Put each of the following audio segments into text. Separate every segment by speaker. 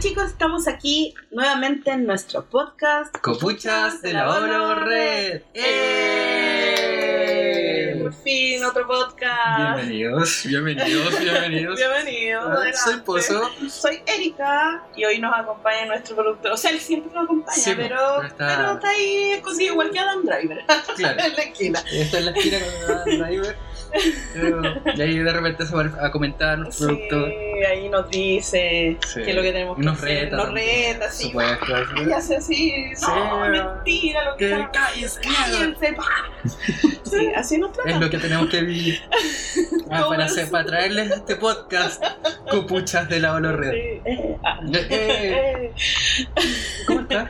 Speaker 1: chicos, estamos aquí nuevamente en nuestro podcast.
Speaker 2: Copuchas de la Oro Red.
Speaker 1: ¡Eh! Por fin, otro podcast.
Speaker 2: Bienvenidos, bienvenidos, bienvenidos.
Speaker 1: Bienvenido.
Speaker 2: Ah, Soy
Speaker 1: adelante.
Speaker 2: Pozo.
Speaker 1: Soy Erika y hoy nos acompaña nuestro productor. O sea, él siempre nos acompaña,
Speaker 2: Sí,
Speaker 1: pero,
Speaker 2: pero está-
Speaker 1: pero está ahí escondido igual que Adam Driver
Speaker 2: Claro.
Speaker 1: en la esquina.
Speaker 2: Esta es la esquina con Adam Driver. Pero- Y ahí de repente se va a comentar nuestro
Speaker 1: Sí,
Speaker 2: productor.
Speaker 1: ahí nos dice
Speaker 2: Sí.
Speaker 1: que es lo que tenemos que
Speaker 2: Y nos
Speaker 1: hacer.
Speaker 2: reta
Speaker 1: Nos
Speaker 2: también.
Speaker 1: reta, sí.
Speaker 2: Supuesto.
Speaker 1: Y hace así, no,
Speaker 2: Sí.
Speaker 1: mentira, lo que
Speaker 2: Que
Speaker 1: está-
Speaker 2: cállense, mierda.
Speaker 1: cállense, pa. Sí, así nos trata.
Speaker 2: Es lo que tenemos que vivir. Ah,
Speaker 1: ¿Cómo
Speaker 2: para,
Speaker 1: es?
Speaker 2: hacer- para traerles este podcast, Copuchas de la Oro Red.
Speaker 1: Sí. Eh, ah.
Speaker 2: Eh,
Speaker 1: Eh,
Speaker 2: ¿Cómo estás?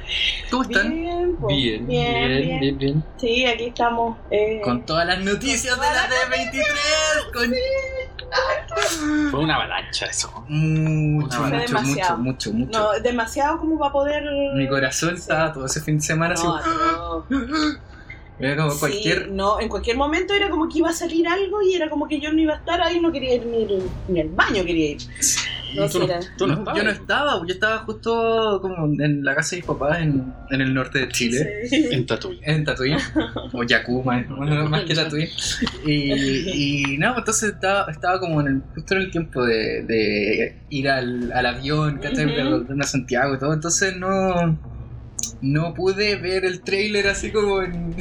Speaker 2: ¿Cómo están?
Speaker 1: Bien, po.
Speaker 2: Bien, Pues, bien, bien, bien.
Speaker 1: Sí, aquí estamos. eh,
Speaker 2: Con todas las noticias de la D23. Con...
Speaker 3: Fue una avalancha eso.
Speaker 2: Mucho,
Speaker 3: Fue
Speaker 2: mucho,
Speaker 1: demasiado.
Speaker 2: mucho, mucho, mucho.
Speaker 1: No, demasiado como para poder.
Speaker 2: Mi corazón estaba todo ese fin de semana así.
Speaker 1: No, no.
Speaker 2: Era como
Speaker 1: Sí,
Speaker 2: cualquier.
Speaker 1: no, en cualquier momento era como que iba a salir algo y era como que yo no iba a estar ahí, no quería ir ni, al- ni al baño, quería ir. No,
Speaker 3: Tú
Speaker 1: sí,
Speaker 3: no-
Speaker 1: era-
Speaker 3: Tú no estabas.
Speaker 2: Yo no estaba, yo estaba justo como en la casa de mis papás en, en el norte de Chile,
Speaker 1: Sí.
Speaker 3: En Tatuí.
Speaker 2: en Tatuín, o Yakuma, bueno, más que Tatuín. Y, y no, pues, entonces estaba, estaba como en el, justo en el tiempo de, de ir al, al avión, ¿cachai?
Speaker 1: Ujú.
Speaker 2: De volverme a Santiago y todo, entonces no. No pude ver el trailer así como en,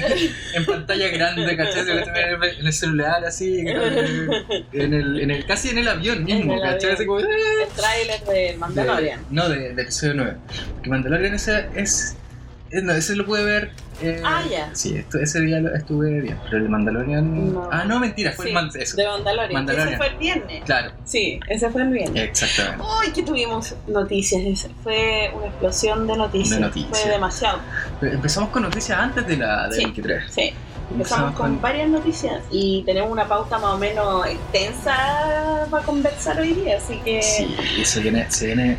Speaker 2: en pantalla grande, ¿cachai? Lo que tenía En el- en el celular, así, en el, en el, casi en el avión mismo,
Speaker 1: En el
Speaker 2: ¿cachai?
Speaker 1: avión.
Speaker 2: Así como, "Ah".
Speaker 1: El tráiler del Mandalorian.
Speaker 2: De- no, de, de episodio 9. Porque Mandalorian ese es. es- no, ese lo pude ver. eh,
Speaker 1: Ah, ya.
Speaker 2: Sí, esto- ese día lo- estuve bien. Pero el Mandalorian.
Speaker 1: No.
Speaker 2: Ah, no, mentira, fue
Speaker 1: Sí,
Speaker 2: el Man- eso.
Speaker 1: De Mandalorian.
Speaker 2: Mandalorian. Eh.
Speaker 1: Ese fue el viernes.
Speaker 2: Claro,
Speaker 1: Sí, ese fue el viernes.
Speaker 2: exactamente.
Speaker 1: Uy, que tuvimos noticias. ese- Fue una explosión de noticias.
Speaker 2: De noticias.
Speaker 1: Fue demasiado.
Speaker 2: Pero empezamos con noticias antes de la de
Speaker 1: Sí.
Speaker 2: 23.
Speaker 1: Sí. Empezamos con, varias noticias y tenemos una pauta más o menos extensa para conversar hoy día, así que
Speaker 2: Sí, y se viene, se viene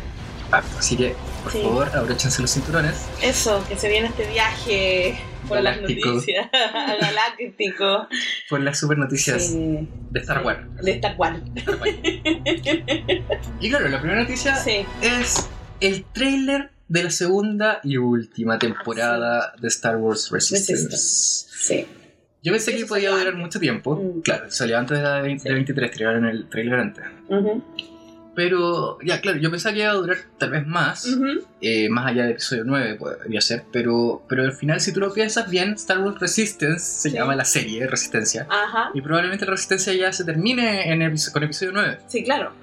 Speaker 2: harto. Así que, por
Speaker 1: Sí.
Speaker 2: favor, abróchense los cinturones.
Speaker 1: eso, que se viene este viaje por las
Speaker 2: Galáctico.
Speaker 1: noticias galáctico
Speaker 2: Por las super noticias
Speaker 1: eh,
Speaker 2: de Star Wars.
Speaker 1: de Star Wars.
Speaker 2: De Star Wars. y claro, la primera noticia
Speaker 1: Sí,
Speaker 2: es el trailer de la segunda y última temporada de Star Wars Resistance.
Speaker 1: Resistance. sí.
Speaker 2: Yo pensé que
Speaker 1: Eso
Speaker 2: podía
Speaker 1: salió
Speaker 2: durar
Speaker 1: antes.
Speaker 2: mucho tiempo.
Speaker 1: Mm.
Speaker 2: Claro, salió antes de la de
Speaker 1: Sí.
Speaker 2: 23, tiraron el trailer antes.
Speaker 1: Ujú,
Speaker 2: Pero, ya, claro, yo pensaba que iba a durar tal vez más,
Speaker 1: ujú.
Speaker 2: eh, más allá del episodio 9 podría ser, pero, pero al final, si tú lo piensas bien, Star Wars Resistance se
Speaker 1: Sí.
Speaker 2: llama la serie Resistencia.
Speaker 1: Ajá.
Speaker 2: Y probablemente la Resistencia ya se termine en episo- con episodio 9.
Speaker 1: Sí, claro.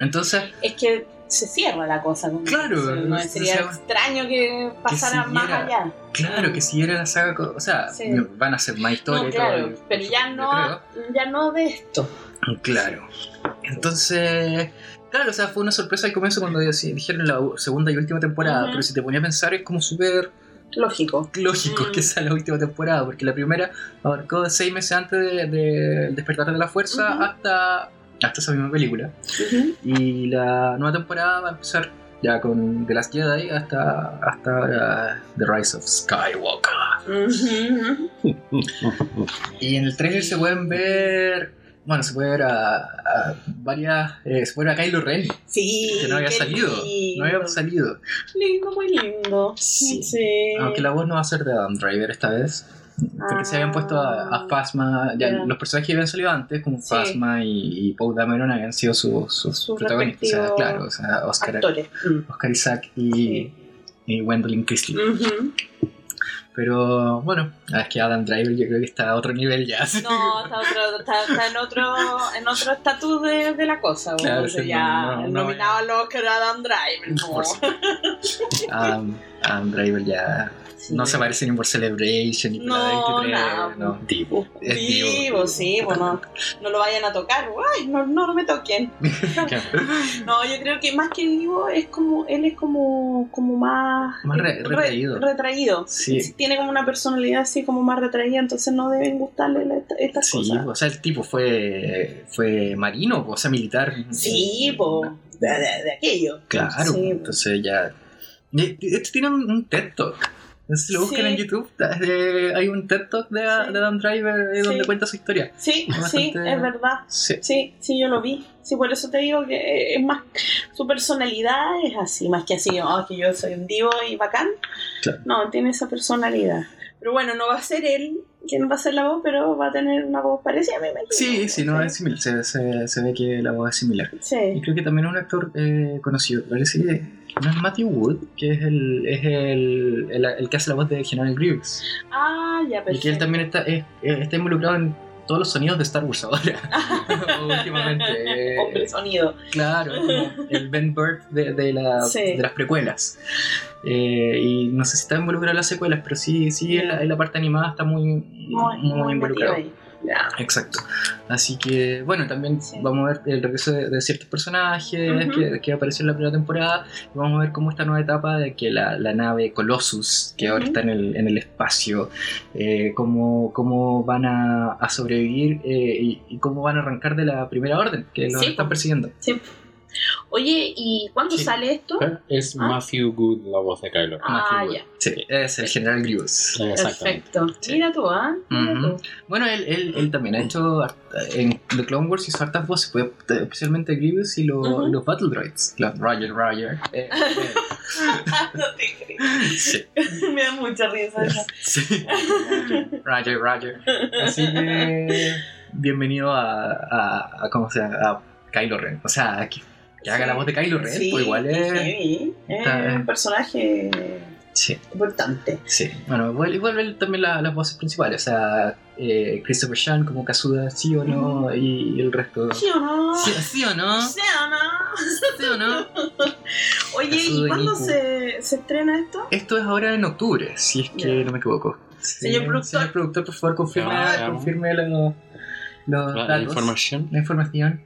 Speaker 2: Entonces,
Speaker 1: Es que se cierra la cosa. con-
Speaker 2: Claro,
Speaker 1: no,
Speaker 2: se
Speaker 1: sería
Speaker 2: cierra.
Speaker 1: extraño que pasara más
Speaker 2: siguiera.
Speaker 1: allá.
Speaker 2: Claro, que si era la saga, co- o sea,
Speaker 1: Sí.
Speaker 2: van a ser más historias.
Speaker 1: No,
Speaker 2: y todo,
Speaker 1: claro,
Speaker 2: yo-
Speaker 1: pero ya
Speaker 2: yo
Speaker 1: no, ya no de esto.
Speaker 2: creo. Claro. Entonces, claro, o sea, fue una sorpresa al comienzo cuando dije- dijeron la u- segunda y última temporada,
Speaker 1: Ujú.
Speaker 2: pero si te ponía a pensar es como súper
Speaker 1: Lógico.
Speaker 2: lógico
Speaker 1: Mm.
Speaker 2: que sea la última temporada, porque la primera abarcó seis meses antes del de, del despertar de la fuerza
Speaker 1: Ujú.
Speaker 2: hasta, hasta esa misma película. Y la nueva temporada va a empezar ya con The Last Jedi hasta, hasta ah, The Rise of Skywalker.
Speaker 1: Ujú.
Speaker 2: Y en el trailer se pueden ver. Bueno, se puede ver a, a varias. eh, se puede ver a Kylo Ren,
Speaker 1: Sí.
Speaker 2: que Este no había
Speaker 1: qué
Speaker 2: salido.
Speaker 1: lindo.
Speaker 2: No había salido.
Speaker 1: Lindo, muy lindo.
Speaker 2: Sí.
Speaker 1: Sí.
Speaker 2: Aunque la voz no va a ser de Adam Driver esta vez. Porque se habían puesto a, a Phasma. Ya,
Speaker 1: Ah, Ya.
Speaker 2: Los personajes que habían salido antes, como
Speaker 1: Sí.
Speaker 2: Phasma y, y Poe Dameron, habían sido sus sus
Speaker 1: Sus
Speaker 2: protagonistas. O sea,
Speaker 1: respectivos
Speaker 2: claro, o sea, Oscar,
Speaker 1: Actores. Mm.
Speaker 2: Oscar Isaac y,
Speaker 1: Sí.
Speaker 2: y Gwendolyn Christie.
Speaker 1: Ujú.
Speaker 2: Pero bueno, ah, es que Adam Driver yo creo que está a otro nivel ya.
Speaker 1: No, está, otro, está, está en otro en otro estatus de, de la cosa.
Speaker 2: Claro,
Speaker 1: bueno, o sea,
Speaker 2: sí,
Speaker 1: ya
Speaker 2: no, no,
Speaker 1: el
Speaker 2: no,
Speaker 1: nominado al Oscar Adam Driver. no.
Speaker 2: Por Adam, Adam Driver ya no se parece ni por Celebration ni por
Speaker 1: No,
Speaker 2: la 23.
Speaker 1: no.
Speaker 2: No, tipo. Es
Speaker 1: Vivo,
Speaker 2: divo.
Speaker 1: sí, bueno, no lo vayan a tocar, ay, no, no me toquen. No, yo creo que más que vivo es como, él es como, como más,
Speaker 2: Más re- retraído.
Speaker 1: retraído.
Speaker 2: Sí,
Speaker 1: Tiene como una personalidad así como más retraída, entonces no deben gustarle la- esta- estas
Speaker 2: sí,
Speaker 1: cosas.
Speaker 2: o sea, el tipo fue, fue marino, o sea, militar.
Speaker 1: Sí, po, de, de- de aquello.
Speaker 2: pues,
Speaker 1: Sí,
Speaker 2: Claro,
Speaker 1: po.
Speaker 2: entonces ya. Este tiene un, un TED Talk. No sé si lo buscan
Speaker 1: Sí.
Speaker 2: en YouTube. eh, hay un TED Talk de,
Speaker 1: Sí.
Speaker 2: de Adam Driver eh,
Speaker 1: Sí.
Speaker 2: donde cuenta su historia.
Speaker 1: Sí,
Speaker 2: Bastante-
Speaker 1: sí, es verdad.
Speaker 2: Sí.
Speaker 1: Sí, sí, yo lo vi. Sí, por eso te digo que eh, es más. Su personalidad es así, más que así, oh, que yo soy un divo y bacán.
Speaker 2: Claro.
Speaker 1: No, tiene esa personalidad. Pero bueno, no va a ser él quien va a ser la voz, pero va a tener una voz parecida, me imagino.
Speaker 2: Sí, sí, no, es similar. Se, se- se ve que la voz es similar. Y
Speaker 1: Sí.
Speaker 2: creo que también un actor eh, conocido, parece que no es Matthew Wood, que es el, es el, el, el que hace la voz de General Grievous.
Speaker 1: Ah, ya, perfecto.
Speaker 2: Y que él también está, es- eh, está involucrado en todos los sonidos de Star Wars ahora. Últimamente. eh,
Speaker 1: Hombre, sonido.
Speaker 2: Claro, es como el Ben Burtt de, de la-
Speaker 1: Sí.
Speaker 2: de las precuelas. Eh, y no sé si está involucrado en las secuelas, pero sí, sí en, la, en la parte animada está muy, muy,
Speaker 1: Muy, muy metido
Speaker 2: involucrado.
Speaker 1: ahí. Ya.
Speaker 2: Exacto. Así que, bueno, también
Speaker 1: Sí.
Speaker 2: vamos a ver el regreso de, de ciertos personajes
Speaker 1: Ujú.
Speaker 2: que, que aparecieron en la primera temporada. Y vamos a ver cómo esta nueva etapa de que la, la nave Colossus, que ahora
Speaker 1: Ujú.
Speaker 2: está en el, en el espacio, eh, cómo, cómo van a, a sobrevivir eh, y, y cómo van a arrancar de la primera orden, que los
Speaker 1: Sí.
Speaker 2: están persiguiendo.
Speaker 1: Oye, ¿y cuándo
Speaker 2: Sí.
Speaker 1: sale esto?
Speaker 3: Es
Speaker 1: Ah.
Speaker 3: Matthew Good la voz de Kylo.
Speaker 1: Ah,
Speaker 2: Matthew Wood.
Speaker 1: ya.
Speaker 2: Sí, es el general Grievous.
Speaker 3: Exactamente.
Speaker 1: Perfecto.
Speaker 2: Sí.
Speaker 1: Mira tú, ¿ah? Mira
Speaker 2: Ujú.
Speaker 1: tú.
Speaker 2: Bueno, él, él, él también ha hecho har- en The Clone Wars hizo hartas voces, pues, especialmente Grievous y los-
Speaker 1: Ujú.
Speaker 2: los Battle Droids. Los Roger, Roger. Eh, eh,
Speaker 1: no te creo.
Speaker 2: sí,
Speaker 1: Me da mucha risa eso.
Speaker 2: sí. Roger, Roger. Así que bienvenido a, a, a ¿cómo se llama? A Kylo Ren. O sea, que, que haga
Speaker 1: Sí.
Speaker 2: la voz de Kylo Ren,
Speaker 1: Sí,
Speaker 2: pues igual es...
Speaker 1: sí, es
Speaker 2: está-
Speaker 1: un personaje
Speaker 2: Sí.
Speaker 1: importante.
Speaker 2: Sí, bueno, vuel- y vuelven también la- las voces principales, o sea, eh, Christopher Sean como Kazuda, sí o no, y, y el resto.
Speaker 1: ¿Sí o no?
Speaker 2: Sí, sí o no,
Speaker 1: Sí o no.
Speaker 2: sí o no.
Speaker 1: Oye,
Speaker 2: Caso
Speaker 1: ¿y
Speaker 2: de
Speaker 1: cuándo
Speaker 2: Nico.
Speaker 1: se, se estrena esto?
Speaker 2: Esto es ahora en octubre, si es que
Speaker 1: Ya.
Speaker 2: no me equivoco. Sí,
Speaker 1: Señor productor.
Speaker 2: señor productor, por favor, confirme,
Speaker 3: Ya, ya.
Speaker 2: confirme los, los
Speaker 3: La, la
Speaker 2: datos,
Speaker 3: información.
Speaker 2: la información.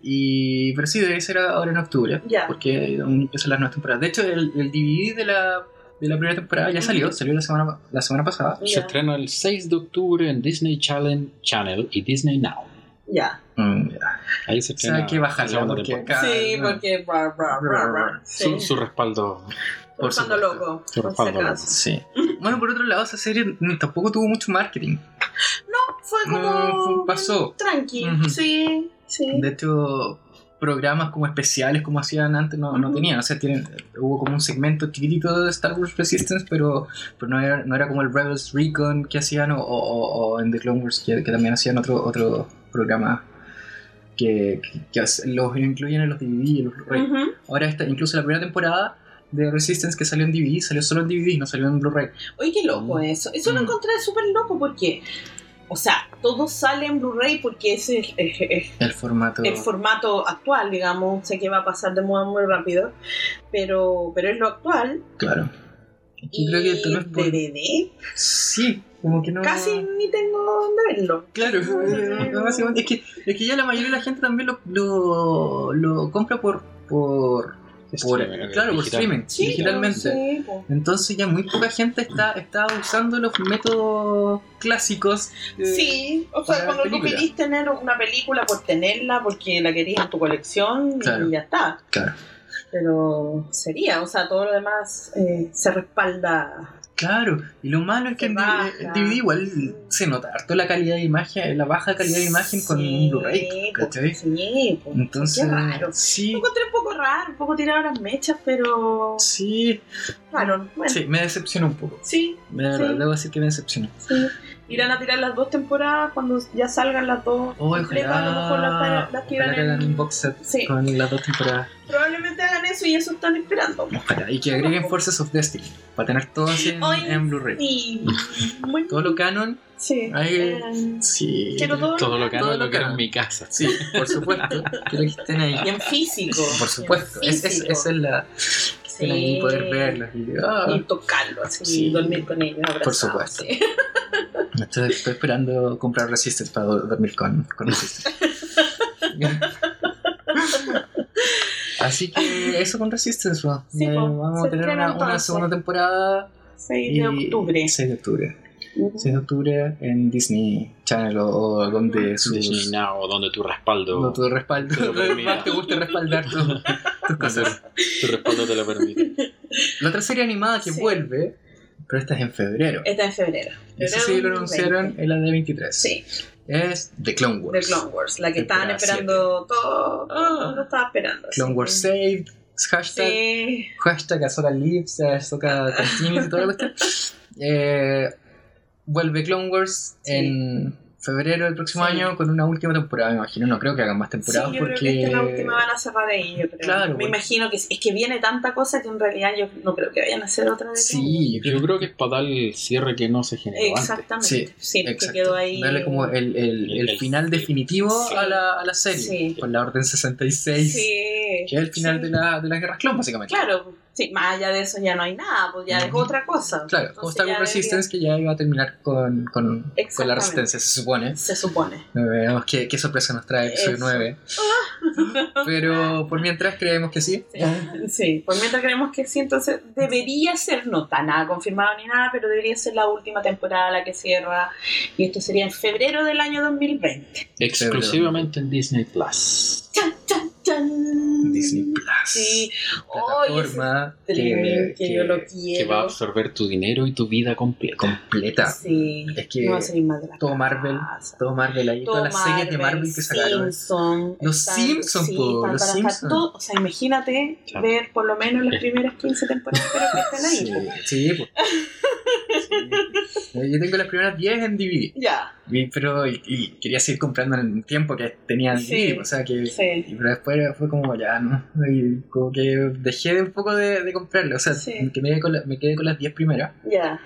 Speaker 2: Y, pero sí, debe ser ahora en octubre,
Speaker 1: Ya.
Speaker 2: porque aún empiezan las nuevas temporadas. De hecho, el, el DVD de la, de la primera temporada ya salió, salió la semana, la semana pasada.
Speaker 3: Se
Speaker 1: Ya.
Speaker 3: estrena el 6 de octubre en Disney Challenge Channel y Disney Now.
Speaker 1: Ya.
Speaker 2: Mm,
Speaker 3: Ahí se
Speaker 2: O sea,
Speaker 3: estrena.
Speaker 2: hay que
Speaker 3: la
Speaker 2: bajarla
Speaker 3: segunda
Speaker 2: porque
Speaker 3: temporada.
Speaker 2: acá.
Speaker 1: sí,
Speaker 2: no.
Speaker 1: porque. Bra, bra, bra, bra. Sí.
Speaker 3: Su, su respaldo.
Speaker 2: por
Speaker 1: Surfando
Speaker 2: supuesto.
Speaker 1: loco. Por si
Speaker 3: Surfando loco.
Speaker 1: acaso.
Speaker 2: Sí. Bueno, por otro lado, esa serie mm, tampoco tuvo mucho marketing.
Speaker 1: Fue como.
Speaker 2: No, fue- pasó.
Speaker 1: Tranqui.
Speaker 2: Ujú.
Speaker 1: Sí, sí.
Speaker 2: De hecho, programas como especiales como hacían antes no, no
Speaker 1: Ujú.
Speaker 2: tenían. O sea, tienen, hubo como un segmento chiquitito de Star Wars Resistance, pero, pero no, era, no era como el Rebels Recon que hacían o, o- o- o en The Clone Wars que, que también hacían otro, otro programa. Que, que- que hace- los incluyen en los DVD, en los Blu-ray.
Speaker 1: Ujú.
Speaker 2: Ahora, esta, incluso la primera temporada de Resistance que salió en DVD, salió solo en DVD, no salió en Blu-ray.
Speaker 1: Oye, qué loco
Speaker 2: Mm.
Speaker 1: eso. Eso lo
Speaker 2: Mm.
Speaker 1: encontré súper loco porque. O sea, todo sale en Blu-ray porque ese es- es- es
Speaker 2: El formato.
Speaker 1: el formato actual, digamos, sé que va a pasar de moda muy rápido, pero, pero es lo actual.
Speaker 2: Claro.
Speaker 1: Y
Speaker 2: Yo creo que tal vez por- Ah.
Speaker 1: DVD,
Speaker 2: Sí, como que no.
Speaker 1: casi ni tengo dónde verlo.
Speaker 2: Claro, no, básicamente, es, que, es que ya la mayoría de la gente también lo, lo, lo compra por. por, por
Speaker 3: Streaming,
Speaker 2: claro, por
Speaker 3: digital.
Speaker 2: streaming,
Speaker 1: Sí,
Speaker 2: digitalmente.
Speaker 1: Sí, po.
Speaker 2: Entonces ya muy poca gente está, está usando los métodos clásicos. eh,
Speaker 1: Sí, o sea,
Speaker 2: para
Speaker 1: cuando tú
Speaker 2: película.
Speaker 1: querís tener una película por tenerla, porque la querías en tu colección
Speaker 2: Claro.
Speaker 1: y ya está.
Speaker 2: Claro.
Speaker 1: Pero sería, o sea, todo lo demás eh, se respalda.
Speaker 2: Claro, y lo malo es
Speaker 1: Se
Speaker 2: que eh, en
Speaker 1: baja.
Speaker 2: DVD igual se nota harto la calidad de imagen, eh, la baja calidad de imagen con un
Speaker 1: Sí,
Speaker 2: Blu-ray,
Speaker 1: po,
Speaker 2: ¿cachai?
Speaker 1: Sí, po.
Speaker 2: Entonces,
Speaker 1: Qué raro.
Speaker 2: sí,
Speaker 1: Lo encontré un poco raro, un poco tirado a las mechas, pero
Speaker 2: sí,
Speaker 1: raro. Bueno,
Speaker 2: sí, me decepcionó un poco.
Speaker 1: sí,
Speaker 2: De verdad,
Speaker 1: Sí.
Speaker 2: debo decir que me decepcionó.
Speaker 1: Sí. Irán a tirar las dos temporadas cuando ya salgan las dos.
Speaker 2: Oh,
Speaker 1: completas, a lo mejor
Speaker 2: ojalá,
Speaker 1: las, las tiran
Speaker 2: ojalá que hagan un
Speaker 1: en...
Speaker 2: box set
Speaker 1: Sí,
Speaker 2: con las dos temporadas.
Speaker 1: probablemente hagan eso y eso están esperando.
Speaker 2: Ojalá. Y que agreguen Forces of Destiny para tener todo así en,
Speaker 1: Ay,
Speaker 2: en Blu-ray.
Speaker 1: Sí, muy
Speaker 2: Todo lo canon,
Speaker 1: Sí.
Speaker 2: Ay,
Speaker 1: eh,
Speaker 2: sí.
Speaker 1: quiero todo.
Speaker 3: Todo lo que
Speaker 2: Todo
Speaker 3: hago
Speaker 2: lo
Speaker 3: lo quiero
Speaker 2: que-
Speaker 3: en mi casa.
Speaker 2: Sí, por supuesto. Quiero que estén
Speaker 1: Y
Speaker 2: ahí.
Speaker 1: en físico.
Speaker 2: Por supuesto.
Speaker 1: En
Speaker 2: Es, es,
Speaker 1: físico.
Speaker 2: esa es la. que estén ahí
Speaker 1: Sí.
Speaker 2: y poder verlos. Y, ah,
Speaker 1: Y tocarlo así,
Speaker 2: Sí.
Speaker 1: y dormir con ellos. abrazados,
Speaker 2: supuesto.
Speaker 1: sí.
Speaker 2: estoy, estoy esperando comprar Resistance para do- dormir con, con Resistance. Así que eso con Resistance, va.
Speaker 1: Sí,
Speaker 2: Eh,
Speaker 1: pues,
Speaker 2: vamos
Speaker 1: se
Speaker 2: a tener
Speaker 1: estrena
Speaker 2: una, una
Speaker 1: entonces.
Speaker 2: segunda temporada
Speaker 1: 6 de octubre.
Speaker 2: 6 de octubre. 6 de octubre en Disney Channel o, o donde sus,
Speaker 3: Disney Now, donde tu respaldo.
Speaker 2: no, tu respaldo.
Speaker 3: Te lo
Speaker 2: donde
Speaker 3: permita.
Speaker 2: más te gusta respaldar tu- tus
Speaker 3: donde
Speaker 2: cosas.
Speaker 3: tu respaldo te lo permite.
Speaker 2: La otra serie animada que
Speaker 1: Sí.
Speaker 2: vuelve Pero esta es en febrero.
Speaker 1: Está en febrero.
Speaker 2: Eso
Speaker 1: Febrero
Speaker 2: sí lo
Speaker 1: 2020.
Speaker 2: anunciaron en la D23.
Speaker 1: Sí,
Speaker 2: Es The Clone
Speaker 1: de
Speaker 2: Wars.
Speaker 1: Clone Wars, la que estaban
Speaker 2: Temporada
Speaker 1: esperando todo, todo el mundo estaba esperando. así
Speaker 2: Clone
Speaker 1: que-
Speaker 2: Wars Saved. Hashtag
Speaker 1: Mm. Sí.
Speaker 2: hashtag Ahsoka Lives, Ahsoka Continues y toda la cuestión. Eh, vuelve Clone Wars
Speaker 1: Sí.
Speaker 2: en febrero del próximo
Speaker 1: Sí.
Speaker 2: año con una última temporada, me imagino. No creo que hagan más
Speaker 1: Sí,
Speaker 2: temporadas
Speaker 1: yo creo que
Speaker 2: porque.
Speaker 1: esta es la última van a cerrar ahí, yo creo.
Speaker 2: Claro,
Speaker 1: Me
Speaker 2: bueno.
Speaker 1: imagino que es, es que viene tanta cosa que en realidad yo no creo que vayan a hacer otra de Clone Wars.
Speaker 2: sí, yo creo
Speaker 3: Yo creo que es para dar el cierre que no se generó antes.
Speaker 1: Exactamente, sí,
Speaker 2: Exacto.
Speaker 1: que quedó ahí.
Speaker 2: Darle como el, el- el
Speaker 3: El-
Speaker 2: final definitivo
Speaker 1: Sí.
Speaker 2: a, la, a la serie.
Speaker 1: Sí.
Speaker 2: Con la Orden 66.
Speaker 1: Sí.
Speaker 2: Que es el final
Speaker 1: Sí.
Speaker 2: de, la, de las guerras clon, básicamente.
Speaker 1: Claro, sí, más allá de eso ya no hay nada, pues ya es
Speaker 2: Ujú.
Speaker 1: otra cosa.
Speaker 2: Claro,
Speaker 1: Entonces
Speaker 2: como Star
Speaker 1: ya
Speaker 2: Wars
Speaker 1: debería-
Speaker 2: Resistance que ya iba a terminar con, con, con la
Speaker 1: Exactamente.
Speaker 2: resistencia, se supone.
Speaker 1: Se supone.
Speaker 2: Eh, Veamos qué, qué sorpresa nos trae el episodio
Speaker 1: Eso. Ah.
Speaker 2: 9. Pero por mientras creemos que sí.
Speaker 1: Sí, pues mientras creemos que sí, entonces debería ser, no está nada confirmado ni nada, pero debería ser la última temporada la que cierra. Y esto sería en febrero del año 2020.
Speaker 3: Exclusivamente en Disney Plus.
Speaker 1: ¡Chan, chan, chan!
Speaker 2: Disney Plus.
Speaker 1: Sí, hoy es
Speaker 2: Plataforma
Speaker 1: streaming que, yo lo
Speaker 3: Que va a
Speaker 1: quiero.
Speaker 3: absorber tu dinero y tu vida completa.
Speaker 2: completa.
Speaker 1: sí,
Speaker 2: Es que
Speaker 1: no va a salir más de la
Speaker 2: todo Marvel,
Speaker 1: casa.
Speaker 2: Todo Marvel ahí,
Speaker 1: Todo
Speaker 2: todas las series de Marvel que sacaron.
Speaker 1: Simpson,
Speaker 2: Los
Speaker 1: están-
Speaker 2: Simpson,
Speaker 1: sí,
Speaker 2: po,
Speaker 1: están
Speaker 2: los
Speaker 1: para
Speaker 2: Simpson.
Speaker 1: sacar todo. O sea, imagínate
Speaker 3: Claro.
Speaker 1: ver por lo menos las primeras 15 temporadas, pero que están ahí.
Speaker 2: Sí, sí, pues. Sí. Yo tengo las primeras 10 en DVD,
Speaker 1: Ya,
Speaker 2: y- pero y, y quería seguir comprando en el tiempo que tenía DVD,
Speaker 1: Sí.
Speaker 2: pues, o sea que...
Speaker 1: sí.
Speaker 2: y- Pero después fue como ya, ¿no? Y como que dejé de un poco de, de comprarlo, o sea,
Speaker 1: Sí.
Speaker 2: que me, quedé con la- me quedé con las 10 primeras.
Speaker 1: Ya,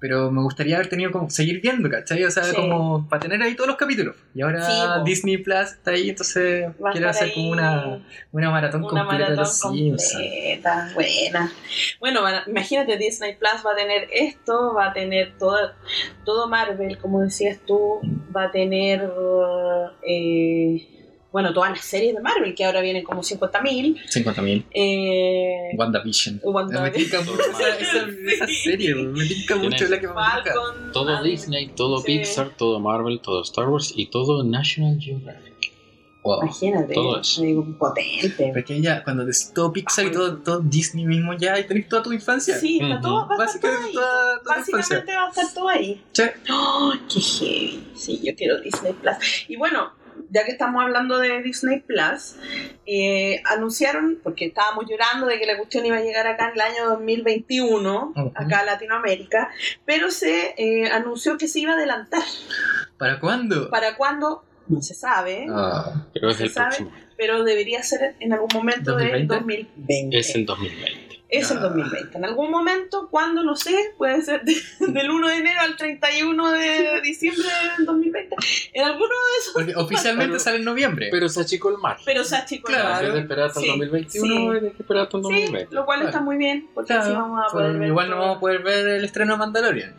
Speaker 2: pero me gustaría haber tenido como seguir viendo, ¿cachai? O sea,
Speaker 1: Sí.
Speaker 2: como para tener ahí todos los capítulos. Y ahora
Speaker 1: Sí, po.
Speaker 2: Disney Plus está ahí, entonces
Speaker 1: va a estar
Speaker 2: quiero hacer
Speaker 1: ahí
Speaker 2: como una, una maratón
Speaker 1: una
Speaker 2: completa
Speaker 1: maratón
Speaker 2: de los Simpsons.
Speaker 1: completa, buena. Bueno, van a- imagínate, Disney Plus va a tener esto, va a tener todo, todo Marvel, como decías tú, va a tener, eh, bueno, todas las series de Marvel, que ahora vienen como 50.000.
Speaker 2: 50.000.
Speaker 1: Eh,
Speaker 2: WandaVision.
Speaker 1: WandaVision.
Speaker 2: Me tinca mucho esa, esa, esa
Speaker 1: Sí.
Speaker 2: serie, me tinca mucho
Speaker 3: Tienes
Speaker 2: la que me tinca.
Speaker 1: Falcon,
Speaker 3: Todo
Speaker 1: Marvel.
Speaker 3: Disney, todo
Speaker 1: Ah, Sí.
Speaker 3: Pixar, todo Marvel, todo Star Wars y todo National Geographic.
Speaker 2: Wow.
Speaker 1: Imagínate,
Speaker 3: Todo eso.
Speaker 1: digo, potente.
Speaker 2: Porque ya, cuando es todo Pixar y todo, todo Disney mismo, ya ahí tenés toda tu infancia.
Speaker 1: Ah, Sí, está
Speaker 3: Ujú.
Speaker 1: todo, va a estar todo
Speaker 2: Básicamente
Speaker 1: ahí.
Speaker 2: toda, toda tu infancia.
Speaker 1: Básicamente va a estar todo ahí.
Speaker 2: pues, Sí.
Speaker 1: ¡Oh, qué heavy! Sí, yo quiero Disney Plus. Y bueno, ya que estamos hablando de Disney Plus, eh, anunciaron, porque estábamos llorando de que la cuestión iba a llegar acá en el año 2021,
Speaker 2: Ujú.
Speaker 1: acá a Latinoamérica, pero se eh, anunció que se iba a adelantar.
Speaker 2: ¿Para cuándo?
Speaker 1: ¿Para cuándo? No se sabe.
Speaker 2: Ah,
Speaker 3: Pero es
Speaker 1: ¿Se
Speaker 3: el
Speaker 1: sabe?
Speaker 3: próximo.
Speaker 1: pero debería ser en algún momento del
Speaker 2: 2020.
Speaker 1: 2020.
Speaker 3: Es el 2020.
Speaker 1: Es el
Speaker 2: Ah.
Speaker 1: 2020. En algún momento, cuando no sé, puede ser de- del 1 de enero al 31 de diciembre del 2020. En alguno,
Speaker 2: porque oficialmente
Speaker 3: Pero-
Speaker 2: sale en noviembre.
Speaker 3: Pero se achicó el mar.
Speaker 1: pero o sea, chicos,
Speaker 2: Claro.
Speaker 3: En vez de esperar hasta el
Speaker 1: Sí,
Speaker 3: 2021,
Speaker 1: sí.
Speaker 3: hay que eh, esperar hasta el
Speaker 1: Sí,
Speaker 3: 2020.
Speaker 1: lo cual está muy bien, porque
Speaker 2: Claro,
Speaker 1: así vamos a
Speaker 2: pero
Speaker 1: poder ver.
Speaker 2: igual no
Speaker 1: todo.
Speaker 2: vamos a poder ver el estreno de Mandalorian.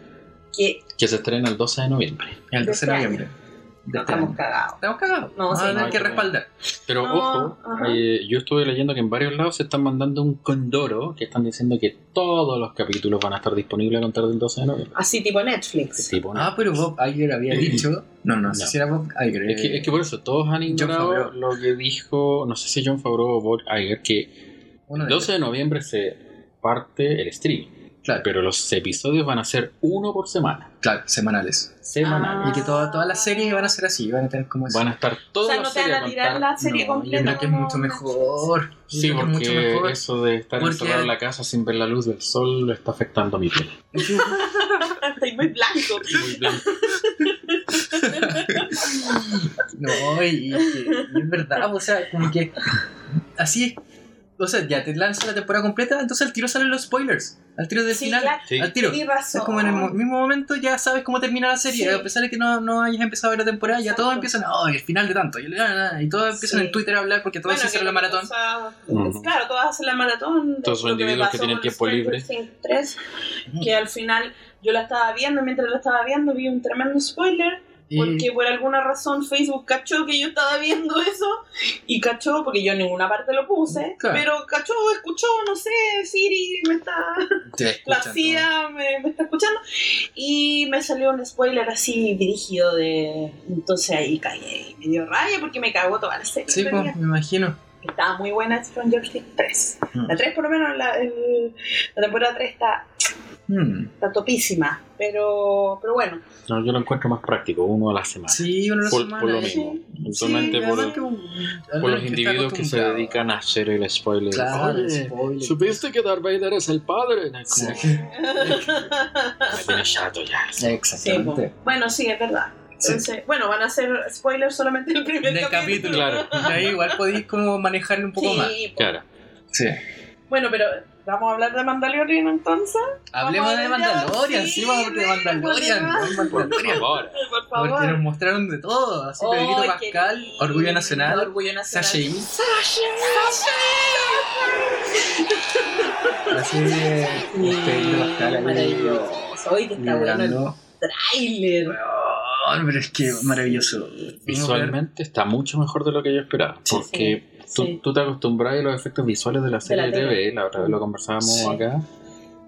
Speaker 1: Que
Speaker 3: Que se estrena el 12 de noviembre.
Speaker 2: El
Speaker 1: De este
Speaker 2: 12 de noviembre. De
Speaker 1: no
Speaker 2: este
Speaker 1: estamos
Speaker 2: año.
Speaker 1: cagados.
Speaker 2: Estamos cagados.
Speaker 1: No,
Speaker 2: Vamos
Speaker 1: sí.
Speaker 2: a tener
Speaker 3: No,
Speaker 2: que
Speaker 3: hay que
Speaker 2: respaldar.
Speaker 3: Pero
Speaker 1: No,
Speaker 3: ojo,
Speaker 1: Ah, ajá.
Speaker 3: eh, yo estuve leyendo que en varios lados se están mandando un condoro que están diciendo que todos los capítulos van a estar disponibles a contar del 12 de noviembre.
Speaker 1: Así tipo Netflix.
Speaker 3: Este tipo, ¿no?
Speaker 2: Ah, pero Bob Iger había dicho. No, no, no sé
Speaker 3: No.
Speaker 2: si era Bob Iger.
Speaker 3: es, que,
Speaker 2: eh,
Speaker 3: es que por eso todos han ignorado
Speaker 2: Favreau.
Speaker 3: lo que dijo, no sé si John Favreau o Bob Iger, que
Speaker 2: uno
Speaker 3: el
Speaker 2: de
Speaker 3: 12 de noviembre se parte el stream,
Speaker 2: ellos. Claro,
Speaker 3: pero los episodios van a ser uno por semana,
Speaker 2: claro, semanales.
Speaker 3: semanal.
Speaker 1: Ah.
Speaker 2: Y que toda- todas las series van a ser así, van a tener como eso.
Speaker 3: Van a estar
Speaker 1: O
Speaker 3: todas
Speaker 1: sea, no
Speaker 3: las
Speaker 1: te van
Speaker 3: series
Speaker 1: a tirar
Speaker 3: contar-
Speaker 1: la serie
Speaker 2: No, yo
Speaker 1: completa.
Speaker 2: creo que es
Speaker 1: como
Speaker 2: mucho
Speaker 1: Netflix.
Speaker 2: mejor. Yo
Speaker 3: Sí,
Speaker 2: creo que es mucho
Speaker 3: porque
Speaker 2: mejor.
Speaker 3: eso de estar
Speaker 2: Porque-
Speaker 3: encerrado en la casa sin ver la luz del sol está afectando a mi piel.
Speaker 1: Estoy muy blanco.
Speaker 3: Muy blanco.
Speaker 2: No, y, y- y es verdad, o sea, como que así es. O sea, ya te lanzan la temporada completa, entonces al tiro salen los spoilers. Al tiro del
Speaker 1: Sí,
Speaker 2: final,
Speaker 1: claro,
Speaker 3: Sí.
Speaker 2: al tiro.
Speaker 1: tenés
Speaker 2: O sea,
Speaker 1: razón.
Speaker 2: es como en el mo- mismo momento ya sabes cómo termina la serie.
Speaker 1: Oh. Sí.
Speaker 2: A pesar de que no, no hayas empezado a ver la temporada, ya todos
Speaker 1: Exacto.
Speaker 2: empiezan, ¡ay, el final de tanto! Y, la, la, la, y todos empiezan
Speaker 1: Sí.
Speaker 2: en Twitter a hablar porque todos
Speaker 1: Bueno, que
Speaker 2: hicieron la
Speaker 1: lo que
Speaker 2: maratón.
Speaker 1: pasa-
Speaker 3: Ujú.
Speaker 1: Claro, todas hacen la maratón.
Speaker 3: Todos son
Speaker 1: Lo me
Speaker 3: individuos que
Speaker 1: pasó
Speaker 3: tienen
Speaker 1: con
Speaker 3: tiempo
Speaker 1: Stranger
Speaker 3: libre.
Speaker 1: Things 3, que al final yo la estaba viendo, mientras la estaba viendo vi un tremendo spoiler,
Speaker 2: Y-
Speaker 1: porque por alguna razón Facebook cachó que yo estaba viendo eso, y cachó, porque yo en ninguna parte lo puse,
Speaker 2: Claro.
Speaker 1: pero cachó, escuchó, no sé, Siri me está,
Speaker 2: te
Speaker 1: la
Speaker 2: escuchan
Speaker 1: CIA me, me está escuchando, y me salió un spoiler así dirigido de... Entonces ahí caí, y me dio rabia porque me cagó toda la serie.
Speaker 2: todo. Sí,
Speaker 1: en
Speaker 2: pues,
Speaker 1: realidad.
Speaker 2: me imagino.
Speaker 1: Estaba muy buena Stranger Things 3.
Speaker 2: Mm.
Speaker 1: La 3 por lo menos, la, el- la temporada 3 está
Speaker 2: Hmm.
Speaker 1: Está topísima, pero, pero bueno.
Speaker 3: No, yo lo encuentro más práctico, uno a la semana.
Speaker 2: Sí, uno lo
Speaker 3: por, por lo mismo. Solamente por, por los individuos que se dedican a hacer el spoiler.
Speaker 2: Claro,
Speaker 3: Oye,
Speaker 2: el spoiler.
Speaker 3: ¿Supiste que Darth Vader es el padre? No,
Speaker 2: Sí.
Speaker 3: como, Me tiene chato ya.
Speaker 2: Exactamente.
Speaker 1: Sí, bueno, sí, es verdad.
Speaker 2: Sí.
Speaker 1: Entonces, bueno, van a hacer spoilers solamente el primer
Speaker 2: Del capítulo.
Speaker 1: capítulo.
Speaker 3: Claro.
Speaker 2: Y ahí igual podéis como manejarlo un poco
Speaker 1: Sí,
Speaker 2: más.
Speaker 1: po.
Speaker 3: Claro.
Speaker 2: Sí.
Speaker 1: Bueno, pero ¿vamos a hablar de Mandalorian entonces?
Speaker 2: Hablemos
Speaker 1: Vamos
Speaker 2: de
Speaker 1: a-
Speaker 2: Mandalorian, sí,
Speaker 1: sí,
Speaker 2: vamos de
Speaker 1: sí,
Speaker 2: Mandalorian.
Speaker 1: por
Speaker 2: vamos de
Speaker 3: Por
Speaker 2: Mandalorian.
Speaker 3: favor.
Speaker 1: Por
Speaker 2: Porque nos
Speaker 1: favor.
Speaker 2: mostraron de todo, así Pedrito
Speaker 1: Ay, qué
Speaker 2: Pascal,
Speaker 1: lindo.
Speaker 2: Orgullo Nacional,
Speaker 1: Orgullo Nacional.
Speaker 2: Sasha y-
Speaker 1: Sasha.
Speaker 2: Así de Pedrito Pascal ahí
Speaker 1: Maravilloso. Oye, que está bueno el
Speaker 2: liderando.
Speaker 1: trailer.
Speaker 2: Weón, pero es que maravilloso.
Speaker 3: Visualmente está mucho mejor de lo que yo esperaba.
Speaker 2: Sí.
Speaker 3: Porque tú,
Speaker 1: Sí.
Speaker 3: tú te acostumbras a los efectos visuales de la serie de,
Speaker 1: tele.
Speaker 3: TV, la otra vez lo conversábamos
Speaker 2: Sí.
Speaker 3: acá,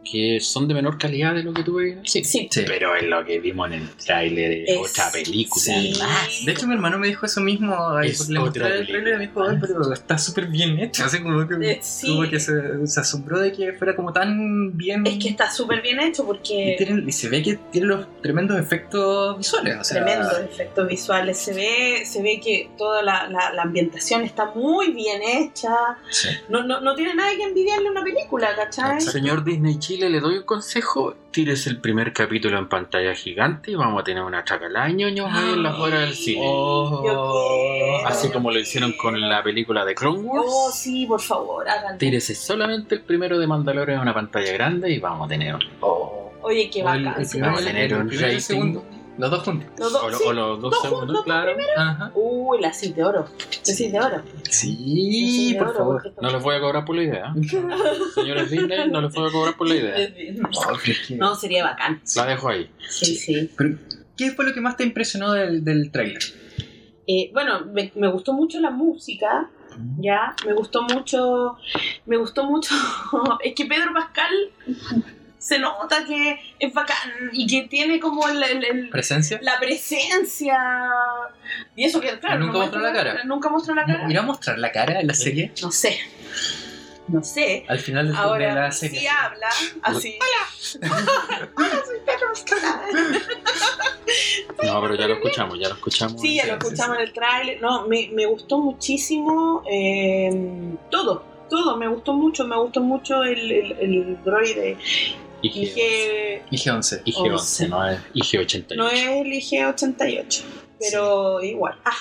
Speaker 3: que son de menor calidad de lo que tuve en el cine.
Speaker 1: Sí.
Speaker 2: Sí.
Speaker 3: Pero es lo que vimos en el tráiler de
Speaker 1: Es-
Speaker 3: otra película.
Speaker 2: sí.
Speaker 1: Más.
Speaker 2: De hecho, mi hermano me dijo eso mismo. Ahí
Speaker 3: Es
Speaker 2: le
Speaker 3: otra
Speaker 2: mostré el trailer y me dijo, "Ay, pero está súper bien hecho. Así como que,
Speaker 1: Eh, sí.
Speaker 2: como que se, se asombró de que fuera como tan bien.
Speaker 1: Es que está súper bien hecho
Speaker 2: y,
Speaker 1: porque
Speaker 2: tienen- y se ve que tiene los tremendos efectos visuales. O sea,
Speaker 1: tremendos efectos visuales. Se ve, se ve que toda la, la- la ambientación está muy bien hecha.
Speaker 2: sí.
Speaker 1: No, no, no tiene nada que envidiarle a una película, ¿cachai?
Speaker 2: Exacto.
Speaker 3: Señor Disney Chile, le doy un consejo. Tires el primer capítulo en pantalla gigante y vamos a tener una chacalada ñoños ahí en la hora del cine.
Speaker 1: Yo quiero.
Speaker 3: Oh. Así como lo hicieron con la película de Clone Wars.
Speaker 1: Oh, sí, por favor, hagan.
Speaker 3: Tírese solamente el primero de Mandalorian a una pantalla grande y vamos a tener un-
Speaker 2: Oh.
Speaker 1: Oye, qué
Speaker 2: O el-
Speaker 1: bacán.
Speaker 2: el primero
Speaker 3: Vamos a
Speaker 2: y el-
Speaker 3: tener
Speaker 2: el
Speaker 3: un
Speaker 2: primero y el
Speaker 3: rating.
Speaker 2: segundo. Los dos juntos.
Speaker 1: Los dos,
Speaker 3: o, lo-
Speaker 1: sí.
Speaker 3: o los dos
Speaker 1: Dos
Speaker 3: segundos,
Speaker 1: juntos,
Speaker 3: claro.
Speaker 2: Ajá.
Speaker 1: Uy, la cis de oro. La cis de oro. La cis
Speaker 2: Sí,
Speaker 1: de
Speaker 2: por
Speaker 1: oro,
Speaker 2: favor.
Speaker 1: porque-
Speaker 3: No les voy a cobrar por la idea. ¿eh? Señores Disney, no les voy a cobrar por la idea.
Speaker 2: Oh, pero es que-
Speaker 1: No, sería bacán.
Speaker 3: La dejo ahí.
Speaker 1: Sí, sí.
Speaker 2: Pero, ¿Qué fue lo que más te impresionó del, del trailer?
Speaker 1: Eh, bueno, me, me gustó mucho la música, ¿ya? Me gustó mucho, me gustó mucho. es que Pedro Pascal se nota que es bacán y que tiene como el- el- el,
Speaker 2: ¿Presencia?
Speaker 1: la presencia. Y eso que, claro.
Speaker 2: Nunca
Speaker 1: no
Speaker 2: mostró la cara.
Speaker 1: Nunca mostró la cara.
Speaker 2: ¿Irá a mostrar la cara en la serie?
Speaker 1: No sé. No sé.
Speaker 2: Al final de, de
Speaker 1: Ahora, ah.
Speaker 2: la
Speaker 1: si
Speaker 2: serie.
Speaker 1: habla así. ¡Hola! ¡Hola, soy Pedro Pascal.
Speaker 3: No, pero ya lo escuchamos, ya lo escuchamos.
Speaker 1: Sí, ya lo escuchamos en el tráiler. No, me, me gustó muchísimo eh, todo. Todo, me gustó mucho, me gustó mucho el, el, el droide
Speaker 3: IG,
Speaker 1: IG...
Speaker 2: IG-11.
Speaker 3: IG 11, no es IG 88.
Speaker 1: No es el IG-88, pero igual. Ah,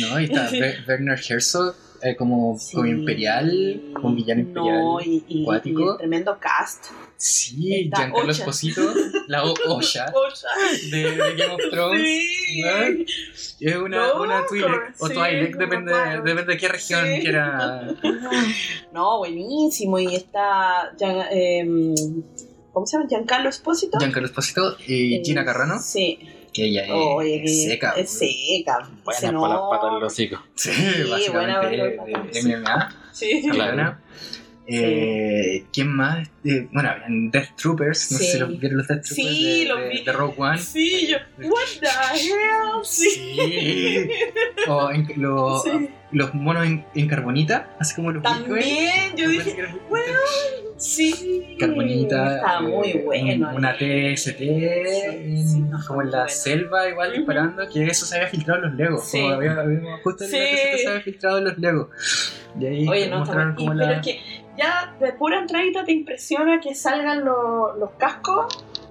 Speaker 2: No, ahí está Wer- Werner Herzog eh, como,
Speaker 1: Ah, sí.
Speaker 2: como imperial, como villano imperial.
Speaker 1: No, y, y-
Speaker 2: acuático.
Speaker 1: y el tremendo cast.
Speaker 2: Sí,
Speaker 1: Está
Speaker 2: Giancarlo
Speaker 1: Ocha.
Speaker 2: Esposito, la o Osha de, de Game of Thrones.
Speaker 1: Sí.
Speaker 2: ¿no? Es una,
Speaker 1: No,
Speaker 2: una Twi'lek o
Speaker 1: sí,
Speaker 2: Twi'lek,
Speaker 1: no me
Speaker 2: depende,
Speaker 1: acuerdo.
Speaker 2: depende de qué región
Speaker 1: Sí.
Speaker 2: quiera.
Speaker 1: No, buenísimo. Y está. Gian- em, ¿Cómo se llama? Giancarlo Espósito.
Speaker 2: Giancarlo Esposito y Gina
Speaker 1: Eh,
Speaker 2: Carrano,
Speaker 1: Sí.
Speaker 2: que ella es
Speaker 1: Oye, que
Speaker 2: seca.
Speaker 1: Es seca.
Speaker 3: Buenas
Speaker 1: Se
Speaker 3: para las
Speaker 1: nota.
Speaker 3: patas del hocico.
Speaker 2: Sí,
Speaker 1: Sí,
Speaker 2: básicamente
Speaker 1: buena,
Speaker 2: de-
Speaker 1: buena,
Speaker 2: de
Speaker 1: sí.
Speaker 2: MMA.
Speaker 1: Sí.
Speaker 3: Claro.
Speaker 2: americana. Eh, ¿Quién más? Eh, bueno, habían Death Troopers, no sé
Speaker 1: Sí.
Speaker 2: si los vieron los Death Troopers
Speaker 1: Sí,
Speaker 2: de,
Speaker 1: los
Speaker 2: de-
Speaker 1: vi.
Speaker 2: de Rogue One. Eh,
Speaker 1: Sí, yo. What the hell? Sí.
Speaker 2: Sí. O en- lo-
Speaker 1: sí.
Speaker 2: los monos en, en carbonita, así como los Bitcoin.
Speaker 1: También yo
Speaker 2: Parece
Speaker 1: dije,
Speaker 2: que eran
Speaker 1: bueno. sí.
Speaker 2: Carbonita.
Speaker 1: Está muy
Speaker 2: eh,
Speaker 1: bueno.
Speaker 2: un- Una TST,
Speaker 1: Sí, sí, no,
Speaker 2: como en
Speaker 1: muy bueno.
Speaker 2: la selva, igual
Speaker 1: Ujú.
Speaker 2: disparando, que eso se había filtrado en los Legos.
Speaker 1: Sí.
Speaker 2: Como había, había- justo en
Speaker 1: Sí.
Speaker 2: la TST se había filtrado en los Legos. Y
Speaker 1: Oye,
Speaker 2: ahí
Speaker 1: no, está
Speaker 2: mostraron
Speaker 1: bueno.
Speaker 2: como
Speaker 1: Y-
Speaker 2: la.
Speaker 1: Pero es que ya de pura entradita te impresiona que salgan lo- los cascos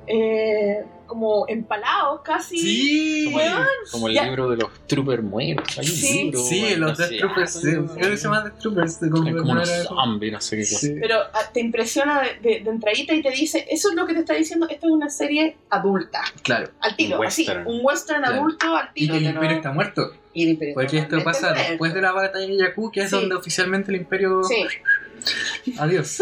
Speaker 1: eh, como empalados casi.
Speaker 2: Sí,
Speaker 3: Como,
Speaker 1: Weón,
Speaker 3: como el
Speaker 1: ya.
Speaker 3: libro de los Trooper muertos. Hay un
Speaker 1: Sí.
Speaker 3: libro,
Speaker 2: Sí,
Speaker 3: weón,
Speaker 2: los
Speaker 3: que
Speaker 2: Death
Speaker 3: hace
Speaker 2: Troopers.
Speaker 3: años,
Speaker 2: sí,
Speaker 3: weón.
Speaker 2: Creo que se llaman Death Troopers. de
Speaker 3: Hay como
Speaker 2: como-
Speaker 3: unos zombies, no sé qué cosa.
Speaker 2: Sí. Eh,
Speaker 1: Pero ah, te impresiona de, de- de entradita y te dice, eso es lo que te está diciendo, esto es una serie adulta,
Speaker 2: Claro.
Speaker 1: al tiro,
Speaker 3: Un
Speaker 1: así,
Speaker 3: western.
Speaker 1: un western
Speaker 2: Claro.
Speaker 1: adulto al
Speaker 2: Y
Speaker 1: tiro.
Speaker 2: que el
Speaker 1: que no-
Speaker 2: imperio está muerto.
Speaker 1: y el imperio
Speaker 2: Porque Pues, esto
Speaker 1: totalmente
Speaker 2: pasa
Speaker 1: muerto.
Speaker 2: después de la batalla de Jakku, que es
Speaker 1: Sí.
Speaker 2: donde oficialmente el imperio.
Speaker 1: Sí,
Speaker 2: Adiós.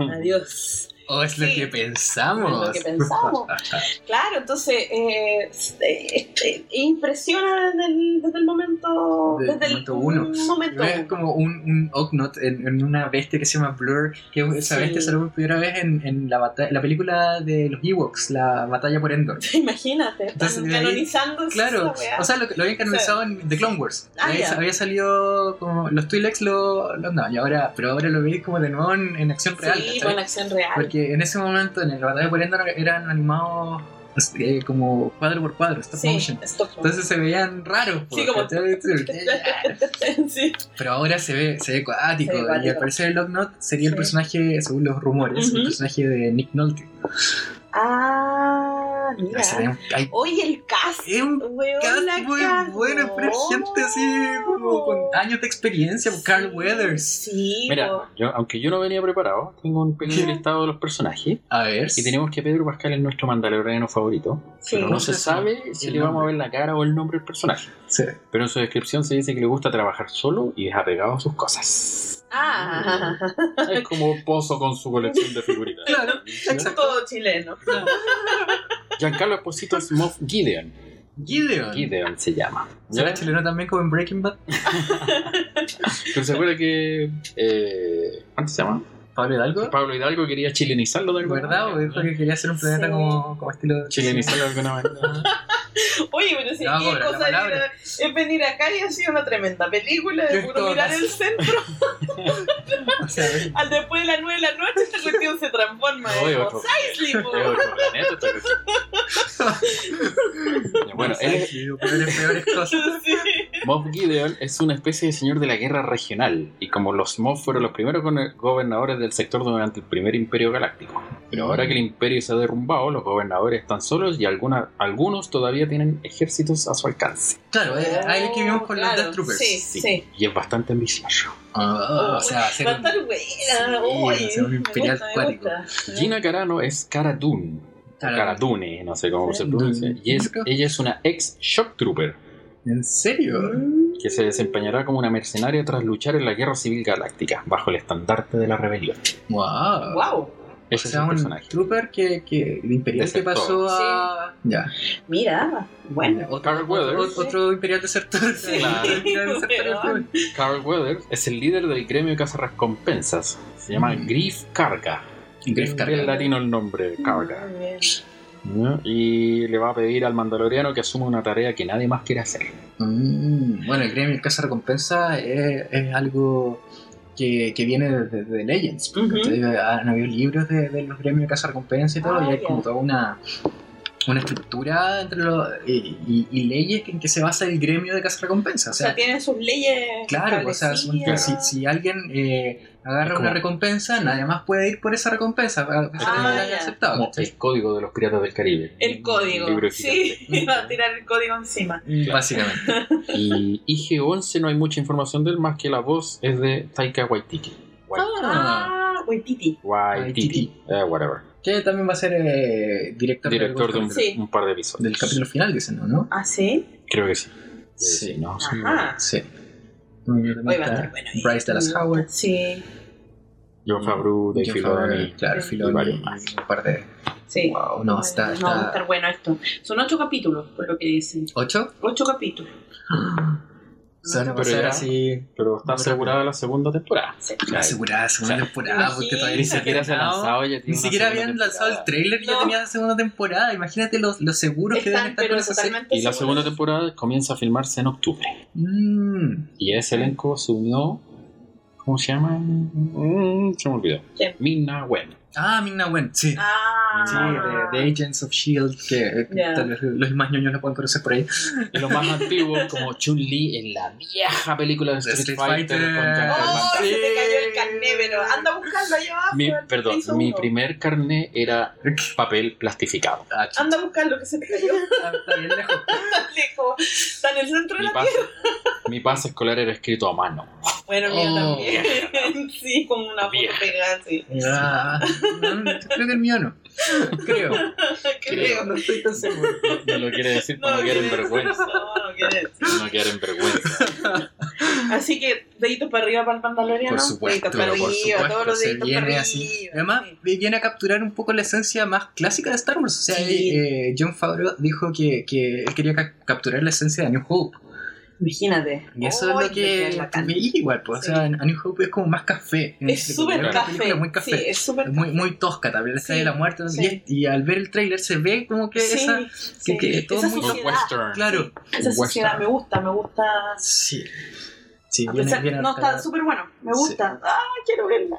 Speaker 1: adiós.
Speaker 2: O es lo
Speaker 1: Sí.
Speaker 2: que pensamos.
Speaker 1: Es lo que pensamos. Claro, entonces eh, es- eh, eh, impresiona desde el, desde el momento...
Speaker 2: Del
Speaker 1: desde
Speaker 2: momento
Speaker 1: el
Speaker 2: uno.
Speaker 1: momento
Speaker 2: Es
Speaker 1: uno.
Speaker 2: como un, un Ognot en, en una bestia que se llama Blur, que esa
Speaker 1: Sí.
Speaker 2: bestia salió por primera vez en, en la, bata- la película de los Ewoks, la batalla por Endor.
Speaker 1: Imagínate, están
Speaker 2: Entonces, de ahí-
Speaker 1: canonizando esa
Speaker 2: Claro,
Speaker 1: weá.
Speaker 2: o sea, lo, lo habían canonizado en The Clone Wars.
Speaker 1: Ah,
Speaker 2: Ahí
Speaker 1: ya.
Speaker 2: Había salido como los Twi'leks lo, lo andaban, y ahora, pero ahora lo veis como de nuevo en, en acción real.
Speaker 1: sí,
Speaker 2: ¿cachai?
Speaker 1: con acción real.
Speaker 2: Porque porque en ese momento en el batalla por Endor eran animados eh, como cuadro por cuadro, stop
Speaker 1: Sí,
Speaker 2: motion.
Speaker 1: stop motion.
Speaker 2: Entonces se veían raros, po,
Speaker 1: Sí, como-
Speaker 2: ¿cachai?
Speaker 1: sí.
Speaker 2: pero ahora se ve, se ve cuático.
Speaker 1: Se ve
Speaker 2: y
Speaker 1: cuático.
Speaker 2: al parecer Lockhart sería
Speaker 1: Sí.
Speaker 2: el personaje, según los rumores,
Speaker 1: Ujú.
Speaker 2: el personaje de Nick Nolte.
Speaker 1: Ah, mira.
Speaker 2: Se ve un- hay-
Speaker 1: Oye, el cast.
Speaker 2: es un
Speaker 1: Weón,
Speaker 2: cast
Speaker 1: la
Speaker 2: muy
Speaker 1: cagó.
Speaker 2: bueno, es pura gente así, como con años de experiencia, po, Carl
Speaker 1: Sí,
Speaker 2: Weathers.
Speaker 1: Sí. po.
Speaker 3: Mira, yo, aunque yo no venía preparado, tengo un pequeño listado de los personajes.
Speaker 2: A ver.
Speaker 3: Y tenemos que Pedro Pascal es nuestro mandaloriano favorito.
Speaker 1: Sí.
Speaker 3: Pero no se sabe si
Speaker 2: El
Speaker 3: le vamos a
Speaker 2: nombre.
Speaker 3: ver la cara o el nombre del personaje.
Speaker 2: Sí.
Speaker 3: Pero en su descripción se dice que le gusta trabajar solo y es apegado a sus cosas.
Speaker 1: Ah,
Speaker 3: Es como Pozo con su colección de figuritas.
Speaker 2: Claro, exacto.
Speaker 1: todo chileno.
Speaker 3: Giancarlo Esposito es Moff Gideon.
Speaker 2: Gideon.
Speaker 3: Gideon se llama.
Speaker 2: ¿Será chileno también como en Breaking Bad?
Speaker 3: Pero se acuerda que. Eh, ¿Cuánto se llama?
Speaker 2: ¿Pablo Hidalgo?
Speaker 3: Pablo Hidalgo quería chilenizarlo de alguna
Speaker 2: ¿Verdad? O
Speaker 3: manera.
Speaker 2: dijo que quería hacer un planeta
Speaker 1: Sí.
Speaker 2: como, como estilo
Speaker 3: Chilenizarlo de alguna manera.
Speaker 2: Ah,
Speaker 1: Oye, pero si
Speaker 2: No,
Speaker 1: aquí
Speaker 2: cobra la
Speaker 1: cosa
Speaker 2: palabra.
Speaker 1: era- es venir acá y ha sido una tremenda película de
Speaker 2: Yo en
Speaker 1: puro
Speaker 2: todo
Speaker 1: mirar
Speaker 2: caso.
Speaker 1: el centro.
Speaker 2: o sea,
Speaker 1: Al después de las 9 de la noche, esta cuestión se transforma
Speaker 3: Oye,
Speaker 1: en
Speaker 3: otro.
Speaker 1: Mosaisley, po.
Speaker 3: Es otro planeta, esta cuestión. bueno, él es-
Speaker 2: sí, digo, peores, peores cosas.
Speaker 1: Sí.
Speaker 3: Moff Gideon es una especie de señor de la guerra regional, y como los Moff fueron los primeros go- gobernadores del sector durante el primer imperio galáctico. Pero ahora que el imperio se ha derrumbado, los gobernadores están solos y alguna- algunos todavía tienen ejércitos a su alcance.
Speaker 2: Claro, eh, ahí es que vimos con
Speaker 1: Claro,
Speaker 2: los Death Troopers.
Speaker 1: Sí, sí.
Speaker 3: Y es bastante ambicioso.
Speaker 2: Ah, o sea, va a ser
Speaker 1: Va a
Speaker 2: un-
Speaker 1: estar buena. Uy,
Speaker 2: va a ser un
Speaker 1: me
Speaker 2: imperial
Speaker 1: gusta, me
Speaker 2: cuático.
Speaker 1: gusta.
Speaker 3: Gina Carano es Cara Dune, o
Speaker 2: Cara-
Speaker 3: Cara Dune, no sé cómo se pronuncia, y es- ella es una ex Shock Trooper,
Speaker 2: ¿En serio?
Speaker 1: Mm.
Speaker 3: que se desempeñará como una mercenaria tras luchar en la guerra civil galáctica, bajo el estandarte de la rebelión.
Speaker 2: Wow.
Speaker 1: Wow.
Speaker 2: O
Speaker 3: Ese es
Speaker 2: sea, un
Speaker 3: el personaje.
Speaker 2: trooper que, que el imperial que
Speaker 3: Desertó.
Speaker 2: pasó a. Ya.
Speaker 1: Mira, bueno.
Speaker 2: Otro,
Speaker 3: Carl Weathers.
Speaker 2: otro- otro imperial desertor.
Speaker 1: Sí,
Speaker 3: Claro.
Speaker 1: weón.
Speaker 3: Carl Weathers es el líder del gremio de cazarrecompensas. Se llama
Speaker 2: Mm.
Speaker 3: Griff Carga.
Speaker 2: Griff Mm.
Speaker 3: Es
Speaker 2: Karga.
Speaker 3: Bien latino el nombre, Carga.
Speaker 1: Muy bien.
Speaker 3: ¿no? Y le va a pedir al mandaloriano que asuma una tarea que nadie más quiere hacer.
Speaker 2: Mm, bueno, el gremio del Casa Recompensa es, es algo que, que viene desde de Legends.
Speaker 3: Mm.
Speaker 2: porque
Speaker 1: Ujú.
Speaker 2: entonces eh, Han habido libros de, de los gremios de Casa Recompensa y todo,
Speaker 1: Ah,
Speaker 2: y hay
Speaker 1: ya.
Speaker 2: como toda una, una estructura entre los, y, y- y leyes en que se basa el gremio de Casa Recompensa. O
Speaker 1: O sea,
Speaker 2: sea,
Speaker 1: tiene sus leyes.
Speaker 2: claro, o sea, es un-
Speaker 1: establecidas.
Speaker 2: si, si alguien eh,
Speaker 3: Es
Speaker 2: agarra
Speaker 3: como-
Speaker 2: una recompensa, nadie más puede ir por esa recompensa. a pesar de que
Speaker 1: Ah,
Speaker 2: la hayan
Speaker 1: ya.
Speaker 2: aceptado,
Speaker 3: Como
Speaker 2: ¿cachai?
Speaker 3: el código de los piratas del Caribe.
Speaker 1: El código.
Speaker 3: Un libro
Speaker 1: sí,
Speaker 3: gigante.
Speaker 1: va a tirar el código encima.
Speaker 2: Básicamente.
Speaker 3: Y IG-11 no hay mucha información de él más que la voz es de Taika Waititi. Wai-
Speaker 1: Ah, Waititi.
Speaker 3: Waititi. Eh, whatever.
Speaker 2: Que también va a ser eh, director, de
Speaker 3: Director de
Speaker 2: algún
Speaker 3: un,
Speaker 1: Sí.
Speaker 3: un par de episodios.
Speaker 2: del capítulo final, dicen, ¿no? ¿no?
Speaker 1: ¿Ah, sí?
Speaker 3: Creo que sí.
Speaker 2: Sí.
Speaker 3: no, sí.
Speaker 1: Ajá.
Speaker 2: Sí. Hoy
Speaker 1: Hoy va a estar bueno. eh.
Speaker 2: Bryce Dallas Howard.
Speaker 1: Sí,
Speaker 3: John Favreau, Dave
Speaker 2: John
Speaker 3: Filoni.
Speaker 2: Favreau, Claro, Filoni.
Speaker 3: Y varios más.
Speaker 2: Un par de...
Speaker 1: sí.
Speaker 2: Wow, no, está...
Speaker 1: No, va a estar
Speaker 2: está...
Speaker 1: bueno esto. Son ocho capítulos, por lo que dicen.
Speaker 2: ¿Ocho?
Speaker 1: Ocho capítulos.
Speaker 2: Se van a
Speaker 3: Pero
Speaker 2: pasar
Speaker 3: ya-
Speaker 2: así...
Speaker 3: Pero está
Speaker 2: Muy
Speaker 3: asegurada la segunda temporada.
Speaker 1: Sí.
Speaker 3: Claro.
Speaker 2: Asegurada, segunda
Speaker 3: O sea,
Speaker 2: temporada, porque todavía
Speaker 3: Ni
Speaker 2: no
Speaker 3: siquiera se ha
Speaker 2: terminado.
Speaker 3: lanzado. ya tiene
Speaker 2: Ni
Speaker 3: una
Speaker 2: siquiera
Speaker 3: segunda
Speaker 2: habían lanzado el
Speaker 3: temporada.
Speaker 2: trailer y
Speaker 1: No.
Speaker 2: ya tenía segunda temporada. Imagínate los, los seguros que deben
Speaker 1: Están,
Speaker 2: estar
Speaker 1: pero
Speaker 2: con esa serie.
Speaker 1: totalmente
Speaker 3: Y la segunda
Speaker 1: seguros.
Speaker 3: temporada comienza a filmarse en octubre.
Speaker 2: Mm,
Speaker 3: Y ese elenco se unió. ¿Cómo se llama? Mm, se me olvidó.
Speaker 1: ¿Quién?
Speaker 3: Mina Wen.
Speaker 2: Ah, Ming-Na Wen, sí. Sí,
Speaker 1: Ah,
Speaker 2: de, de Agents of S.H.I.E.L.D. que eh,
Speaker 1: Ya.
Speaker 2: tal vez los más ñoños lo pueden conocer por ahí. Ah,
Speaker 3: Y los más antiguos, como Chun-Li en la vieja película de
Speaker 2: De
Speaker 3: Street,
Speaker 2: Street
Speaker 3: Fighter.
Speaker 2: Fighter.
Speaker 3: con Jean-Claude Van
Speaker 1: Oh,
Speaker 3: Damme.
Speaker 1: se te cayó el carné, pero anda a buscarlo allá abajo.
Speaker 3: Mi-
Speaker 1: en el
Speaker 3: perdón,
Speaker 1: piso
Speaker 3: mi
Speaker 1: uno.
Speaker 3: primer carné era papel plastificado.
Speaker 2: Ah, chucha,
Speaker 1: Anda a buscarlo, que se te cayó.
Speaker 2: está bien lejos.
Speaker 1: lejos. Está en el centro de
Speaker 3: Mi
Speaker 1: la
Speaker 3: pase, mi pase escolar era escrito a mano.
Speaker 1: Bueno, mío
Speaker 2: Oh.
Speaker 1: también. sí, con una foto
Speaker 3: Vieja.
Speaker 1: pegada, sí.
Speaker 2: Ah, no, no, creo que el mío no. Creo.
Speaker 1: Creo.
Speaker 2: No estoy tan seguro.
Speaker 3: No lo quiere decir para no, quedar en
Speaker 1: quiere-
Speaker 3: vergüenza.
Speaker 1: No, no quiere decir.
Speaker 3: para No quedar en vergüenza.
Speaker 1: Así que, deditos para arriba para el Mandaloriano.
Speaker 2: Por supuesto,
Speaker 1: Deditos para
Speaker 2: por
Speaker 1: arriba,
Speaker 2: supuesto,
Speaker 1: todos los
Speaker 2: se
Speaker 1: deditos
Speaker 2: viene
Speaker 1: para arriba.
Speaker 2: así. Además,
Speaker 1: Sí.
Speaker 2: viene a capturar un poco la esencia más clásica de Star Wars. O sea,
Speaker 1: Sí.
Speaker 2: eh, John Favreau dijo que, que él quería ca- capturar la esencia de A New Hope.
Speaker 1: Imagínate.
Speaker 2: Y eso es
Speaker 1: Ay,
Speaker 2: lo que
Speaker 1: me
Speaker 2: me
Speaker 1: encanta.
Speaker 2: dice igual. Pues,
Speaker 1: Sí.
Speaker 2: O sea, A New Hope es como más café.
Speaker 1: Es súper
Speaker 2: una
Speaker 1: café.
Speaker 2: película Muy café.
Speaker 1: Sí, es súper
Speaker 2: Es muy, muy tosca, tal vez la
Speaker 1: Sí,
Speaker 2: estrella de la muerte. no sé,
Speaker 1: sí.
Speaker 2: Y, y al ver el tráiler se ve como que
Speaker 1: Sí, Ah,
Speaker 2: esa.
Speaker 1: sí.
Speaker 2: que- que todo
Speaker 1: Esa
Speaker 2: muy-
Speaker 3: Un
Speaker 1: sociedad,
Speaker 3: western.
Speaker 2: Claro.
Speaker 1: esa sociedad
Speaker 3: western.
Speaker 1: me gusta, me gusta.
Speaker 2: Sí. Sí,
Speaker 1: A
Speaker 2: viene,
Speaker 1: pesar-
Speaker 2: viene
Speaker 1: no,
Speaker 2: harta-
Speaker 1: está súper bueno, me gusta. Ah, quiero verla.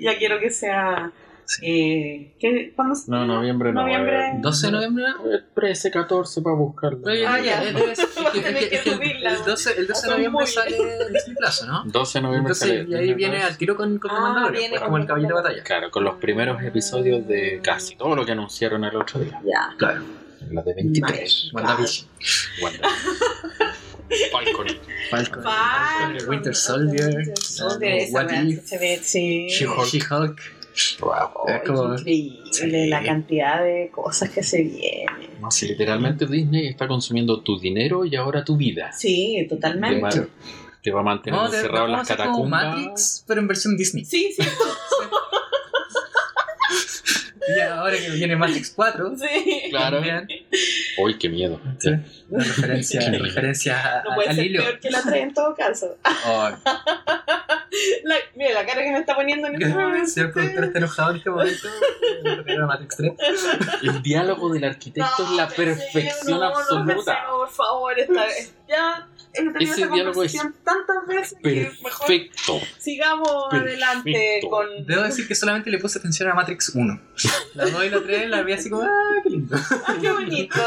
Speaker 1: Ya quiero que sea Eh, ¿qué- cuándo se
Speaker 3: No,
Speaker 1: estrena?
Speaker 3: noviembre no.
Speaker 1: Noviembre.
Speaker 3: eh,
Speaker 2: 12 de noviembre. ¿no?
Speaker 3: eh, 13, 14 para buscarlo.
Speaker 2: Pero ya-
Speaker 1: Ah, ya.
Speaker 2: eh, debe ser- es que-
Speaker 1: Tenés
Speaker 2: es que-
Speaker 1: que
Speaker 2: es que el-
Speaker 1: subirla.
Speaker 2: El 12 el 12 de
Speaker 1: Haz un
Speaker 2: noviembre
Speaker 1: movie.
Speaker 2: sale Disney Plus, ¿no?
Speaker 3: 12 de noviembre
Speaker 2: Entonces, y
Speaker 3: sale
Speaker 2: ahí
Speaker 3: Disney
Speaker 2: viene
Speaker 3: Plus.
Speaker 2: al tiro con, con
Speaker 1: Ah,
Speaker 2: The Mandalorian,
Speaker 1: viene
Speaker 2: pues,
Speaker 1: con
Speaker 2: como el caballito de batalla.
Speaker 3: Claro, con los primeros episodios de casi todo lo que anunciaron el otro día.
Speaker 1: Ya.
Speaker 2: Claro,
Speaker 3: La de 23.
Speaker 2: WandaVision.
Speaker 3: Wanda. Falcon.
Speaker 2: Falcon.
Speaker 1: Falcon,
Speaker 2: Winter Soldier.
Speaker 3: eh,
Speaker 1: Winter Soldier, esa
Speaker 2: What
Speaker 1: weá
Speaker 2: If.
Speaker 1: se ve- sí.
Speaker 3: She-Hulk.
Speaker 2: She-Hulk.
Speaker 3: Wow.
Speaker 1: Ay, qué
Speaker 2: como-
Speaker 1: increíble
Speaker 2: Sí.
Speaker 1: la cantidad de cosas que se vienen.
Speaker 3: No, si literalmente Disney está consumiendo tu dinero y ahora tu vida.
Speaker 1: Sí,
Speaker 3: Te
Speaker 1: totalmente.
Speaker 3: va, te va a mantener
Speaker 2: No, de-
Speaker 3: encerrado en
Speaker 2: vamos
Speaker 3: las
Speaker 2: a hacer como
Speaker 3: catacumbas.
Speaker 2: Matrix, pero en versión Disney.
Speaker 1: Sí, sí,
Speaker 2: Y ahora que viene Matrix 4,
Speaker 1: sí.
Speaker 3: Claro.
Speaker 2: también,
Speaker 3: Uy, qué miedo.
Speaker 2: Sí. una referencia,
Speaker 3: Qué lindo.
Speaker 2: referencia a,
Speaker 1: No puede
Speaker 2: a
Speaker 1: ser
Speaker 2: Lilo.
Speaker 1: peor que la 3 en todo caso.
Speaker 2: Oh,
Speaker 1: La, mira la cara que me está poniendo en este
Speaker 2: si el
Speaker 1: momento.
Speaker 2: productor está enojado en este momento, era Matrix 3.
Speaker 3: El diálogo del arquitecto es la
Speaker 1: No,
Speaker 3: perfección
Speaker 1: no, no,
Speaker 3: absoluta.
Speaker 1: pensemos, por favor, esta vez. Ya hemos tenido
Speaker 3: Ese
Speaker 1: esa
Speaker 3: diálogo es
Speaker 1: conversación tantas veces que mejor
Speaker 3: Perfecto.
Speaker 1: sigamos adelante
Speaker 3: Perfecto.
Speaker 1: con.
Speaker 2: Debo decir que solamente le puse atención a Matrix 1. La 2 y la 3 la vi así como, ah, qué lindo.
Speaker 1: ¡Ah, qué bonito!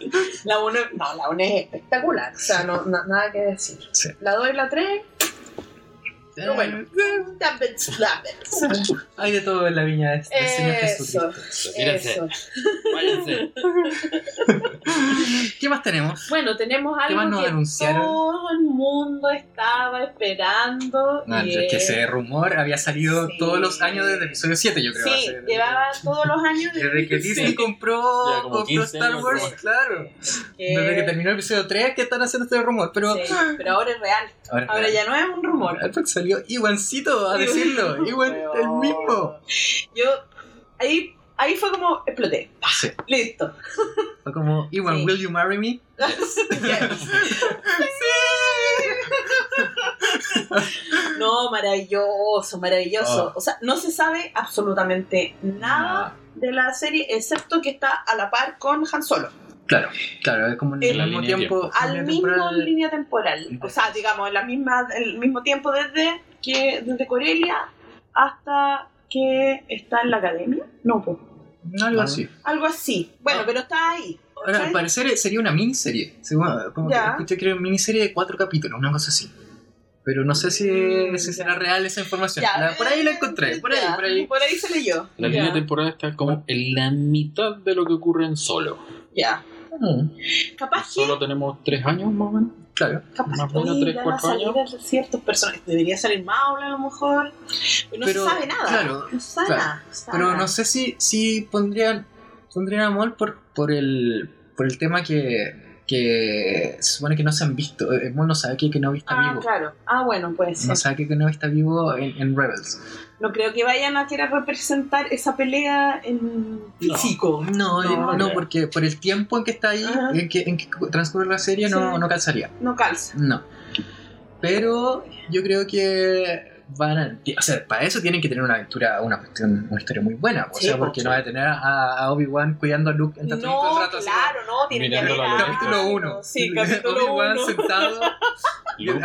Speaker 1: La 1 no, la uno es espectacular. O sea, no, na- nada que decir.
Speaker 2: Sí.
Speaker 1: La 2 y la 3, Pero bueno.
Speaker 2: Eh,
Speaker 1: también
Speaker 2: Hay de todo en la viña del Señor Jesús.
Speaker 1: Eso,
Speaker 3: Tírense,
Speaker 1: eso.
Speaker 3: váyanse.
Speaker 2: ¿Qué más tenemos?
Speaker 1: Bueno, tenemos
Speaker 2: más
Speaker 1: algo
Speaker 2: nos
Speaker 1: que
Speaker 2: anunciaron?
Speaker 1: todo el mundo estaba esperando.
Speaker 2: No,
Speaker 1: y
Speaker 2: es que
Speaker 1: es-
Speaker 2: ese rumor había salido
Speaker 1: Sí.
Speaker 2: todos los años desde el episodio 7, yo creo.
Speaker 1: Sí,
Speaker 2: hace-
Speaker 1: llevaba todos los años de-
Speaker 2: Desde que
Speaker 1: sí,
Speaker 2: Disney compró,
Speaker 3: Ya como
Speaker 2: compró
Speaker 3: 15
Speaker 2: Star
Speaker 3: años,
Speaker 2: Wars,
Speaker 3: bueno.
Speaker 2: claro.
Speaker 1: que-
Speaker 2: Desde que terminó el episodio 3 que están haciendo este rumor, pero
Speaker 1: Eh, sí, pero ahora es real.
Speaker 2: ahora,
Speaker 1: Ahora ya no es un rumor.
Speaker 2: Alfred salió Iwancito Ah, a decirlo, Iwan el mismo.
Speaker 1: Yo ahí ahí fue como exploté.
Speaker 2: Sí.
Speaker 1: Listo.
Speaker 2: Fue como, Iwan,
Speaker 1: Ah, Sí.
Speaker 2: will you marry me?
Speaker 1: No, maravilloso,
Speaker 2: Ah.
Speaker 1: maravilloso. O sea, no se sabe absolutamente nada de la serie, excepto que está a la par con Han Solo.
Speaker 2: Claro, claro, es como en
Speaker 1: En
Speaker 2: el
Speaker 3: la
Speaker 2: mismo
Speaker 3: línea de
Speaker 2: tiempo.
Speaker 1: Al
Speaker 2: línea
Speaker 1: mismo
Speaker 2: temporal.
Speaker 1: línea temporal. O sea, digamos, en la misma, el mismo tiempo desde que desde Corelia hasta que está en la academia. No, pues.
Speaker 2: Algo
Speaker 3: Ah.
Speaker 2: así.
Speaker 1: Algo así. Bueno,
Speaker 2: Ah.
Speaker 1: pero está ahí.
Speaker 2: Ahora, al
Speaker 1: ¿cachai?
Speaker 2: parecer sería una miniserie. Sí, bueno, como
Speaker 1: Ya.
Speaker 2: que escuché que era una miniserie de cuatro capítulos, una cosa así. Pero no sé si,
Speaker 1: Mm,
Speaker 2: si
Speaker 1: ya.
Speaker 2: será real esa información.
Speaker 1: Ya,
Speaker 2: La- por ahí la encontré, por ahí,
Speaker 1: ya,
Speaker 2: por ahí.
Speaker 1: Por ahí se leyó.
Speaker 3: La
Speaker 1: ya,
Speaker 3: línea temporal está como en la mitad de lo que ocurre en Solo.
Speaker 1: ya.
Speaker 2: Mm,
Speaker 1: Capaz que
Speaker 3: Solo tenemos tres años más o menos.
Speaker 2: Claro.
Speaker 1: Capaz
Speaker 3: Más
Speaker 1: que
Speaker 3: bueno,
Speaker 1: hoy
Speaker 3: tres,
Speaker 1: ya va a
Speaker 3: cuatro
Speaker 1: salir a ciertos personajes. Debería salir Maula a lo mejor. Pero no
Speaker 2: Pero,
Speaker 1: se sabe nada.
Speaker 2: claro,
Speaker 1: no se sabe
Speaker 2: claro.
Speaker 1: nada. no se sabe
Speaker 2: Pero
Speaker 1: nada.
Speaker 2: no sé si, si pondrían, pondrían a Mol por, por, el, por el tema que, que se supone que no se han visto. Eh, Mol no sabe que, que no está
Speaker 1: Ah,
Speaker 2: vivo.
Speaker 1: claro. Ah, bueno, pues
Speaker 2: No sabe que, que no está vivo en, en Rebels.
Speaker 1: No creo que vayan a querer representar esa pelea en
Speaker 3: No.
Speaker 1: físico.
Speaker 2: No,
Speaker 1: No,
Speaker 2: no,
Speaker 3: no.
Speaker 2: porque por el tiempo en que está ahí,
Speaker 1: Ajá.
Speaker 2: en que, en que transcurre la serie, no,
Speaker 1: Sí.
Speaker 2: no calzaría.
Speaker 1: No calza.
Speaker 2: No. Pero yo creo que van a. O sea, para eso tienen que tener una aventura, una cuestión, una historia muy buena. O
Speaker 1: Sí,
Speaker 2: sea,
Speaker 1: pues,
Speaker 2: porque no va a tener a, a Obi-Wan cuidando a Luke en
Speaker 1: No,
Speaker 2: Tatooine todo el rato. así como-
Speaker 1: claro, no. Tiene que haber
Speaker 3: Mirando la luz.
Speaker 1: algo.
Speaker 2: Capítulo 1.
Speaker 1: Sí, capítulo
Speaker 2: Obi-Wan
Speaker 1: 1.
Speaker 2: sentado,
Speaker 3: Luke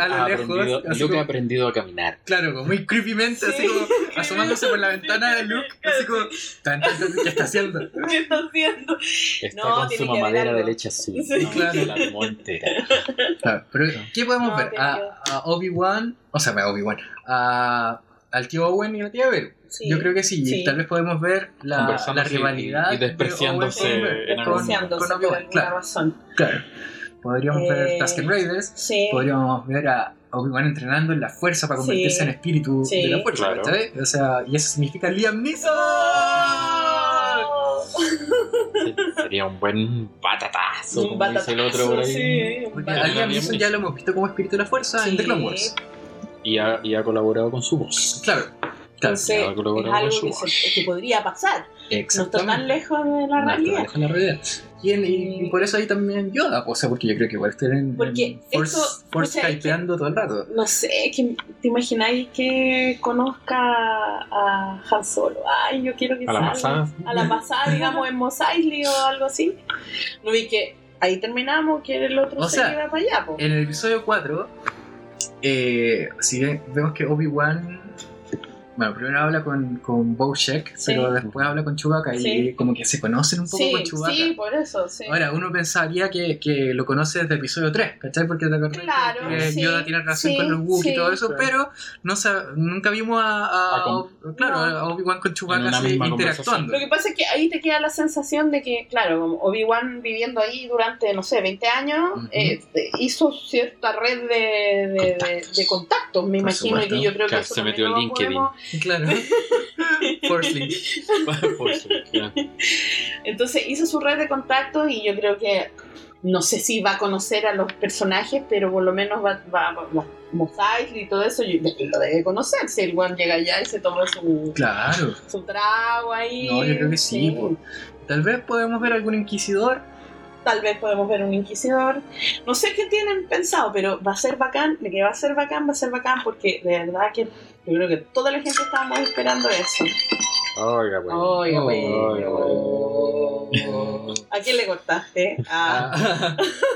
Speaker 2: A lo
Speaker 3: ha
Speaker 2: lejos,
Speaker 3: aprendido,
Speaker 2: así
Speaker 3: Luke
Speaker 2: como-
Speaker 3: ha aprendido a caminar.
Speaker 2: claro, como muy creepymente, así
Speaker 1: Sí.
Speaker 2: como asomándose por la ventana de Luke, así como, tan, tan, tan, ¿qué está haciendo?
Speaker 1: ¿Qué está haciendo?
Speaker 3: Está
Speaker 1: No,
Speaker 3: con
Speaker 1: tiene
Speaker 3: su
Speaker 1: que haber
Speaker 3: mamadera
Speaker 1: algo.
Speaker 3: de leche azul.
Speaker 1: Sí.
Speaker 3: No,
Speaker 2: Claro.
Speaker 3: se la tomó entera.
Speaker 2: Claro, pero ¿qué podemos
Speaker 1: No,
Speaker 2: ver?
Speaker 1: tiene
Speaker 2: A, a Obi-Wan, o sea, a Obi-Wan, a, al tío Owen y la tía Beru.
Speaker 1: Sí.
Speaker 2: Yo creo que sí,
Speaker 1: Sí.
Speaker 2: tal vez podemos ver la,
Speaker 3: Conversando
Speaker 2: la
Speaker 3: así
Speaker 2: rivalidad.
Speaker 3: y- y
Speaker 2: de
Speaker 3: despreciándose
Speaker 2: Owen con-
Speaker 3: en algún-
Speaker 1: Negociándose
Speaker 2: con
Speaker 1: por
Speaker 2: Obi-Wan,
Speaker 1: alguna
Speaker 2: claro,
Speaker 1: razón.
Speaker 2: claro. Podríamos
Speaker 1: Eh,
Speaker 2: ver Tusken Raiders,
Speaker 1: Sí.
Speaker 2: podríamos ver a Obi-Wan entrenando en la fuerza para
Speaker 1: Sí.
Speaker 2: convertirse en espíritu
Speaker 1: Sí.
Speaker 2: de la fuerza,
Speaker 3: Claro.
Speaker 2: ¿sabes? O sea, y eso significa Liam Neeson.
Speaker 1: ¡Oh!
Speaker 3: Sería un buen patatazo, como dice el otro por ahí.
Speaker 1: Sí, un
Speaker 2: Porque
Speaker 3: Ya,
Speaker 2: a
Speaker 1: batatazo.
Speaker 2: Liam Neeson ya lo hemos visto como espíritu de la fuerza en The Clone Wars.
Speaker 3: Y, ha, y ha colaborado con su voz.
Speaker 2: Claro, claro.
Speaker 1: Entonces,
Speaker 3: Ya, creo que
Speaker 1: es
Speaker 3: lo
Speaker 1: algo que,
Speaker 3: subo.
Speaker 1: se- que podría pasar. No está tan lejos de la
Speaker 2: No,
Speaker 1: realidad.
Speaker 2: trabaja en la realidad. Y, en- y- y por eso ahí también Yoda, o sea, porque yo creo que igual estén en
Speaker 1: Porque
Speaker 2: en Force,
Speaker 1: esto-
Speaker 2: Force
Speaker 1: o sea,
Speaker 2: hypeando todo el rato.
Speaker 1: No sé, que, ¿te imagináis que conozca a Han Solo? Ay, yo quiero que
Speaker 3: A la
Speaker 1: salga.
Speaker 3: pasada.
Speaker 1: A la pasada, digamos, en Mos Eisley o algo así. No vi que ahí terminamos, que el otro
Speaker 2: O
Speaker 1: se
Speaker 2: sea,
Speaker 1: iba para allá. po.
Speaker 2: En el episodio 4, eh, si bien vemos que Obi-Wan Bueno, primero habla con, con Bojack,
Speaker 1: Sí.
Speaker 2: pero después habla con Chewbacca y
Speaker 1: Sí.
Speaker 2: como que se conocen un poco
Speaker 1: Sí,
Speaker 2: con Chewbacca.
Speaker 1: sí, por eso, sí.
Speaker 2: Ahora, uno pensaría que, que lo conoce desde episodio 3, ¿cachai? Porque te acordás que-
Speaker 1: Claro,
Speaker 2: que
Speaker 1: sí,
Speaker 2: Yoda tiene relación
Speaker 1: sí,
Speaker 2: con los Wookiees
Speaker 1: sí.
Speaker 2: y todo eso,
Speaker 3: Claro.
Speaker 2: pero no sab- nunca vimos a, a-
Speaker 3: A con-
Speaker 2: o- claro,
Speaker 1: No.
Speaker 2: a Obi-Wan con
Speaker 3: En
Speaker 2: Chewbacca
Speaker 3: una
Speaker 2: así
Speaker 3: misma
Speaker 2: interactuando.
Speaker 1: Lo que pasa es que ahí te queda la sensación de que, claro, como Obi-Wan viviendo ahí durante, no sé, 20 años,
Speaker 2: Ujú.
Speaker 1: eh, eh, hizo cierta red de, de- de- de contactos.
Speaker 3: Contactos.
Speaker 1: me
Speaker 2: Por
Speaker 1: imagino,
Speaker 2: supuesto.
Speaker 1: y yo creo que
Speaker 3: Claro,
Speaker 1: eso
Speaker 3: se
Speaker 1: también
Speaker 3: metió en
Speaker 1: lo
Speaker 3: LinkedIn.
Speaker 1: podemos-
Speaker 2: Claro. Forsley.
Speaker 3: Por su- claro.
Speaker 1: Entonces hizo su red de contactos y yo creo que, no sé si va a conocer a los personajes, pero por lo menos va, va, va- va- Mos Eisley y todo eso, yo- lo debe conocer, si el Juan llega allá y se toma su,
Speaker 2: Claro.
Speaker 1: su trago ahí. este,
Speaker 2: No, yo creo que sí. po. Tal vez podemos ver algún inquisidor.
Speaker 1: Tal vez podemos ver un inquisidor. No sé qué tienen pensado, pero va a ser bacán. De que va a ser bacán, va a ser bacán, porque de verdad que yo creo que toda la gente estábamos esperando eso.
Speaker 3: Oiga, bueno.
Speaker 1: Oiga,
Speaker 2: Oh,
Speaker 1: bueno.
Speaker 3: oiga,
Speaker 1: ¿A quién le cortaste? Ah,
Speaker 2: Ah.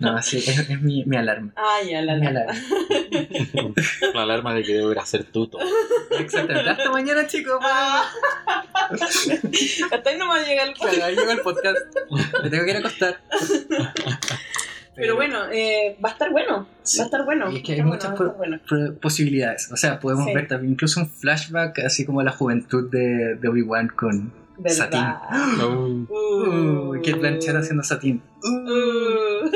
Speaker 2: No, sí, es, es mi, mi alarma.
Speaker 1: ay, a la
Speaker 2: Mi
Speaker 1: la.
Speaker 2: alarma.
Speaker 3: La alarma de que debo ir a hacer tuto.
Speaker 2: Exactamente. Hasta mañana, chicos.
Speaker 1: Ah. Hasta ahí nomás llega el
Speaker 2: Claro, ahí llegó el podcast. Me tengo que ir a acostar.
Speaker 1: Pero bueno, eh, va a estar bueno.
Speaker 2: Sí.
Speaker 1: Va a estar bueno.
Speaker 2: Y es que hay
Speaker 1: Está
Speaker 2: muchas
Speaker 1: bueno,
Speaker 2: cosas-
Speaker 1: va a estar bueno.
Speaker 2: pro- posibilidades. O sea, podemos
Speaker 1: Sí.
Speaker 2: ver también incluso un flashback, así como la juventud de, de Obi-Wan con.
Speaker 1: ¿Verdad?
Speaker 3: No.
Speaker 2: Uy, qué planchera haciendo Satín.
Speaker 1: Uh.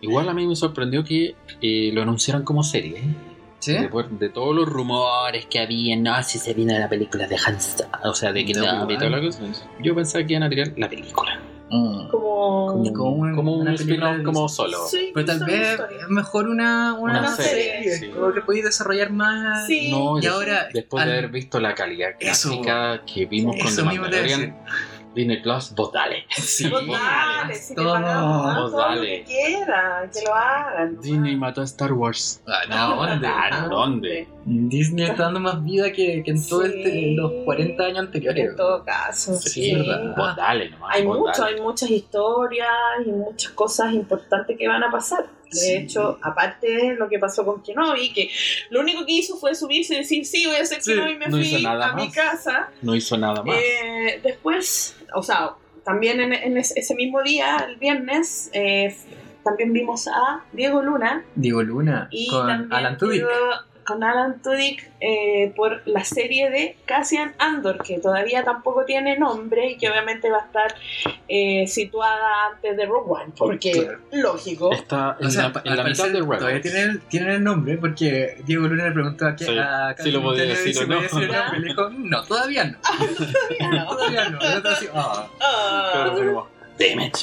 Speaker 3: Igual a mí me sorprendió que eh, lo anunciaran como serie. ¿eh?
Speaker 2: ¿Sí?
Speaker 3: De, por- de todos los rumores que había, no, si se vino la película de Han Solo, o sea, de que
Speaker 2: De
Speaker 3: no,
Speaker 2: Obi-Wan.
Speaker 3: de toda la cosa. Yo pensaba que iban a tirar la película.
Speaker 2: Mm.
Speaker 1: Como.
Speaker 2: Como- un-
Speaker 3: como
Speaker 2: una
Speaker 3: un
Speaker 2: película
Speaker 3: spin-off,
Speaker 2: de-
Speaker 3: como solo.
Speaker 1: Sí,
Speaker 2: Pero tal
Speaker 1: son
Speaker 2: vez
Speaker 1: historias.
Speaker 2: es mejor una, una,
Speaker 1: Una
Speaker 2: serie.
Speaker 1: serie,
Speaker 3: sí.
Speaker 2: Como que podéis desarrollar más.
Speaker 1: Sí.
Speaker 3: No,
Speaker 2: Y
Speaker 3: des-
Speaker 2: ahora,
Speaker 3: después de
Speaker 2: al-
Speaker 3: haber visto la calidad
Speaker 2: Eso.
Speaker 3: gráfica que vimos con The
Speaker 2: Eso mismo te decía.
Speaker 3: Mandalorian, Disney Plus, vos dale.
Speaker 2: Sí.
Speaker 1: Vos dale, si te
Speaker 2: Todo.
Speaker 1: pagamos, haz
Speaker 3: Vos
Speaker 1: todo lo que
Speaker 3: dale.
Speaker 1: quieran, que lo hagan.
Speaker 3: Disney mató a Star Wars.
Speaker 2: Ah, no, ¿dónde?
Speaker 3: Ah, ¿dónde?
Speaker 2: Disney está dando más vida que, que en todos
Speaker 1: Sí.
Speaker 2: los 40 años anteriores.
Speaker 1: En todo caso,
Speaker 2: Sí,
Speaker 1: sí. Ah,
Speaker 2: verdad.
Speaker 3: Vos dale nomás.
Speaker 1: Hay
Speaker 3: vos
Speaker 1: mucho,
Speaker 3: dale.
Speaker 1: hay muchas historias y muchas cosas importantes que van a pasar. De
Speaker 2: Sí.
Speaker 1: hecho, aparte de lo que pasó con Kenobi, que lo único que hizo fue subirse y decir, sí, voy a hacer
Speaker 2: Sí,
Speaker 1: Kenobi, me
Speaker 3: no hizo
Speaker 1: fui
Speaker 3: nada
Speaker 1: a mi
Speaker 3: más.
Speaker 1: casa.
Speaker 3: No hizo nada más.
Speaker 1: Eh, después, o sea, también en, en es- ese mismo día, el viernes, eh, también vimos a Diego Luna,
Speaker 2: Diego Luna
Speaker 1: y
Speaker 2: con
Speaker 1: también
Speaker 2: Alan Tudyk.
Speaker 1: quedó con Alan Tudyk eh, por la serie de Cassian Andor que todavía tampoco tiene nombre y que obviamente va a estar eh, situada antes de Rogue One porque
Speaker 2: Claro.
Speaker 1: lógico
Speaker 3: Está en
Speaker 2: O sea,
Speaker 3: la, en
Speaker 2: al
Speaker 3: la mitad
Speaker 2: parecer
Speaker 3: de Rebels.
Speaker 2: todavía tienen el, tienen el nombre porque Diego Luna le preguntó a, qué,
Speaker 3: Sí,
Speaker 2: a
Speaker 3: sí lo podía
Speaker 2: Carlos
Speaker 3: decir
Speaker 2: si
Speaker 3: o
Speaker 2: podía
Speaker 3: no.
Speaker 2: decir el nombre. Y le dijo, no, todavía no.
Speaker 1: Ah, Todavía no.
Speaker 2: Todavía no. Y el otro así, ah.
Speaker 1: Ah,
Speaker 3: Pero como, Damn it.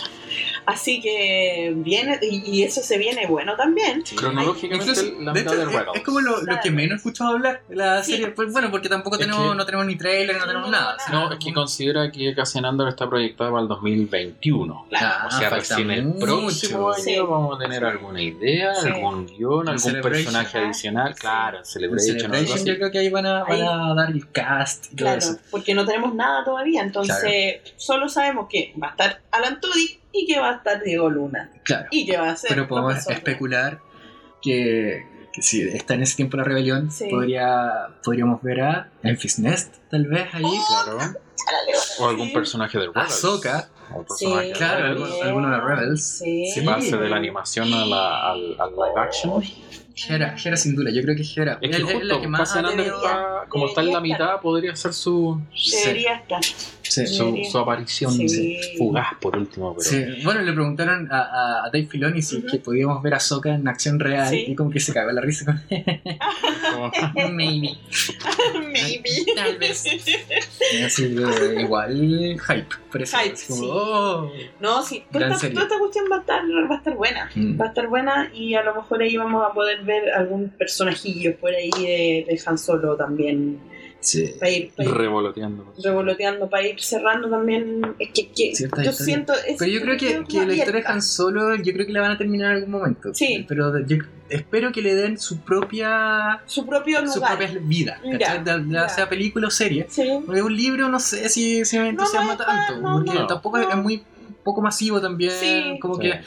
Speaker 1: así que viene y, y eso se viene bueno también
Speaker 3: Cronológicamente,
Speaker 2: Incluso,
Speaker 3: la
Speaker 2: de
Speaker 3: mitad
Speaker 2: hecho,
Speaker 3: de
Speaker 2: es,
Speaker 3: Rebels.
Speaker 2: es como lo, lo que menos he escuchado hablar de la
Speaker 1: Sí.
Speaker 2: serie. Pues bueno, porque tampoco
Speaker 3: Es
Speaker 2: tenemos,
Speaker 3: que-
Speaker 2: no tenemos ni trailer, no tenemos nada. o sea,
Speaker 3: No, es que considera que Cassian Andor está proyectada para el 2021.
Speaker 2: Ah,
Speaker 3: o sea,
Speaker 2: falta
Speaker 3: recién el
Speaker 2: mucho.
Speaker 3: próximo año
Speaker 1: Sí.
Speaker 3: vamos a tener alguna idea,
Speaker 1: Sí.
Speaker 3: algún guión, algún
Speaker 2: Celebration.
Speaker 3: personaje adicional.
Speaker 1: Sí.
Speaker 3: Claro,
Speaker 2: En
Speaker 3: Celebration, o algo
Speaker 2: Celebration
Speaker 3: así.
Speaker 2: yo creo que ahí van a, van a dar el cast y todo
Speaker 1: claro
Speaker 2: eso.
Speaker 1: porque no tenemos nada todavía entonces solo sabemos que va a estar Alan Tudyk y que va a estar Diego Luna
Speaker 2: Claro.
Speaker 1: y que va a ser
Speaker 2: Pero podemos
Speaker 1: profesor.
Speaker 2: especular que, que si está en ese tiempo la rebelión,
Speaker 1: Sí.
Speaker 2: podría, podríamos ver a Memphis Nest, tal vez ahí.
Speaker 1: Oh.
Speaker 3: Claro. O algún
Speaker 1: Sí.
Speaker 3: personaje de Rebels.
Speaker 2: Ahsoka.
Speaker 3: O un
Speaker 1: Sí,
Speaker 3: personaje de
Speaker 2: Claro,
Speaker 3: Rebels.
Speaker 1: también.
Speaker 2: alguno de Rebels.
Speaker 1: Sí.
Speaker 3: Si pase de la animación a la, al, al live action.
Speaker 2: Hera, Hera sin duda, yo creo que es Hera.
Speaker 3: Es que
Speaker 2: es
Speaker 3: justo,
Speaker 2: la que más...
Speaker 3: Cassian Andor
Speaker 1: debería-
Speaker 3: está- como está en la
Speaker 1: debería
Speaker 3: mitad, podría ser su,
Speaker 2: Sí,
Speaker 1: Debería estar.
Speaker 2: sí, sí.
Speaker 3: su, su aparición
Speaker 1: Sí.
Speaker 3: fugaz, por último. Pero
Speaker 2: Sí. Bueno, le preguntaron a, a- a Dave Filoni si
Speaker 1: Ujú.
Speaker 2: que podíamos ver a Soka en acción real
Speaker 1: Sí.
Speaker 2: y como que se cagó la risa con
Speaker 3: como-
Speaker 2: Maybe.
Speaker 1: Maybe.
Speaker 2: Tal vez. Así de, igual hype. Por eso,
Speaker 1: Hype,
Speaker 2: así como,
Speaker 1: sí.
Speaker 2: oh.
Speaker 1: No, sí, toda
Speaker 2: Gran
Speaker 1: esta,
Speaker 2: serie.
Speaker 1: toda esta cuestión va a estar, va a estar buena.
Speaker 2: Mm.
Speaker 1: Va a estar buena y a lo mejor ahí vamos a poder ver algún personajillo por ahí de, de Han Solo también.
Speaker 2: Sí.
Speaker 1: Para ir, para ir
Speaker 3: revoloteando.
Speaker 1: revoloteando, para ir cerrando también. Es que, que yo
Speaker 2: Ciertas historias.
Speaker 1: siento. es-
Speaker 2: Pero yo creo que, que la historia de Han Solo, yo creo que la van a terminar en algún momento.
Speaker 1: Sí.
Speaker 2: Pero de- yo espero que le den su propia
Speaker 1: Su propio
Speaker 2: su
Speaker 1: lugar.
Speaker 2: propia vida, ¿cachai?
Speaker 1: Ya,
Speaker 2: Ya- ya
Speaker 1: ya.
Speaker 2: sea película o serie.
Speaker 1: Sí.
Speaker 2: Porque un libro no sé si, si me
Speaker 1: No,
Speaker 2: entusiasma
Speaker 1: no, es
Speaker 2: tanto,
Speaker 1: pa- no,
Speaker 2: porque
Speaker 3: no.
Speaker 2: tampoco es-
Speaker 1: No.
Speaker 2: es muy poco masivo también,
Speaker 1: Sí.
Speaker 2: como
Speaker 3: Sí.
Speaker 2: que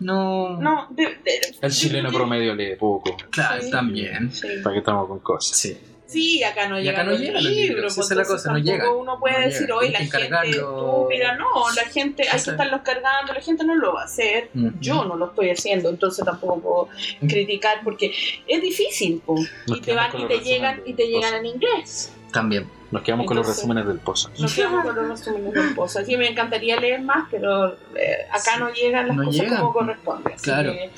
Speaker 2: no,
Speaker 1: No, de, de-
Speaker 3: El chileno
Speaker 1: Sí.
Speaker 3: promedio lee poco.
Speaker 2: claro,
Speaker 1: Sí.
Speaker 2: también.
Speaker 1: Sí.
Speaker 3: ¿Para qué estamos con cosas?
Speaker 2: Sí.
Speaker 1: Sí, acá no
Speaker 2: Y
Speaker 1: llega.
Speaker 2: acá no llegan los libros, esa es la cosa, no llegan.
Speaker 1: Uno puede
Speaker 2: No
Speaker 1: decir,
Speaker 2: llegan,
Speaker 1: hoy la
Speaker 2: tienes que
Speaker 1: gente es
Speaker 2: cargarlo".
Speaker 1: estúpida. No, la gente, hay que
Speaker 2: Exacto.
Speaker 1: estarlos cargando, la gente no lo va a hacer.
Speaker 2: Mm.
Speaker 1: Yo no lo estoy haciendo, entonces tampoco puedo
Speaker 2: Mm.
Speaker 1: criticar porque es difícil, po.
Speaker 3: Nos
Speaker 1: Y te
Speaker 3: quedamos
Speaker 1: van
Speaker 3: con
Speaker 1: y
Speaker 3: los
Speaker 1: te
Speaker 3: resúmenes
Speaker 1: llegan y
Speaker 3: del
Speaker 1: te llegan
Speaker 3: pozo.
Speaker 1: en inglés.
Speaker 2: También.
Speaker 3: Nos quedamos con los
Speaker 1: Entonces-
Speaker 3: resúmenes del pozo.
Speaker 1: No quedamos con los resúmenes del pozo. Así me encantaría leer más, pero eh, acá
Speaker 2: Sí,
Speaker 1: no llegan las
Speaker 2: no
Speaker 1: cosas
Speaker 2: llegan.
Speaker 1: como corresponde. así
Speaker 2: Claro.
Speaker 1: que,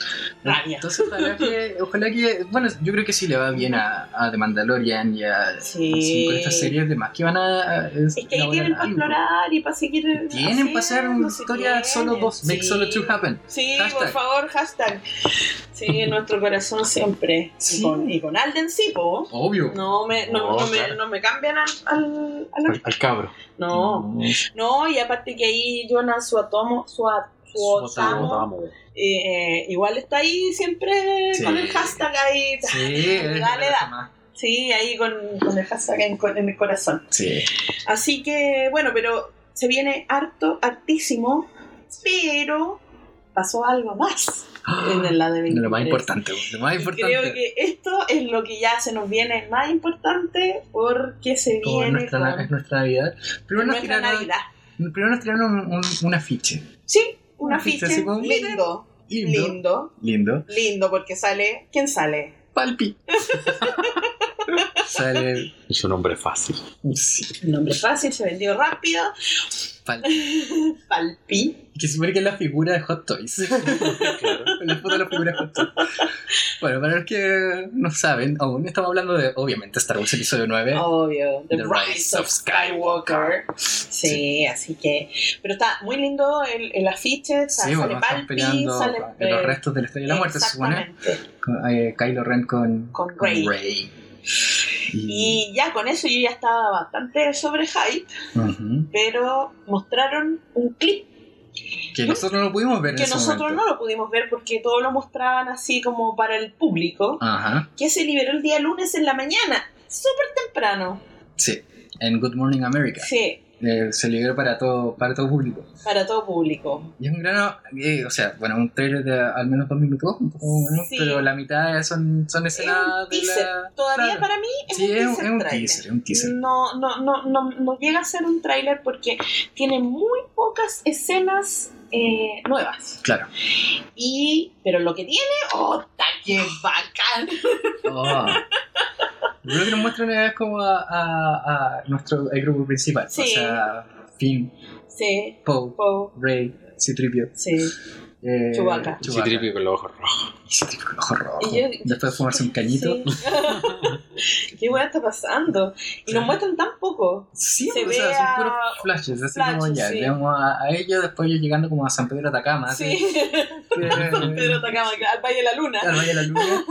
Speaker 1: Rabia.
Speaker 2: Entonces, ojalá que, ojalá que. Bueno, yo creo que sí le va bien a, a The Mandalorian y a.
Speaker 1: Sí.
Speaker 2: sí, con estas series de más que van a.
Speaker 1: Es que ahí tienen para explorar y para seguir. eh,
Speaker 2: Tienen para hacer una historia solo dos. Make solo two
Speaker 1: happen
Speaker 2: happen.
Speaker 1: Sí, por
Speaker 2: Hashtag.
Speaker 1: favor, hashtag. Sí, en nuestro corazón siempre.
Speaker 2: Sí.
Speaker 1: Y, con, y con Alden sí, po.
Speaker 2: Obvio.
Speaker 1: No me,
Speaker 2: Oh,
Speaker 1: no,
Speaker 3: No,
Speaker 1: no me,
Speaker 3: claro.
Speaker 1: no me cambian al, al, al-
Speaker 3: Al, al cabro.
Speaker 1: No, no, y aparte que ahí Jonas Suatomo, Suat, Suotamo,
Speaker 3: Suotamo.
Speaker 1: eh, eh, igual está ahí siempre
Speaker 2: Sí.
Speaker 1: con el hashtag ahí.
Speaker 2: Sí,
Speaker 1: Dale,
Speaker 2: es la
Speaker 1: da.
Speaker 2: cosa más.
Speaker 1: Sí, ahí con, con el hashtag en, en el corazón.
Speaker 2: Sí.
Speaker 1: Así que, bueno, pero se viene harto, hartísimo, pero pasó algo más en la de
Speaker 2: Lo más
Speaker 1: 23.
Speaker 2: importante. Lo más
Speaker 1: Y
Speaker 2: importante.
Speaker 1: creo que esto es lo que ya se nos viene más importante porque se
Speaker 2: Como es
Speaker 1: viene
Speaker 2: nuestra,
Speaker 1: con
Speaker 2: es nuestra Navidad. Primero nos,
Speaker 1: nuestra
Speaker 2: tiraron,
Speaker 1: Navidad.
Speaker 2: primero nos tiraron un, un, un afiche.
Speaker 1: Sí, un
Speaker 2: Un afiche
Speaker 1: afiche
Speaker 2: así como, miren,
Speaker 1: lindo,
Speaker 2: Lindo.
Speaker 1: lindo,
Speaker 2: Lindo.
Speaker 1: lindo, porque sale, ¿quién sale?
Speaker 2: Palpi. Sale.
Speaker 3: Es un hombre fácil.
Speaker 2: Sí,
Speaker 1: Un nombre fácil, se vendió rápido,
Speaker 2: Palpi.
Speaker 1: Palpi.
Speaker 2: Que se supone que es la figura de Hot Toys.
Speaker 3: Claro.
Speaker 2: la foto de la figura de Hot Toys. Bueno, para los que no saben, aún estamos hablando de, obviamente, Star Wars Episodio 9.
Speaker 1: Obvio, The,
Speaker 2: The
Speaker 1: Rise, of Skywalker. Sí, así que. Pero está muy lindo el, el afiche. sa-
Speaker 2: Sí, bueno,
Speaker 1: sale
Speaker 2: están
Speaker 1: Palpi,
Speaker 2: peleando
Speaker 1: sale.
Speaker 2: en los
Speaker 1: eh,
Speaker 2: restos de la Estrella de la Muerte, se supone.
Speaker 1: exactamente.
Speaker 2: Con, eh, Kylo Ren con,
Speaker 1: Con Rey.
Speaker 2: Rey. Y-
Speaker 1: Y ya con eso yo ya estaba bastante sobre hype.
Speaker 2: Ujú.
Speaker 1: pero mostraron un clip
Speaker 2: Que nosotros no pudimos ver en
Speaker 1: ¿Mm? que
Speaker 2: ese
Speaker 1: nosotros
Speaker 2: momento.
Speaker 1: no lo pudimos ver porque todo lo mostraban así como para el público,
Speaker 2: Ajá,
Speaker 1: que se liberó el día lunes en la mañana, súper temprano.
Speaker 2: sí. En Good Morning America.
Speaker 1: Sí,
Speaker 2: Eh, se liberó para todo, para todo público.
Speaker 1: para todo público.
Speaker 2: Y es un grano, eh, o sea, bueno, un trailer de al menos dos minutos, un poco menos,
Speaker 1: Sí.
Speaker 2: pero la mitad son, son escenas
Speaker 1: Es un
Speaker 2: de la...
Speaker 1: Todavía
Speaker 2: claro.
Speaker 1: para mí es
Speaker 2: Sí,
Speaker 1: un
Speaker 2: es un,
Speaker 1: teaser
Speaker 2: es un
Speaker 1: trailer.
Speaker 2: teaser, es un teaser.
Speaker 1: No, no, no, no, no llega a ser un tráiler porque tiene muy pocas escenas eh, nuevas.
Speaker 2: Claro.
Speaker 1: Y, pero lo que tiene, ¡oh, está que bacán!
Speaker 2: Oh. Lo que nos muestran es como a, a, a nuestro el grupo principal.
Speaker 1: Sí.
Speaker 2: O sea, Finn,
Speaker 1: Sí,
Speaker 2: Poe,
Speaker 1: po,
Speaker 2: Rey, Citripio.
Speaker 1: sí.
Speaker 2: Eh,
Speaker 1: Chewbacca.
Speaker 3: Sí, tripio con los ojos rojos.
Speaker 2: Y Citripio con ojos rojos.
Speaker 1: Y yo-
Speaker 2: Después de fumarse un cañito.
Speaker 1: Sí. ¿Qué weá está pasando? Y nos
Speaker 2: Sí.
Speaker 1: muestran tan poco.
Speaker 2: Sí,
Speaker 1: Se
Speaker 2: o sea,
Speaker 1: ve
Speaker 2: son
Speaker 1: a-
Speaker 2: puros flashes, así como
Speaker 1: flashes,
Speaker 2: ya,
Speaker 1: sí.
Speaker 2: vemos a, a ellos, después ellos llegando como a San Pedro de Atacama, así,
Speaker 1: Sí,
Speaker 2: que-
Speaker 1: Pedro Atacama, al Valle de la Luna.
Speaker 2: al Valle de la Luna,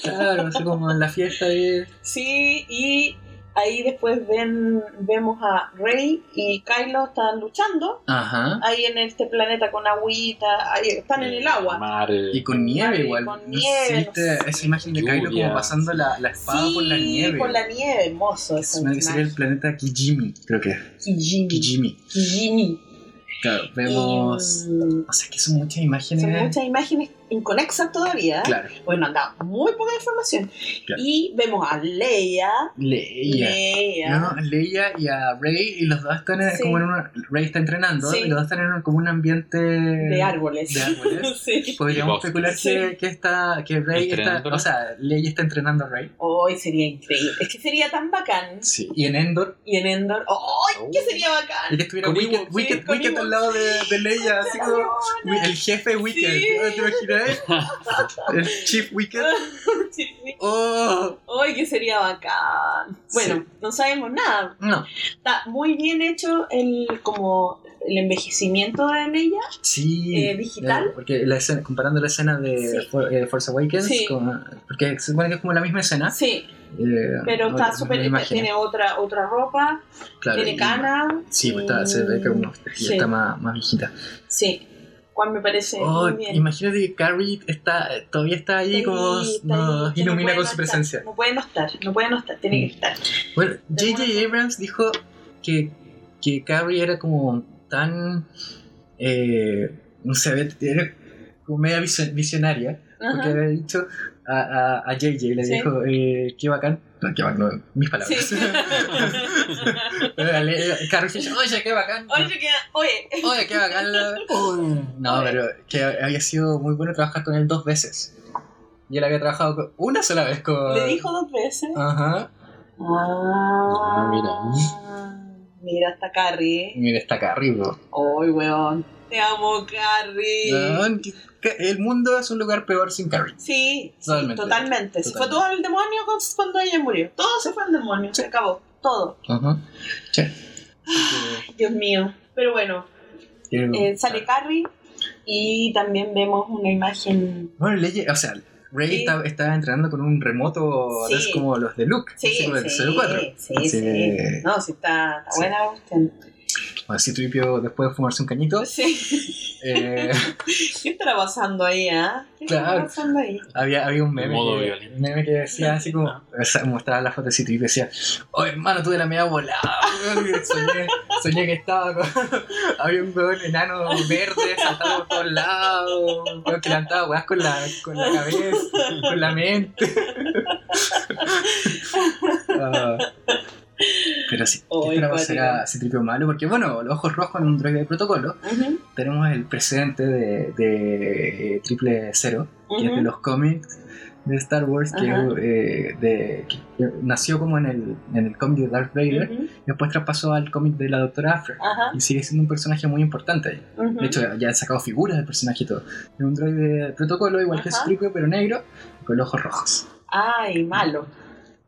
Speaker 2: claro, así como en la fiesta de...
Speaker 1: Sí, y ahí después ven, vemos a Rey y Kylo están luchando
Speaker 2: Ajá,
Speaker 1: ahí en este planeta con agüita, ahí están en el agua.
Speaker 3: Mar,
Speaker 2: y con nieve igual,
Speaker 1: con
Speaker 2: No sé
Speaker 1: nieve,
Speaker 2: si
Speaker 1: no
Speaker 2: viste
Speaker 1: sé.
Speaker 2: esa imagen de Kylo como
Speaker 3: Lluvia.
Speaker 2: pasando la, la espada
Speaker 1: Sí,
Speaker 2: por la nieve,
Speaker 1: por la nieve, hermoso.
Speaker 2: es
Speaker 1: esa
Speaker 2: una que sería Pues, el
Speaker 1: imagen.
Speaker 2: planeta Kijimi, creo que, es.
Speaker 1: Kijimi.
Speaker 2: Kijimi,
Speaker 1: Kijimi.
Speaker 2: claro, vemos,
Speaker 1: Y, mm,
Speaker 2: o sea, que son muchas imágenes,
Speaker 1: son muchas imágenes inconexas todavía.
Speaker 2: claro,
Speaker 1: Bueno, han dado muy poca información.
Speaker 2: Claro.
Speaker 1: Y vemos a Leia.
Speaker 2: Leia.
Speaker 1: Leia.
Speaker 2: No, Leia y a Rey y los dos están en-
Speaker 1: Sí.
Speaker 2: como en una, Rey está entrenando
Speaker 1: Sí.
Speaker 2: y los dos están en un- como un ambiente
Speaker 1: de árboles.
Speaker 2: eh, de árboles.
Speaker 1: sí.
Speaker 2: Podríamos
Speaker 3: Y bosque.
Speaker 2: especular que, que está que Rey está,
Speaker 3: Entrenándola.
Speaker 2: o sea, Leia está entrenando a Rey.
Speaker 1: Hoy sería increíble. Es que sería tan bacán.
Speaker 2: Sí. Y en Endor
Speaker 1: Y en Endor. ¡Ay! ¿Qué sería bacán?
Speaker 2: y que estuviera
Speaker 3: Con
Speaker 2: Wicked,
Speaker 3: Ewoks,
Speaker 1: sí,
Speaker 2: Wicked,
Speaker 1: con
Speaker 2: Wicked
Speaker 1: Ewoks.
Speaker 2: al lado de, de Leia, así como el jefe Wicked,
Speaker 1: Sí.
Speaker 2: ¿no? ¿te imaginas? El Chief Wicked.
Speaker 1: Sí, sí.
Speaker 2: Oh,
Speaker 1: ¡Ay! ¿Qué sería bacán? Bueno, no sabemos nada.
Speaker 2: no.
Speaker 1: Está muy bien hecho el como el envejecimiento de Leia.
Speaker 2: Sí.
Speaker 1: Eh, digital.
Speaker 2: Eh, Porque la escena, comparando la escena de
Speaker 1: Sí.
Speaker 2: For- eh, Force Awakens,
Speaker 1: Sí.
Speaker 2: con- porque se supone que es como la misma escena,
Speaker 1: Sí,
Speaker 2: eh,
Speaker 1: pero
Speaker 2: otra-
Speaker 1: está súper.
Speaker 2: una imagen,
Speaker 1: Tiene otra, otra ropa.
Speaker 2: claro, y-
Speaker 1: tiene cana.
Speaker 2: Sí, pues está, se ve que uno que
Speaker 1: Sí.
Speaker 2: está más, más viejita.
Speaker 1: Sí, Juan me parece
Speaker 2: Oh,
Speaker 1: muy bien.
Speaker 2: imagínate que Carrie está, todavía está ahí como
Speaker 1: Está ahí, está
Speaker 2: nos
Speaker 1: ahí, que
Speaker 2: ilumina
Speaker 1: no puede
Speaker 2: con
Speaker 1: no
Speaker 2: su
Speaker 1: estar,
Speaker 2: presencia. Mm.
Speaker 1: No puede no estar, no puede no estar, tiene que estar.
Speaker 2: Bueno,
Speaker 1: De
Speaker 2: J.J. Abrams dijo que, que Carrie era como tan. eh, no sé, era como media vision- visionaria. porque había dicho a, a, a JJ, le
Speaker 1: Sí.
Speaker 2: dijo, eh, qué bacán. No, qué bacán, no, mis palabras.
Speaker 1: Sí.
Speaker 2: Eh, Carrie Fisher, oye, qué bacán.
Speaker 1: Oye, que, oye,
Speaker 2: Oye, qué bacán. la- No,
Speaker 1: Oye.
Speaker 2: pero que había sido muy bueno trabajar con él dos veces. Y él había trabajado con- una sola vez con.
Speaker 1: le dijo dos veces.
Speaker 2: Ajá.
Speaker 1: Ah,
Speaker 3: Ah, mira.
Speaker 1: Mira, está Carrie.
Speaker 2: Mira, está Carrie, bro.
Speaker 1: Ay, weón. Te amo, Carrie.
Speaker 2: Weón, que- que El mundo es un lugar peor sin Carrie.
Speaker 1: Sí, sí,
Speaker 2: Totalmente.
Speaker 1: totalmente. Se fue todo al demonio con- cuando ella murió. Todo se fue al demonio, se acabó. Todo.
Speaker 2: Ajá. Che.
Speaker 1: Dios mío. Pero bueno, eh, sale Carrie y también vemos una imagen.
Speaker 2: Bueno, Ley, o sea, Rey
Speaker 1: Sí.
Speaker 2: está- estaba entrenando con un remoto,
Speaker 1: Sí.
Speaker 2: es como los de Luke,
Speaker 1: Sí,
Speaker 2: así como el
Speaker 1: sí,
Speaker 2: 04.
Speaker 1: sí,
Speaker 2: Sí.
Speaker 1: sí, No, sí, está, está
Speaker 2: Sí.
Speaker 1: buena la cuestión.
Speaker 2: Bueno, así Tripio después de fumarse un cañito,
Speaker 1: Sí.
Speaker 2: eh,
Speaker 1: ¿Qué estará pasando ahí, ah? ¿Qué estará
Speaker 2: Claro.
Speaker 1: pasando ahí?
Speaker 2: había, había un meme,
Speaker 3: Modo
Speaker 2: que,
Speaker 3: violento.
Speaker 2: un meme que decía así como, o sea, mostraba la foto de Citripio y decía, oh hermano, tuve la media volada, weón". soñé, soñé que estaba con, había un weón enano verde saltando por todos lados, un weón que levantaba weas con la, con la cabeza, con la mente. Ah, pero sí,
Speaker 1: Ay,
Speaker 2: ¿qué esperamos
Speaker 1: cuático.
Speaker 2: será Citripio malo? Porque bueno, los ojos rojos en un droide de protocolo,
Speaker 1: Ujú,
Speaker 2: tenemos el precedente de, de eh, Triple Cero, que es de
Speaker 1: ujú.
Speaker 2: los cómics de Star Wars, que,
Speaker 1: Ajá.
Speaker 2: eh, de- que nació como en el, en el cómic de Darth Vader,
Speaker 1: Ujú,
Speaker 2: y después traspasó al cómic de la Doctora Afra.
Speaker 1: Ajá.
Speaker 2: Y sigue siendo un personaje muy importante. ahí.
Speaker 1: ujú.
Speaker 2: De hecho, ya han sacado figuras del personaje y todo. Es un droide de protocolo, igual que
Speaker 1: Ajá.
Speaker 2: Stripio, pero negro, con ojos rojos.
Speaker 1: Ay, malo.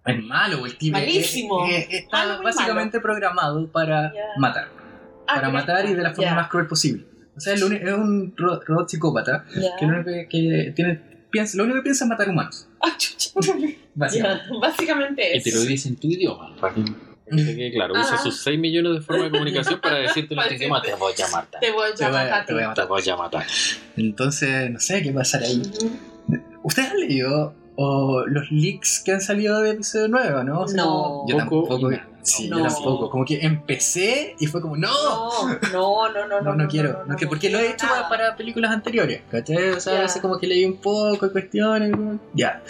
Speaker 2: Es malo, el tipo.
Speaker 1: Malísimo.
Speaker 2: eh, eh, está
Speaker 1: Malo, muy
Speaker 2: básicamente programado para
Speaker 1: Ya.
Speaker 2: matar.
Speaker 1: Ah,
Speaker 2: para
Speaker 1: pero-
Speaker 2: matar y de la forma
Speaker 1: ya,
Speaker 2: más cruel posible. O sea, es lo uni- es un ro- robot psicópata
Speaker 1: ya.
Speaker 2: que lo único que, que tiene, piensa, lo único que piensa es matar humanos.
Speaker 1: Ah, chucha.
Speaker 2: Básicamente.
Speaker 1: Ya, Básicamente
Speaker 3: Oh. Y te lo
Speaker 1: es.
Speaker 3: dice en tu idioma. Para que para que te quede claro. Usa
Speaker 1: Ajá.
Speaker 3: sus 6 millones de formas de comunicación para decirte en
Speaker 1: Para
Speaker 3: tu idioma.
Speaker 1: decirte.
Speaker 3: Te voy a matar.
Speaker 1: Te voy
Speaker 2: Te
Speaker 1: a
Speaker 2: voy a-
Speaker 1: matar.
Speaker 2: te voy a
Speaker 3: Te voy a matar.
Speaker 2: Entonces, no sé qué pasará ahí.
Speaker 1: Ujú.
Speaker 2: ¿Ustedes han leído o, los leaks que han salido de episodio 9, no? O sea,
Speaker 1: No.
Speaker 2: Yo
Speaker 3: Poco
Speaker 2: tampoco.
Speaker 3: y nada.
Speaker 2: Sí,
Speaker 1: No.
Speaker 2: yo tampoco. Como que empecé y fue como, no,
Speaker 1: No, no, no, no.
Speaker 2: no, no, quiero. No, quiero, porque lo he hecho
Speaker 1: nada.
Speaker 2: para, para películas anteriores. ¿Cachai? O sea,
Speaker 1: Ya.
Speaker 2: a veces como que leí un poco de cuestiones. Ya.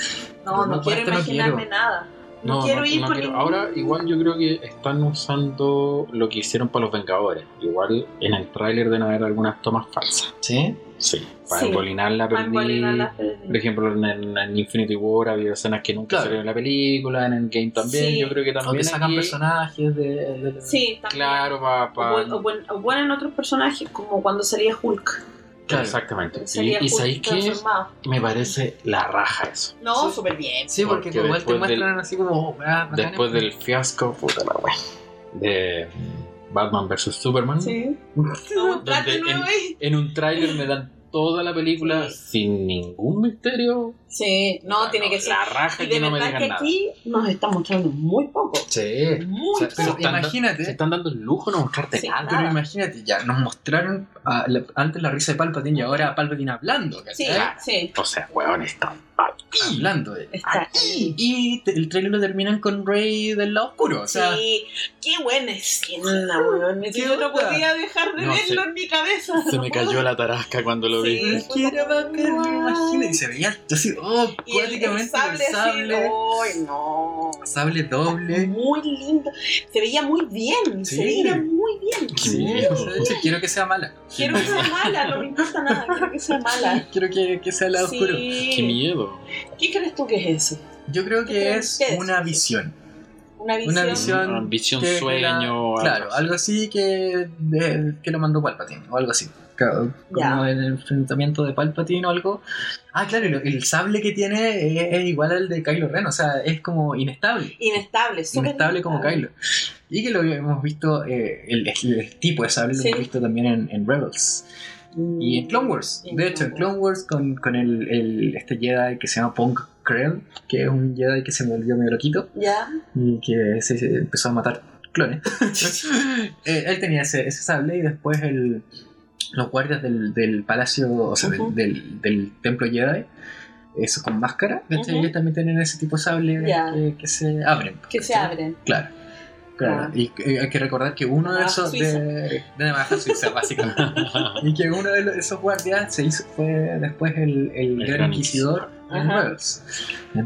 Speaker 1: No, no,
Speaker 2: No,
Speaker 1: quiero
Speaker 2: para esto no
Speaker 1: imaginarme
Speaker 2: quiero.
Speaker 1: nada. No,
Speaker 3: No,
Speaker 1: quiero
Speaker 3: no,
Speaker 1: ir
Speaker 3: no
Speaker 1: por
Speaker 3: quiero.
Speaker 1: ningún-
Speaker 3: Ahora, igual yo creo que están usando lo que hicieron para los Vengadores. Igual en el tráiler deben haber algunas tomas falsas.
Speaker 2: ¿Sí?
Speaker 3: Sí. Para
Speaker 1: Sí.
Speaker 3: empolinar la
Speaker 1: Para empolinar
Speaker 3: peli.
Speaker 1: las pelis.
Speaker 3: Por ejemplo, en, en- en Infinity War había escenas que nunca
Speaker 2: Claro.
Speaker 3: salieron en la película, en el game también.
Speaker 1: Sí.
Speaker 3: Yo creo que
Speaker 2: También
Speaker 3: también.
Speaker 2: sacan
Speaker 3: aquí-
Speaker 2: personajes de. de-
Speaker 1: Sí, también.
Speaker 3: Claro, para.
Speaker 1: O, buen- o buen- o bueno en otros personajes, como cuando salía Hulk.
Speaker 2: Claro.
Speaker 3: Exactamente.
Speaker 1: Salía
Speaker 3: y y
Speaker 1: Hulk
Speaker 3: ¿sabéis qué?
Speaker 1: transformado.
Speaker 3: Me parece la raja eso.
Speaker 1: No,
Speaker 2: Sí.
Speaker 1: súper bien.
Speaker 2: Sí, porque,
Speaker 3: Porque
Speaker 2: igual te
Speaker 3: después del-
Speaker 2: muestran así como. oh, ah, bacanes.
Speaker 3: Después del fiasco, puta la wea, de Batman vs Superman.
Speaker 1: Sí. No, trate
Speaker 3: Donde
Speaker 1: nuevo
Speaker 3: en-
Speaker 1: ahí.
Speaker 3: En un tráiler me dan toda la película sin ningún misterio.
Speaker 1: Sí, no,
Speaker 3: Ah,
Speaker 1: tiene que ser.
Speaker 3: La raja
Speaker 1: Y
Speaker 3: que
Speaker 1: de
Speaker 3: no me
Speaker 1: verdad
Speaker 3: digan
Speaker 1: que
Speaker 3: nada.
Speaker 1: aquí nos está mostrando muy poco.
Speaker 2: Sí.
Speaker 1: Muy
Speaker 2: O sea, pero
Speaker 1: poco.
Speaker 3: están-
Speaker 2: imagínate.
Speaker 3: Se están dando el lujo de no mostrarte
Speaker 1: Sí.
Speaker 3: nada.
Speaker 2: Pero
Speaker 1: Nada.
Speaker 2: imagínate, ya nos mostraron a la- antes la risa de Palpatine y ahora a Palpatine hablando, ¿cachai?
Speaker 1: Sí, sí.
Speaker 3: O sea, weón, está aquí.
Speaker 2: Hablando. eh.
Speaker 1: Está ahí.
Speaker 2: Y te- el trailer lo terminan con Rey del lado oscuro, o sea,
Speaker 1: sí, qué buena escena, weón.
Speaker 2: ¿Qué
Speaker 1: Si Yo no
Speaker 2: onda?
Speaker 1: podía dejar de
Speaker 3: No,
Speaker 1: verlo
Speaker 3: se-
Speaker 1: en mi cabeza.
Speaker 3: Se me cayó la tarasca cuando lo
Speaker 1: Sí.
Speaker 3: vi.
Speaker 2: es que era bacán, imagínate, y se veía así, oh,
Speaker 1: Y el,
Speaker 2: cuáticamente
Speaker 1: el sable, así,
Speaker 2: sable,
Speaker 1: ¡ay, no!
Speaker 2: sable doble.
Speaker 1: Muy lindo. Se veía muy bien.
Speaker 2: Sí.
Speaker 1: Se veía muy bien.
Speaker 2: Sí,
Speaker 3: Bien.
Speaker 2: de hecho, quiero que sea mala.
Speaker 1: Quiero que sea mala, no me importa nada. Quiero que sea mala.
Speaker 2: Quiero que, que sea el lado oscuro.
Speaker 3: Qué
Speaker 1: Sí.
Speaker 3: miedo.
Speaker 1: ¿Qué crees tú que es eso?
Speaker 2: Yo creo que
Speaker 1: creen
Speaker 2: es
Speaker 1: ustedes?
Speaker 2: una visión.
Speaker 1: Una visión.
Speaker 2: visión
Speaker 3: Una ambición,
Speaker 2: que- que la-
Speaker 3: sueño.
Speaker 2: Claro, algo así que, de- que lo mandó Palpatine, o algo así. Claro, Como el enfrentamiento de Palpatine o algo. Ah, claro, el, el sable que tiene es, es igual al de Kylo Ren, o sea, es como inestable.
Speaker 1: Inestable, súper
Speaker 2: Inestable como
Speaker 1: inestable.
Speaker 2: Kylo. Y que lo hemos visto, eh, el, el tipo de sable
Speaker 1: Sí.
Speaker 2: lo hemos visto también en, en Rebels. Y en Clone Wars.
Speaker 1: Y en
Speaker 2: de hecho, en
Speaker 1: Clone
Speaker 2: Clone Wars con, con el, el- este Jedi que se llama Punk Krell, que es un Jedi que se volvió medio loquito
Speaker 1: Ya.
Speaker 2: y que se, se empezó a matar clones. Eh, él tenía ese, ese sable y después el, los guardias del, del palacio, o sea, del-
Speaker 1: Ujú.
Speaker 2: del, del templo Jedi, esos con máscara, ¿cachai?
Speaker 1: Ujú.
Speaker 2: ellos también tienen ese tipo de sable
Speaker 1: Ya.
Speaker 2: que, que se abren.
Speaker 1: Que se
Speaker 2: ¿cachai?
Speaker 1: abren.
Speaker 2: Claro. Claro,
Speaker 1: Ah.
Speaker 2: y eh, hay que recordar que uno de
Speaker 1: Navaja
Speaker 2: esos.
Speaker 1: suiza.
Speaker 2: De, de Navaja Suiza, básicamente. y que uno de los- esos guardias se hizo, fue después el, el
Speaker 3: El
Speaker 2: gran
Speaker 3: gran
Speaker 2: inquisidor en
Speaker 1: Ajá.
Speaker 2: Rebels.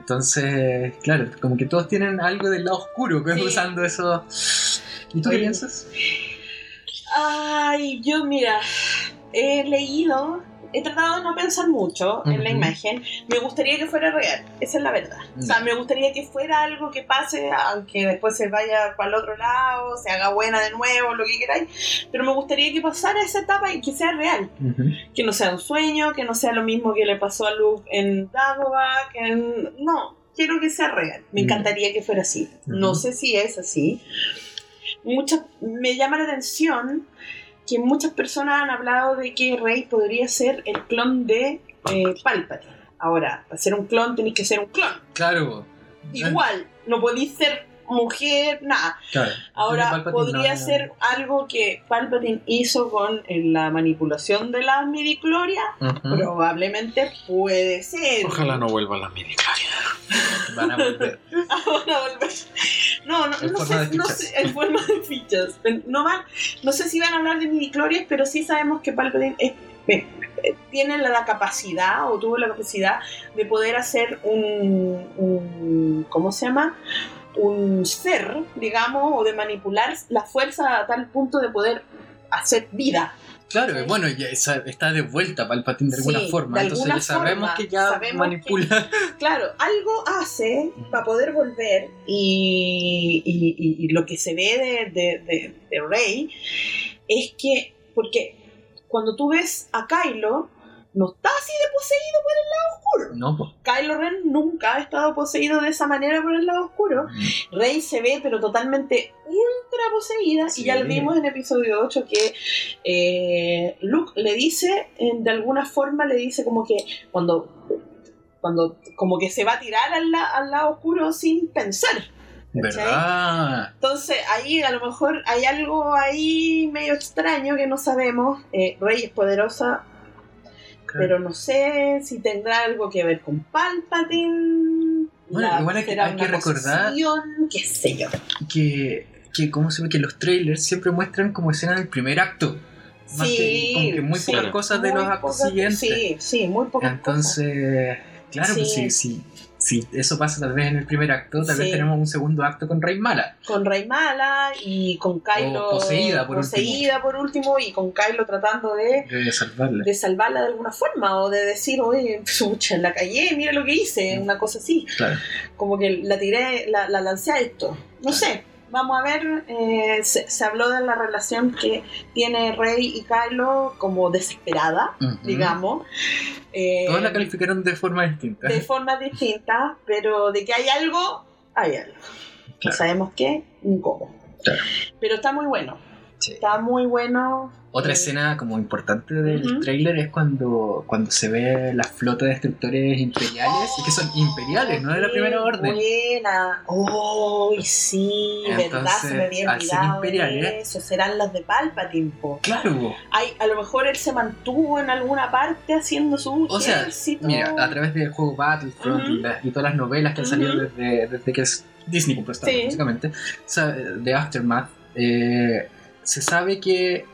Speaker 2: Entonces, claro, como que todos tienen algo del lado oscuro que
Speaker 1: Sí.
Speaker 2: usando eso. ¿Y tú qué
Speaker 1: Oye.
Speaker 2: piensas?
Speaker 1: Ay, yo mira, he leído, he tratado de no pensar mucho en la
Speaker 2: Ujú.
Speaker 1: imagen. Me gustaría que fuera real, esa es la verdad. O sea, me gustaría que fuera algo que pase, aunque después se vaya para el otro lado, se haga buena de nuevo, lo que queráis. Pero me gustaría que pasara esa etapa y que sea real.
Speaker 2: Ujú.
Speaker 1: Que no sea un sueño, que no sea lo mismo que le pasó a Luke en Dagobah, que en- No, quiero que sea real. Me
Speaker 2: Mm.
Speaker 1: encantaría que fuera así. No
Speaker 2: Ujú.
Speaker 1: sé si es así. Muchas, me llama la atención que muchas personas han hablado de que Rey podría ser el clon de eh, Palpatine. Ahora, para ser un clon tenéis que ser un clon
Speaker 2: Claro.
Speaker 1: igual, no podéis ser mujer, nada.
Speaker 2: Claro.
Speaker 1: Ahora
Speaker 2: Palpatine
Speaker 1: podría
Speaker 2: no-
Speaker 1: ser algo que Palpatine hizo con eh, la manipulación de las midichlorias,
Speaker 2: Ujú.
Speaker 1: probablemente puede ser.
Speaker 3: Ojalá no vuelva a la midichlorians.
Speaker 2: Van a volver.
Speaker 1: Ahora volver. No, no,
Speaker 2: En
Speaker 1: no
Speaker 2: forma
Speaker 1: sé,
Speaker 2: de
Speaker 1: no
Speaker 2: fichas.
Speaker 1: sé, en forma de fichas. En- No van, no sé si van a hablar de midichlorias, pero sí sabemos que Palpatine es- eh, eh, tiene la, la capacidad o tuvo la capacidad de poder hacer un, un ¿cómo se llama? un ser, digamos, o de manipular la fuerza a tal punto de poder hacer vida.
Speaker 2: Claro,
Speaker 1: Sí.
Speaker 2: bueno, ya esa- está de vuelta Palpatine de
Speaker 1: Sí,
Speaker 2: alguna forma.
Speaker 1: de
Speaker 2: Entonces
Speaker 1: alguna
Speaker 2: ya sabemos
Speaker 1: forma.
Speaker 2: que ya
Speaker 1: Sabemos
Speaker 2: manipula.
Speaker 1: Claro, algo hace para poder volver y, y- y- y lo que se ve de, de, de- de Rey es que, porque cuando tú ves a Kylo, no está así de poseído por el lado oscuro.
Speaker 2: No, pues.
Speaker 1: Kylo Ren nunca ha estado poseído de esa manera por el lado oscuro. Rey se ve pero totalmente ultra poseída
Speaker 2: Sí.
Speaker 1: y ya lo vimos en episodio 8 que eh, Luke le dice eh, de alguna forma le dice como que cuando cuando como que se va a tirar al, la- al lado oscuro sin pensar
Speaker 2: ¿Verdad?
Speaker 1: entonces ahí a lo mejor hay algo ahí medio extraño que no sabemos Eh, Rey es poderosa pero no sé si tendrá algo que ver con Palpatine
Speaker 2: Bueno, igual hay que-
Speaker 1: será
Speaker 2: hay que
Speaker 1: una
Speaker 2: recordar-
Speaker 1: posesión, qué sé yo
Speaker 2: Que, que, ¿cómo se ve? Que los trailers siempre muestran como escena del primer acto. Más que, como que muy
Speaker 1: sí.
Speaker 2: pocas cosas de
Speaker 1: Muy
Speaker 2: los actos
Speaker 1: pocas-
Speaker 2: siguientes.
Speaker 1: Sí, sí, muy pocas
Speaker 2: Entonces, claro, pues
Speaker 1: Sí.
Speaker 2: sí, sí. Sí, eso pasa tal vez en el primer acto, tal
Speaker 1: Sí.
Speaker 2: vez tenemos un segundo acto con Rey Mala.
Speaker 1: cosas. Con Rey Mala y con Kylo.
Speaker 2: O poseída, por último.
Speaker 1: poseída, por último, y con Kylo tratando de,
Speaker 2: De salvarla.
Speaker 1: de salvarla de alguna forma o de decir, oye, pucha, la callé, mira lo que hice,
Speaker 2: Mm.
Speaker 1: una cosa así.
Speaker 2: Claro.
Speaker 1: Como que la tiré, la, la lancé a esto. No sé. Vamos a ver, eh, se, se habló de la relación que tiene Rey y Kylo como desesperada,
Speaker 2: Ujú.
Speaker 1: digamos. Eh,
Speaker 2: Todos Mm. la calificaron de forma distinta.
Speaker 1: de formas distintas, pero de que hay algo, hay algo. No
Speaker 2: Claro.
Speaker 1: sabemos qué ni cómo.
Speaker 2: Claro.
Speaker 1: Pero está muy bueno.
Speaker 2: Sí.
Speaker 1: Está muy bueno.
Speaker 2: Otra
Speaker 1: Eh,
Speaker 2: escena como importante del
Speaker 1: Ujú.
Speaker 2: tráiler es cuando, cuando se ve la flota de destructores imperiales, y que son imperiales, no de la
Speaker 1: qué
Speaker 2: primera orden.
Speaker 1: Buena. Oh, sí, verdad, se me había
Speaker 2: Entonces, al ser ¿eh?
Speaker 1: olvidado de
Speaker 2: imperiales-
Speaker 1: eso. Serán las de Palpatine, po.
Speaker 2: Claro, bo.
Speaker 1: Ay, a lo mejor él se mantuvo en alguna parte haciendo su
Speaker 2: O sea,
Speaker 1: ejército.
Speaker 2: mira, a través del juego Battlefront y,
Speaker 1: Ujú.
Speaker 2: la- y todas las novelas que han salido
Speaker 1: Ujú.
Speaker 2: desde, desde que es Disney compró Star Wars,
Speaker 1: Sí.
Speaker 2: básicamente, sa- de Aftermath, eh, se sabe que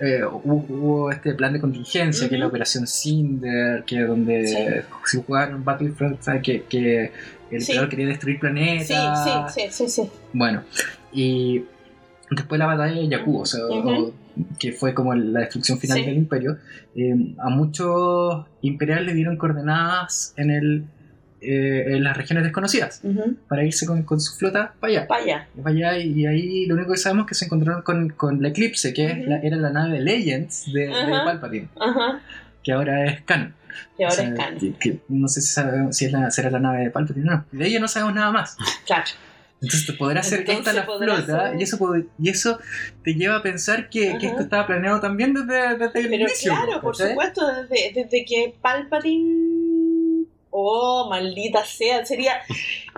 Speaker 2: eh, hu- hubo, este plan de contingencia, que es la
Speaker 1: Ujú.
Speaker 2: operación Cinder, que donde
Speaker 1: Sí.
Speaker 2: si jugaron Battlefront, sabe que, que el
Speaker 1: Sí.
Speaker 2: emperador quería destruir planetas.
Speaker 1: sí, sí, sí, sí, sí.
Speaker 2: Bueno, y después de la batalla de Yaku, o sea,
Speaker 1: Ujú.
Speaker 2: o- que fue como la destrucción final
Speaker 1: Sí.
Speaker 2: del imperio, eh, a muchos imperiales le dieron coordenadas en, el, eh, en las regiones desconocidas
Speaker 1: Ujú.
Speaker 2: para irse con, con su flota para allá.
Speaker 1: Para allá.
Speaker 2: Para allá, y ahí lo único que sabemos es que se encontraron con, con la Eclipse, que es
Speaker 1: Ujú.
Speaker 2: la- era la nave Legends de, de
Speaker 1: Ajá.
Speaker 2: Palpatine,
Speaker 1: Ajá.
Speaker 2: que ahora es Khan.
Speaker 1: Y ahora
Speaker 2: O sea,
Speaker 1: es Khan.
Speaker 2: que- que no sé si, sabemos si es la, será la nave de Palpatine o no. De ella no sabemos nada más.
Speaker 1: Claro.
Speaker 2: Entonces te podrá hacer que
Speaker 1: Entonces
Speaker 2: esta la
Speaker 1: podrá
Speaker 2: flota
Speaker 1: ser-
Speaker 2: y eso, pod- y eso te lleva a pensar que,
Speaker 1: Ajá.
Speaker 2: que esto estaba planeado también desde, desde el
Speaker 1: Pero
Speaker 2: inicio.
Speaker 1: claro, por
Speaker 2: ¿cachai?
Speaker 1: supuesto, desde, desde que Palpatine Oh, maldita sea, sería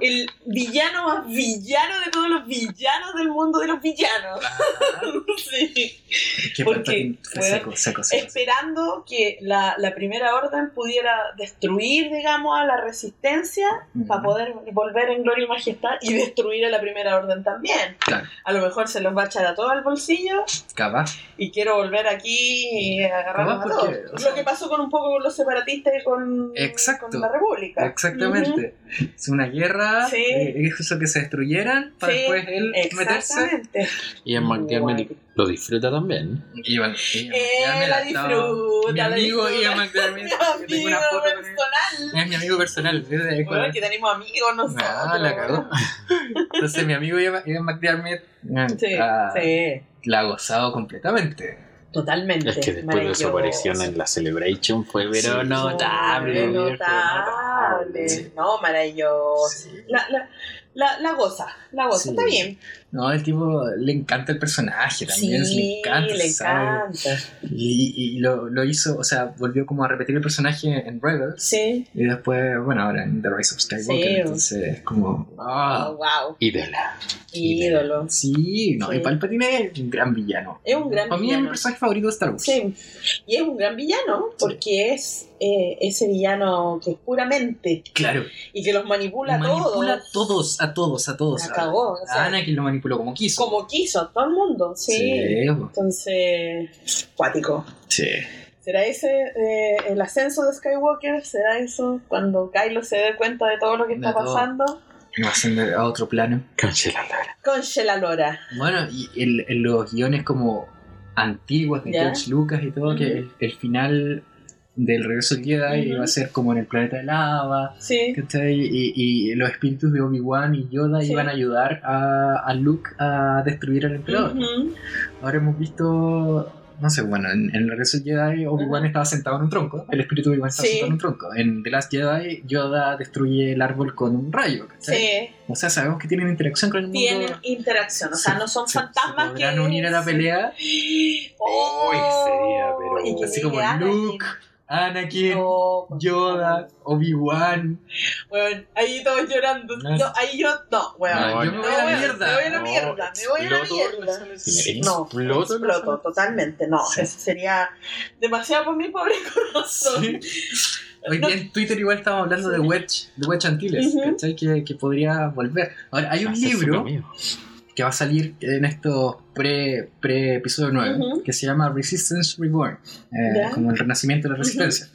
Speaker 1: el villano más villano de todos los villanos del mundo de los villanos. Sí.
Speaker 2: Qué
Speaker 1: Porque, este,
Speaker 2: patín-
Speaker 1: bueno,
Speaker 2: seco, seco, seco.
Speaker 1: Esperando que la, la primera orden pudiera destruir, digamos, a la resistencia
Speaker 2: Ujú.
Speaker 1: para poder volver en gloria y majestad y destruir a la primera orden también.
Speaker 2: Claro,
Speaker 1: A lo mejor se los va a echar a todo al bolsillo
Speaker 2: capaz.
Speaker 1: y quiero volver aquí y agarrarlos
Speaker 2: Ah,
Speaker 1: a
Speaker 2: porque,
Speaker 1: todos.
Speaker 2: o sea,
Speaker 1: lo que pasó con un poco con los separatistas y con,
Speaker 2: Exacto.
Speaker 1: con la república.
Speaker 2: Exactamente. Es una guerra.
Speaker 1: Sí.
Speaker 2: eh, Es eso que se destruyeran para
Speaker 1: Sí,
Speaker 2: después él meterse.
Speaker 1: Exactamente.
Speaker 3: Y en McDiarmid lo disfruta también.
Speaker 2: Y bueno, y-
Speaker 1: Eh,
Speaker 2: ya me
Speaker 1: la
Speaker 2: estaba-
Speaker 1: disfruta,
Speaker 2: Mi
Speaker 1: la
Speaker 2: amigo
Speaker 1: disfruta.
Speaker 2: Ian McDermott.
Speaker 1: Mi
Speaker 2: yo tengo una
Speaker 1: amigo
Speaker 2: foto con él.
Speaker 1: personal.
Speaker 2: Es mi amigo personal. es de- es
Speaker 1: Bueno,
Speaker 2: cual-
Speaker 1: que tenemos amigos nosotros.
Speaker 2: Ah, la cagó. Entonces, mi amigo Ian Ian McDermott eh,
Speaker 1: Sí,
Speaker 2: ah,
Speaker 1: sí,
Speaker 2: la ha gozado completamente.
Speaker 1: totalmente.
Speaker 3: Es que después de
Speaker 1: maravilloso.
Speaker 3: su aparición en la Celebration fue pero
Speaker 2: Sí,
Speaker 3: notable.
Speaker 1: Fue
Speaker 2: fue
Speaker 1: Notable.
Speaker 2: Sí.
Speaker 1: No, maravilloso.
Speaker 2: Sí.
Speaker 1: La, la, la, la goza, la goza,
Speaker 2: Sí.
Speaker 1: está bien.
Speaker 2: No, el tipo le encanta el personaje también. le encanta.
Speaker 1: le
Speaker 2: ¿sabe?
Speaker 1: encanta.
Speaker 2: Y, y lo, lo hizo, o sea, volvió como a repetir el personaje en Rebels.
Speaker 1: Sí,
Speaker 2: Y después, bueno, ahora en The Rise of Skywalker.
Speaker 1: Sí.
Speaker 2: Entonces, como. Ah,
Speaker 1: oh, wow,
Speaker 3: Ídola.
Speaker 1: ídolo.
Speaker 2: Sí, no,
Speaker 1: Sí.
Speaker 2: y Palpatine es un gran villano.
Speaker 1: Es un gran
Speaker 2: Para mí es mi
Speaker 1: villano.
Speaker 2: personaje favorito de Star Wars.
Speaker 1: Sí, y es un gran villano porque es eh, ese villano que es puramente
Speaker 2: Claro,
Speaker 1: y que los manipula,
Speaker 2: manipula
Speaker 1: a
Speaker 2: a
Speaker 1: todos.
Speaker 2: todos, a todos, a todos.
Speaker 1: La cagó, o sea,
Speaker 2: A Anakin lo manipuló como quiso.
Speaker 1: como quiso a todo el mundo, sí.
Speaker 2: Sí, po.
Speaker 1: Entonces, cuático.
Speaker 2: sí.
Speaker 1: ¿Será ese eh, el ascenso de Skywalker? ¿Será eso cuando Kylo se dé cuenta de todo lo que
Speaker 2: De
Speaker 1: está
Speaker 2: todo.
Speaker 1: pasando?
Speaker 2: Lo asciende a otro plano.
Speaker 3: Cancelada.
Speaker 1: Con Shelalora.
Speaker 2: Bueno, y el- en los guiones como antiguos de
Speaker 1: Ya.
Speaker 2: George Lucas y todo, que el, el final del regreso del Jedi
Speaker 1: Ujú.
Speaker 2: iba a ser como en el planeta de lava.
Speaker 1: Sí.
Speaker 2: ¿cachai? Y, y los espíritus de Obi-Wan y Yoda
Speaker 1: Sí.
Speaker 2: iban a ayudar a, a Luke a destruir al emperador.
Speaker 1: Ujú.
Speaker 2: Ahora hemos visto, no sé, bueno, en, en el regreso de Jedi, Obi-Wan
Speaker 1: Ajá.
Speaker 2: estaba sentado en un tronco, el espíritu de Obi-Wan estaba
Speaker 1: Sí.
Speaker 2: sentado en un tronco. En The Last Jedi, Yoda destruye el árbol con un rayo, ¿cachai?
Speaker 1: Sí,
Speaker 2: O sea, sabemos que tienen interacción con el mundo.
Speaker 1: tienen interacción, o sea,
Speaker 2: Se-
Speaker 1: no son
Speaker 2: se-
Speaker 1: fantasmas
Speaker 2: se podrán
Speaker 1: que
Speaker 2: unir a la pelea.
Speaker 1: Oh,
Speaker 3: Uy, sería, pero-
Speaker 1: y que
Speaker 2: Así como
Speaker 1: llegue Anakin.
Speaker 2: Luke, Anakin,
Speaker 1: No, pues,
Speaker 2: Yoda, Obi-Wan.
Speaker 1: Bueno, ahí todos llorando.
Speaker 2: No.
Speaker 1: No, ahí yo. No, bueno.
Speaker 3: No,
Speaker 2: Ah, yo me voy a la
Speaker 1: bueno, Me voy a
Speaker 2: mierda.
Speaker 1: la mierda, me voy a la
Speaker 3: Exploto
Speaker 1: mierda.
Speaker 2: Sí.
Speaker 1: No,
Speaker 3: Exploto,
Speaker 1: exploto, totalmente. No, eso sería demasiado por mi pobre corazón.
Speaker 2: Sí. Hoy día en Twitter igual estábamos hablando de Wedge, de Wedge Antilles,
Speaker 1: Ujú.
Speaker 2: ¿cachai? Que, que podría volver. Ahora, hay un
Speaker 3: Hace su
Speaker 2: libro
Speaker 3: cameo.
Speaker 2: que va a salir en estos pre, pre episodio 9,
Speaker 1: Ujú.
Speaker 2: que se llama Resistance Reborn, eh,
Speaker 1: Ya.
Speaker 2: como el renacimiento de la resistencia,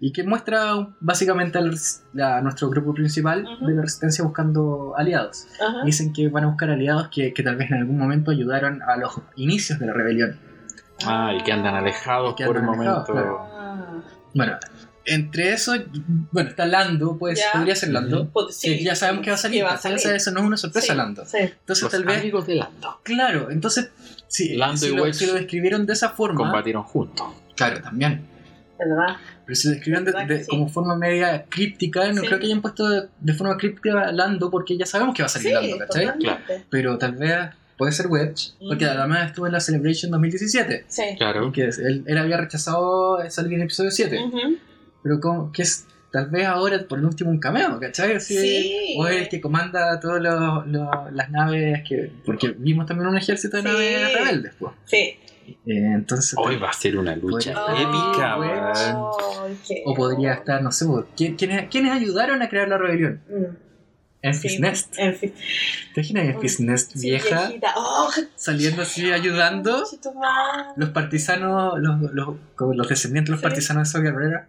Speaker 2: y que muestra básicamente al- a nuestro grupo principal
Speaker 1: Ujú. Ah.
Speaker 2: de la resistencia buscando aliados.
Speaker 1: Ajá.
Speaker 2: Dicen que van a buscar aliados que, que tal vez en algún momento ayudaron a los inicios de la rebelión.
Speaker 3: Ah, y que andan alejados
Speaker 2: Que
Speaker 3: por
Speaker 2: andan
Speaker 3: el
Speaker 2: alejados,
Speaker 3: momento.
Speaker 2: claro.
Speaker 1: Ah.
Speaker 2: Bueno, entre eso, bueno, está Lando, pues
Speaker 1: Ya.
Speaker 2: podría ser Lando.
Speaker 1: Pues, sí,
Speaker 2: que ya sabemos que va a salir,
Speaker 1: que va a
Speaker 2: ¿cachai? O
Speaker 1: salir.
Speaker 2: sea, eso no es una sorpresa,
Speaker 1: Sí,
Speaker 2: Lando.
Speaker 1: sí.
Speaker 2: Entonces,
Speaker 3: Los
Speaker 2: tal vez,
Speaker 3: amigos de Lando
Speaker 2: claro, entonces, si,
Speaker 3: Lando
Speaker 2: si
Speaker 3: y
Speaker 2: lo,
Speaker 3: Wedge
Speaker 2: si lo describieron de esa forma,
Speaker 3: combatieron juntos.
Speaker 2: Claro, también.
Speaker 1: ¿Verdad?
Speaker 2: Pero si lo escribieron de,
Speaker 1: ¿Verdad
Speaker 2: de-
Speaker 1: que sí?
Speaker 2: como forma media críptica, no
Speaker 1: Sí.
Speaker 2: creo que hayan puesto de, de forma críptica a Lando porque ya sabemos que va a salir
Speaker 1: Sí,
Speaker 2: Lando, ¿cachai?
Speaker 1: totalmente.
Speaker 2: Pero tal vez puede ser Wedge, porque
Speaker 1: Ujú.
Speaker 2: además estuvo en la Celebration 2017,
Speaker 1: Sí.
Speaker 3: Claro.
Speaker 2: que es- él, él había rechazado salir en episodio 7,
Speaker 1: Ujú.
Speaker 2: pero como, que es tal vez ahora por el último un cameo, ¿cachai? Así,
Speaker 1: Sí.
Speaker 2: O el que comanda todas las naves, que porque vimos también un ejército de
Speaker 1: Sí.
Speaker 2: naves rebeldes, pues.
Speaker 1: Sí.
Speaker 2: Eh, entonces,
Speaker 3: Hoy va a ser una lucha
Speaker 2: Podría
Speaker 3: épica,
Speaker 2: estar
Speaker 3: weón.
Speaker 1: Ay, qué-
Speaker 2: o podría estar, no sé, ¿quién- quiénes, ¿quiénes ayudaron a crear la rebelión?
Speaker 1: Mm,
Speaker 2: Enfis
Speaker 1: sí.
Speaker 2: Nest.
Speaker 1: En fin.
Speaker 2: ¿Te imaginas Enfis Nest
Speaker 1: Sí,
Speaker 2: vieja
Speaker 1: viejita. Oh,
Speaker 2: saliendo así ayudando?
Speaker 1: conchetumare.
Speaker 2: Los partisanos, los, los, como los descendientes de los
Speaker 1: Sí.
Speaker 2: partisanos de Saw Gerrera.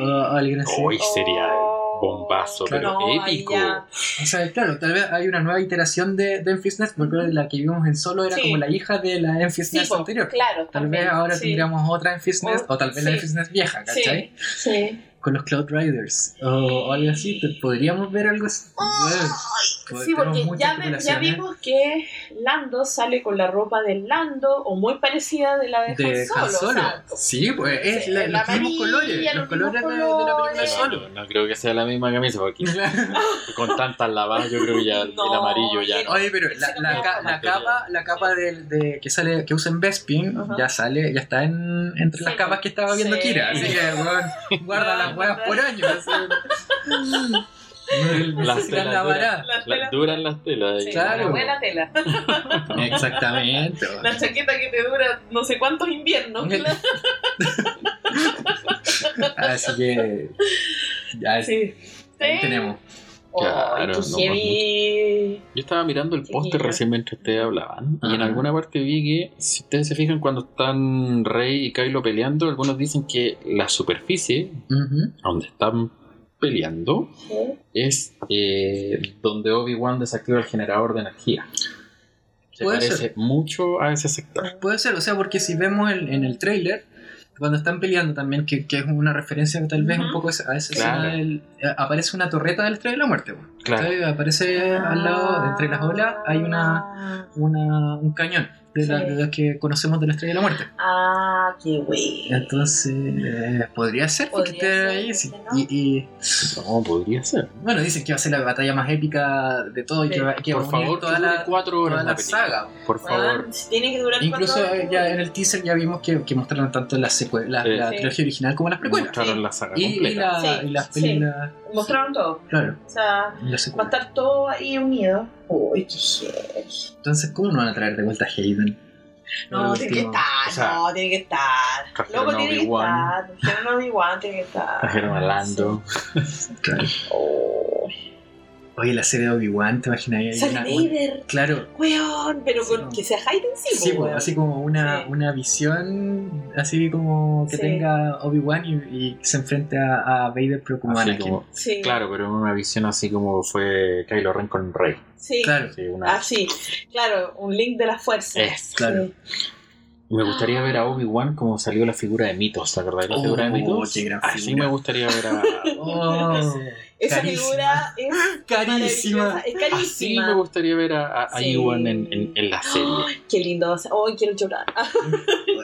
Speaker 2: O, o alguien así.
Speaker 3: Hoy sería
Speaker 1: Oh.
Speaker 3: bombazo,
Speaker 2: Claro.
Speaker 3: pero
Speaker 1: No, ahí
Speaker 3: épico.
Speaker 1: ya.
Speaker 2: O sea, claro, tal vez hay una nueva iteración de, de Enfis Nest, porque la que vimos en solo era
Speaker 1: Sí.
Speaker 2: como la hija de la Enfis
Speaker 1: Sí,
Speaker 2: Nest
Speaker 1: po,
Speaker 2: Este anterior.
Speaker 1: Claro,
Speaker 2: Tal
Speaker 1: también,
Speaker 2: vez ahora
Speaker 1: sí.
Speaker 2: tendríamos otra Enfis Nest,
Speaker 1: O-
Speaker 2: o tal vez la
Speaker 1: sí.
Speaker 2: Enfis Nest vieja,
Speaker 1: Sí,
Speaker 2: ¿cachai?
Speaker 1: sí.
Speaker 2: Con los Cloud Riders o, o algo así, ¿te- podríamos ver algo así. Bueno, pues,
Speaker 1: Sí,
Speaker 2: tenemos
Speaker 1: porque
Speaker 2: muchas
Speaker 1: ya, ve- ya
Speaker 2: especulaciones.
Speaker 1: vimos que Lando sale con la ropa de Lando o muy parecida de la de,
Speaker 2: de
Speaker 1: Han Solo. o sea,
Speaker 2: Sí, pues es
Speaker 1: Sí,
Speaker 2: la-
Speaker 1: el
Speaker 2: los mismos
Speaker 1: amarillo,
Speaker 2: colores,
Speaker 1: los
Speaker 2: los colores de,
Speaker 1: mismos
Speaker 2: de la película
Speaker 1: colores.
Speaker 2: Solo.
Speaker 3: No, no creo que sea la misma camisa, porque con tantas lavadas yo creo que ya
Speaker 1: No,
Speaker 3: el amarillo ya no.
Speaker 2: Oye, pero la, la, ca- la capa, la capa del- de, que sale, que usa en Bespin
Speaker 1: Ajá.
Speaker 2: ya sale, ya está en, entre las
Speaker 1: Sí.
Speaker 2: capas que estaba viendo
Speaker 1: Sí.
Speaker 2: Kira, así que bueno, guárdala las weas por año. así. No,
Speaker 3: Las
Speaker 2: necesitan
Speaker 3: telas
Speaker 2: la
Speaker 3: duran.
Speaker 2: vara.
Speaker 1: Las
Speaker 3: La-
Speaker 1: telas.
Speaker 3: duran las telas.
Speaker 1: Sí,
Speaker 2: claro.
Speaker 1: una buena tela.
Speaker 2: Exactamente. weón.
Speaker 1: La chaqueta que te dura no sé cuántos inviernos.
Speaker 2: Así que. Ya
Speaker 1: Sí. Sí.
Speaker 2: tenemos.
Speaker 1: Oh,
Speaker 3: Claro,
Speaker 1: qué
Speaker 3: no,
Speaker 1: heavy.
Speaker 3: Yo estaba mirando el póster
Speaker 1: Chiquillo.
Speaker 3: recién mientras ustedes hablaban. Y en
Speaker 2: Ajá.
Speaker 3: alguna parte vi que, si ustedes se fijan, cuando están Rey y Kylo peleando, algunos dicen que la superficie
Speaker 2: Ujú.
Speaker 3: donde están peleando es eh, donde Obi-Wan desactiva el generador de energía. Se
Speaker 2: Puede
Speaker 3: parece
Speaker 2: ser.
Speaker 3: mucho a ese sector.
Speaker 2: Puede ser, o sea, porque si vemos el- en el trailer, cuando están peleando también, que, que es una referencia tal vez un
Speaker 1: Ujú.
Speaker 2: poco a esa
Speaker 3: Claro.
Speaker 2: escena, del- eh, aparece una torreta del Estrella de la Muerte. weón.
Speaker 3: Claro.
Speaker 2: ¿Cachai? Aparece
Speaker 1: Ah.
Speaker 2: al lado, entre las olas, hay una, una- un cañón de, la-
Speaker 1: Sí.
Speaker 2: de los que conocemos de la Estrella de la Muerte.
Speaker 1: Ah, qué wey.
Speaker 2: Entonces, eh, podría ser porque
Speaker 1: Podría
Speaker 2: esté
Speaker 1: ser,
Speaker 2: ahí.
Speaker 1: ¿por
Speaker 2: sí.
Speaker 1: qué no?
Speaker 2: y, y-
Speaker 3: No, podría ser.
Speaker 2: bueno, dicen que va a ser la batalla más épica de todo y que va, que va
Speaker 3: Por
Speaker 2: a unir
Speaker 3: favor,
Speaker 2: toda
Speaker 3: que dure
Speaker 2: la,
Speaker 3: cuatro
Speaker 2: toda
Speaker 3: horas
Speaker 2: la
Speaker 3: la película.
Speaker 2: saga.
Speaker 3: Por favor.
Speaker 1: Si tiene que durar
Speaker 2: Incluso
Speaker 1: cuatro
Speaker 2: eh,
Speaker 1: horas.
Speaker 2: ya en el teaser ya vimos que, que mostraron tanto la, secue- la,
Speaker 3: Sí.
Speaker 2: la
Speaker 1: Sí.
Speaker 2: trilogía original como las precuelas.
Speaker 3: Mostraron
Speaker 1: Sí.
Speaker 3: la saga
Speaker 2: Y, y
Speaker 3: completa.
Speaker 2: la-
Speaker 1: Sí,
Speaker 2: y las
Speaker 1: sí.
Speaker 2: películas,
Speaker 1: Mostraron todo.
Speaker 2: claro,
Speaker 1: O sea,
Speaker 2: y las
Speaker 1: va a
Speaker 2: secuelas.
Speaker 1: estar todo ahí unido. Uy, qué heavy.
Speaker 2: Entonces, ¿cómo no van a traer de vuelta a Hayden?
Speaker 1: No,
Speaker 2: Lo
Speaker 1: tiene que
Speaker 2: último.
Speaker 1: estar,
Speaker 3: O sea,
Speaker 1: no, tiene que estar.
Speaker 3: trajeron
Speaker 1: Loco,
Speaker 3: a
Speaker 1: tiene que
Speaker 3: Obi-Wan.
Speaker 1: estar. Trajeron a Obi-Wan, tiene que estar.
Speaker 3: Trajeron a Lando.
Speaker 2: Claro.
Speaker 1: Sí. Oh.
Speaker 2: Oye, la serie de Obi-Wan, ¿te imaginas? Ahí hay
Speaker 1: Sale
Speaker 2: una- una-
Speaker 1: Vader,
Speaker 2: Claro,
Speaker 1: weón, pero
Speaker 2: Sí,
Speaker 1: con-
Speaker 2: no.
Speaker 1: que sea Hayden sí,
Speaker 2: Sí,
Speaker 1: po,
Speaker 2: pues,
Speaker 1: weón.
Speaker 2: así como una,
Speaker 1: Sí.
Speaker 2: una visión, así como que
Speaker 1: Sí.
Speaker 2: tenga Obi-Wan y, y se enfrente a, a Vader, pero como
Speaker 3: Así
Speaker 2: Anakin.
Speaker 3: como-
Speaker 1: Sí,
Speaker 3: claro, pero en una visión así como fue Kylo Ren con Rey.
Speaker 1: sí.
Speaker 2: Claro,
Speaker 3: Sí, una-
Speaker 1: Ah, sí, claro, un link de la fuerza.
Speaker 3: Es,
Speaker 2: claro.
Speaker 1: Sí.
Speaker 3: Me gustaría ver a Obi-Wan como salió la figura de Mitos, ¿te acordás de la
Speaker 2: Oh,
Speaker 3: figura de Mitos?
Speaker 2: qué gran
Speaker 3: Así
Speaker 2: figura.
Speaker 3: me gustaría ver a...
Speaker 2: Oh,
Speaker 1: Esa
Speaker 2: carísima.
Speaker 1: figura es maravillosa,
Speaker 2: Carísima.
Speaker 1: es
Speaker 3: Así
Speaker 1: carísima.
Speaker 3: me gustaría ver a, a, a
Speaker 1: Sí.
Speaker 3: Ewan en, en- en la serie.
Speaker 1: Ay, qué lindo, o sea, ay, quiero llorar. Ah,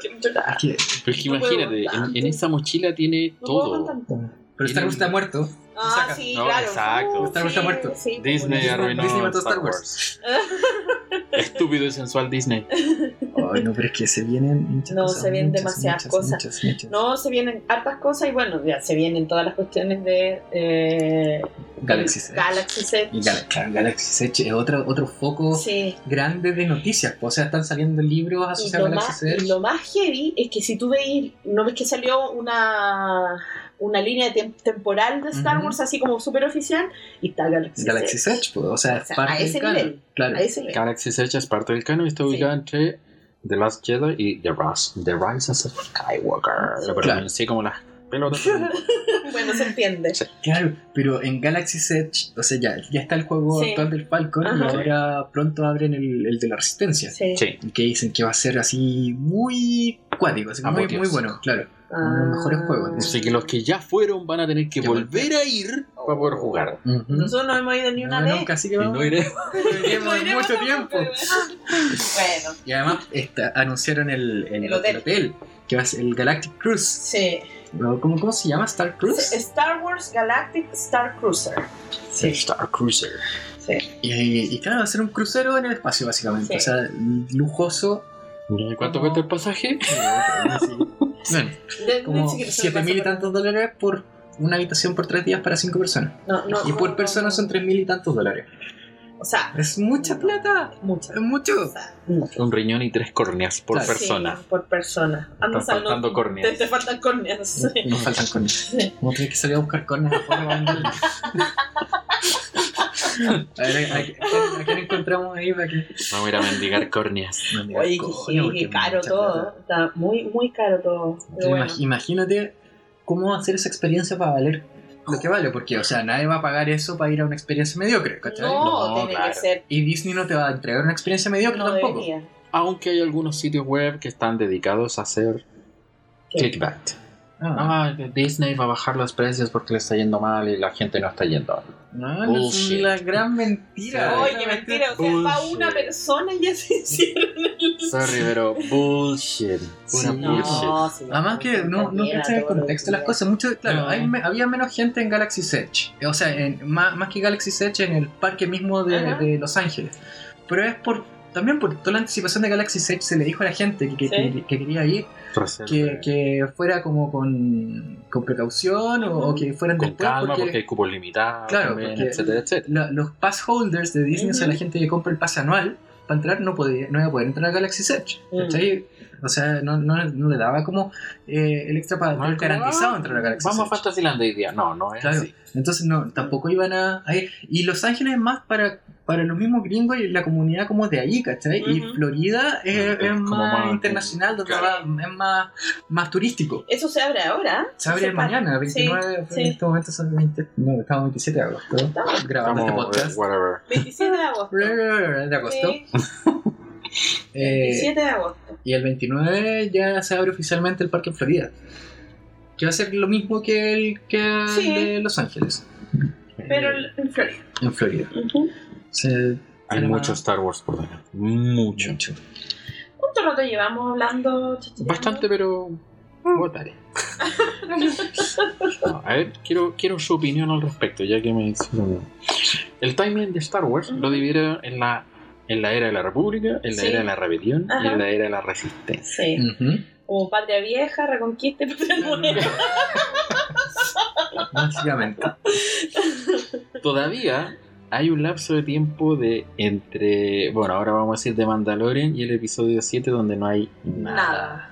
Speaker 1: quiero llorar.
Speaker 2: Es que-
Speaker 3: Pero es que
Speaker 1: No puedo
Speaker 3: imagínate, en- en,
Speaker 1: tanto.
Speaker 3: esa mochila tiene
Speaker 1: No puedo con
Speaker 3: todo.
Speaker 1: tanto.
Speaker 2: Pero Star Wars está muerto.
Speaker 1: Ah,
Speaker 2: saca.
Speaker 1: sí,
Speaker 3: No,
Speaker 1: claro.
Speaker 3: exacto.
Speaker 1: Uh,
Speaker 2: Star Wars
Speaker 1: sí,
Speaker 2: está muerto.
Speaker 1: sí,
Speaker 3: Disney
Speaker 1: bueno.
Speaker 3: arruinó
Speaker 2: Disney mató
Speaker 3: Star
Speaker 2: Star
Speaker 3: Wars. Estúpido y sensual Disney.
Speaker 2: Ay, no, pero es que se vienen muchas
Speaker 1: No,
Speaker 2: cosas.
Speaker 1: se vienen
Speaker 2: muchas,
Speaker 1: demasiadas
Speaker 2: muchas,
Speaker 1: cosas.
Speaker 2: muchas, muchas.
Speaker 1: No, se vienen hartas cosas y bueno, ya se vienen todas las cuestiones de eh,
Speaker 2: Galaxy Edge.
Speaker 1: Galaxy Set.
Speaker 2: Y Gal- claro, Galaxy Edge es otro, otro foco
Speaker 1: Sí.
Speaker 2: grande de noticias. pues, O sea, están saliendo libros
Speaker 1: Y
Speaker 2: asociados
Speaker 1: lo,
Speaker 2: a
Speaker 1: más,
Speaker 2: Galaxy
Speaker 1: y
Speaker 2: Edge.
Speaker 1: lo más heavy es que si tú veis, no ves que salió una, una línea tem- temporal de Star
Speaker 2: Ujú.
Speaker 1: Wars así como súper oficial y está Galaxy,
Speaker 2: Galaxy
Speaker 1: Set.
Speaker 2: Edge, pues,
Speaker 1: O
Speaker 2: o sea,
Speaker 1: sea,
Speaker 2: es parte
Speaker 1: a
Speaker 2: del
Speaker 1: ese
Speaker 2: canon.
Speaker 1: nivel.
Speaker 2: Claro.
Speaker 1: A ese nivel.
Speaker 3: Galaxy Edge es parte del canon y está ubicada entre The Last Jedi y The, Rise- The Rise of Skywalker.
Speaker 1: Claro.
Speaker 3: Lo pronuncié como las pelotas.
Speaker 1: bueno, se entiende.
Speaker 3: Sí.
Speaker 2: Claro, pero en Galaxy Edge, o sea, ya, ya está el juego
Speaker 1: Sí.
Speaker 2: actual del Falcon y
Speaker 1: Ajá.
Speaker 2: ahora pronto abren el, el de la Resistencia.
Speaker 1: Sí.
Speaker 3: Sí,
Speaker 2: Que dicen que va a ser así muy cuático, así muy,
Speaker 3: Apoteos.
Speaker 2: muy bueno, claro. Uno de los mejores juegos.
Speaker 1: Ah.
Speaker 3: así que los que ya fueron van a tener que
Speaker 2: Que
Speaker 3: volver a ir para poder jugar.
Speaker 2: Ujú. Ah,
Speaker 1: Nosotros no hemos ido ni una
Speaker 2: No,
Speaker 1: vez.
Speaker 2: no, casi que
Speaker 3: Y
Speaker 2: vamos.
Speaker 3: no iré.
Speaker 2: Tenemos
Speaker 1: No iremos
Speaker 2: mucho
Speaker 1: tampoco,
Speaker 2: tiempo.
Speaker 1: Bueno,
Speaker 2: Y además esta- anunciaron el, el-
Speaker 1: El hotel.
Speaker 2: el que va a ser el Galactic Cruise.
Speaker 1: sí.
Speaker 2: ¿No? ¿Cómo, cómo se llama? ¿Star Cruise?
Speaker 1: Star Wars Galactic Star Cruiser. Sí,
Speaker 3: Star Cruiser.
Speaker 1: sí.
Speaker 2: Y, y claro, va a ser un crucero en el espacio, básicamente.
Speaker 1: Sí.
Speaker 2: O sea, lujoso. Eh,
Speaker 3: ¿Cuánto cuesta el pasaje?
Speaker 2: Bueno,
Speaker 1: De-
Speaker 2: como
Speaker 1: sí que no se me
Speaker 2: 7 mil y
Speaker 1: pasa
Speaker 2: tantos dólares por una habitación por 3 días para 5 personas.
Speaker 1: por- No, no,
Speaker 2: Y
Speaker 1: no,
Speaker 2: por
Speaker 1: no,
Speaker 2: persona
Speaker 1: no.
Speaker 2: son 3 mil y tantos dólares.
Speaker 1: O sea,
Speaker 2: Es mucha plata.
Speaker 1: mucho.
Speaker 2: Es mucho.
Speaker 1: O sea, mucho.
Speaker 3: Un riñón y tres córneas por
Speaker 2: Claro.
Speaker 3: persona.
Speaker 1: Sí, por persona. Ah, no,
Speaker 3: Están
Speaker 1: o sea, no,
Speaker 3: faltando córneas.
Speaker 1: Te, te faltan córneas. sí.
Speaker 2: Nos faltan cornes. Vamos a tener que salir a buscar cornes afuera. Vandal. A ver, ¿a, a, a- a quién encontramos ahí para que...
Speaker 3: Vamos a ir a mendigar córneas.
Speaker 1: Oye, qué heavy, qué caro todo. Está muy, muy caro todo. Pero bueno.
Speaker 2: Imagínate cómo va a ser esa experiencia para valer lo que vale, porque, o sea, nadie va a pagar eso para ir a una experiencia mediocre, ¿cachai?
Speaker 1: No,
Speaker 3: No,
Speaker 1: tiene
Speaker 3: claro.
Speaker 1: que ser.
Speaker 2: Y Disney no te va a entregar una experiencia mediocre
Speaker 1: No
Speaker 2: tampoco.
Speaker 1: debería.
Speaker 3: Aunque hay algunos sitios web que están dedicados a hacer
Speaker 1: Sí.
Speaker 3: clickbait.
Speaker 2: Ah,
Speaker 3: Ah, Disney va a bajar los precios porque le está yendo mal y la gente no está yendo.
Speaker 2: no, no, es
Speaker 3: Bullshit.
Speaker 2: la gran mentira.
Speaker 1: Oye, qué mentira. O sea, va
Speaker 3: Bullshit.
Speaker 1: una persona y ya se hicieron el.
Speaker 3: Sorry, pero bullshit. Pura
Speaker 2: Sí.
Speaker 3: bullshit.
Speaker 1: sí,
Speaker 2: Además que no, no
Speaker 1: cualquiera,
Speaker 2: cachan el
Speaker 1: todo lo
Speaker 2: contexto de las
Speaker 1: que
Speaker 2: cosas. Mucho, claro,
Speaker 3: No.
Speaker 2: hay me- había menos gente en Galaxy Edge. O sea, en- más, más que Galaxy Edge en el parque mismo de,
Speaker 1: Ajá.
Speaker 2: de Los Ángeles. Pero es por también por toda la anticipación de Galaxy Edge se le dijo a la gente que, que-
Speaker 1: Sí.
Speaker 2: que- que quería ir. que,
Speaker 3: Proceder
Speaker 2: que fuera como con, con precaución o, o que fueran
Speaker 3: con
Speaker 2: después.
Speaker 3: calma porque...
Speaker 2: porque
Speaker 3: hay cupos limitados,
Speaker 2: Claro,
Speaker 3: también,
Speaker 2: porque-
Speaker 3: etcétera, etcétera.
Speaker 2: la- los pass holders de Disney, o sea, la
Speaker 1: Ujú.
Speaker 2: gente que compra el pase anual para entrar, no, podía, no iba a poder entrar a Galaxy Search.
Speaker 1: Mm.
Speaker 2: ¿cachai? O sea, no, no, no le daba como eh, el extra para
Speaker 3: No, es como,
Speaker 2: garantizado
Speaker 3: ah,
Speaker 2: entrar a Galaxy
Speaker 3: Vamos a
Speaker 2: Search.
Speaker 3: Fantasyland hoy día. No, no es
Speaker 2: Claro.
Speaker 3: así.
Speaker 2: Entonces, no, tampoco iban a, a ir. Y Los Ángeles es más para, para los mismos gringos y la comunidad como de ahí, ¿cachai?
Speaker 1: Ujú.
Speaker 2: Y Florida es,
Speaker 3: Mm, Es
Speaker 2: es
Speaker 3: como
Speaker 2: más,
Speaker 3: más-
Speaker 2: internacional, donde
Speaker 3: claro.
Speaker 2: va- es más, más turístico.
Speaker 1: Eso se abre ahora.
Speaker 2: Se abre
Speaker 1: Sepa.
Speaker 2: mañana, 29,
Speaker 1: sí.
Speaker 2: en este momento son 20, no, estamos 27 de agosto, grabando
Speaker 3: Estamos,
Speaker 2: este podcast.
Speaker 3: eh, whatever.
Speaker 1: 27 de agosto.
Speaker 2: De agosto.
Speaker 1: Sí,
Speaker 2: Eh,
Speaker 1: 27 de agosto.
Speaker 2: y el 29 ya se abre oficialmente el parque en Florida. Que va a ser lo mismo que el que el
Speaker 1: Sí.
Speaker 2: de Los Ángeles, Eh,
Speaker 1: Pero en Florida.
Speaker 2: en Florida.
Speaker 1: Ujú.
Speaker 2: Se-
Speaker 3: Hay
Speaker 2: Pero-
Speaker 3: mucho Star Wars por dentro. Mucho.
Speaker 2: mucho.
Speaker 1: ¿Cuánto rato llevamos hablando? chachareando?
Speaker 3: Bastante, pero
Speaker 2: Mm.
Speaker 3: votaré. No, a ver, quiero, quiero su opinión al respecto, ya que me hicieron- El timing de Star Wars lo dividieron en la, en la era de la República, en la
Speaker 1: Sí.
Speaker 3: era de la rebelión y
Speaker 1: Ajá.
Speaker 3: en la era de la resistencia.
Speaker 1: Sí.
Speaker 2: Ujú.
Speaker 1: Como patria vieja, reconquista y patria nueva.
Speaker 2: Básicamente.
Speaker 3: Todavía hay un lapso de tiempo de entre, bueno, ahora vamos a decir de Mandalorian y el episodio 7 donde no hay nada.
Speaker 1: Nada.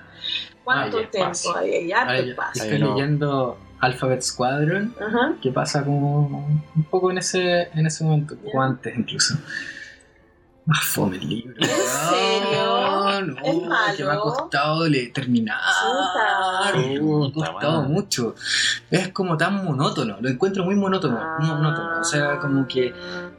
Speaker 1: ¿Cuánto
Speaker 3: Hay espacio.
Speaker 1: tiempo hay? Hay harto
Speaker 2: Ahí-
Speaker 1: espacio.
Speaker 2: estoy
Speaker 3: Ahí no.
Speaker 2: leyendo Alphabet Squadron,
Speaker 1: Ajá.
Speaker 2: que pasa como un poco en ese, en ese momento, un poco
Speaker 1: Ya.
Speaker 2: antes incluso. Más fome el libro. ¿En
Speaker 1: serio? ¿Es malo?
Speaker 2: Que me ha costado le- terminar.
Speaker 1: Chuta.
Speaker 2: Me ha costado
Speaker 3: Puta,
Speaker 2: mucho. Es como tan monótono, lo encuentro muy monótono.
Speaker 1: Ah.
Speaker 2: muy monótono. O sea, como que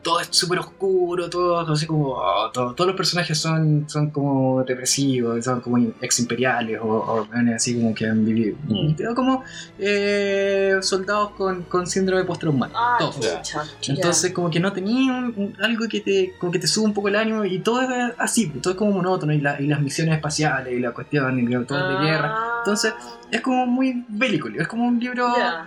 Speaker 2: todo es súper oscuro, todo así como oh, todo- todos los personajes son, son como depresivos, son como ex imperiales o, o weones así como que han vivido.
Speaker 3: Mm.
Speaker 2: Pero como eh, soldados con, con síndrome postraumático.
Speaker 1: Ah,
Speaker 2: todos.
Speaker 1: chucha, ya.
Speaker 2: Entonces como que no tenía un- un- algo que te como que te sube un poco el ánimo y todo es así, pues, todo es como monótono y, la- y las misiones espaciales y la cuestión y todo es
Speaker 1: Ah.
Speaker 2: de guerra. Entonces, Es como muy bélico, es como un libro
Speaker 1: Ya.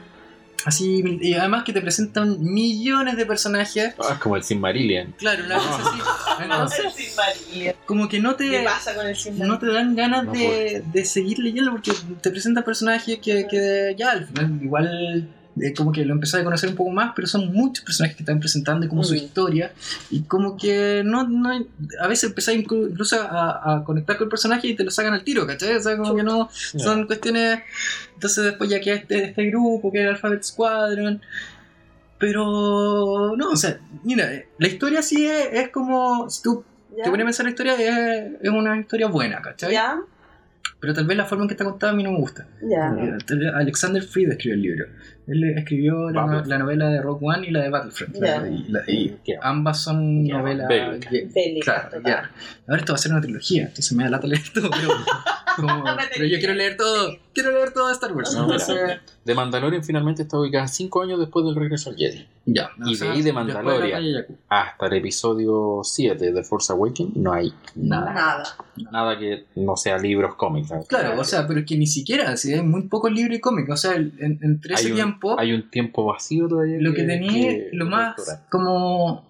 Speaker 2: así mil- y además que te presentan millones de personajes.
Speaker 3: Ah, es como el Sin Marillion.
Speaker 2: Claro, una cosa así. Entonces,
Speaker 1: El Sin María.
Speaker 2: como que no
Speaker 1: ¿Qué
Speaker 2: te,
Speaker 1: pasa con el Sin María?
Speaker 2: no te dan ganas
Speaker 3: No
Speaker 2: de, de seguir leyendo porque te presentan personajes que, que ya al final igual eh, como que lo empezás a conocer un poco más, pero son muchos personajes que están presentando y como su
Speaker 1: Mm.
Speaker 2: historia y como que no, no a veces empezás inclu- incluso a, a conectar con el personaje y te lo sacan al tiro, ¿cachai? O sea, como que no son cuestiones entonces después ya queda este, este grupo que era Alphabet Squadron pero no, o sea, mira, eh, la historia sí es, es como si tú
Speaker 1: ¿Ya?
Speaker 2: te pones a pensar la historia es, es una historia buena, ¿cachai?
Speaker 1: ¿Ya?
Speaker 2: Pero tal vez la forma en que está contada a mí no me gusta. Eh,
Speaker 1: Ya.
Speaker 3: Ya.
Speaker 2: Tal vez Alexander Fried escribió el libro. Él escribió la, no-
Speaker 3: Battlefront.
Speaker 2: la novela de Rock One y la de Battlefront.
Speaker 1: Ya.
Speaker 2: La- y, la- y
Speaker 3: Ah, ¿Qué?
Speaker 2: ambas son
Speaker 3: Ya,
Speaker 2: novelas.
Speaker 3: bélicas.
Speaker 2: que-
Speaker 1: Bélicas,
Speaker 2: Claro,
Speaker 1: total.
Speaker 2: ya. Ahora esto va a ser una trilogía, entonces me da lata leer todo. Pero, como- pero yo quiero leer todo. Quiero leer todo de Star Wars.
Speaker 3: No,
Speaker 2: entonces,
Speaker 3: The Mandalorian finalmente está ubicada cinco años después del regreso al Jedi.
Speaker 2: ya.
Speaker 3: Y de ahí de Mandalorian.
Speaker 2: después de la batalla de Jakku.
Speaker 3: Hasta el episodio 7 de Force Awakens no hay nada.
Speaker 1: Nada.
Speaker 3: Nada que no sea libros cómics. ¿no?
Speaker 2: Claro, o sea, pero es que ni siquiera, si hay muy pocos libros y cómics. O sea, el- en, entre ese
Speaker 3: hay un,
Speaker 2: tiempo.
Speaker 3: Hay un tiempo vacío todavía.
Speaker 2: lo que tenía,
Speaker 3: Eh, que
Speaker 2: lo más
Speaker 3: doctora.
Speaker 2: como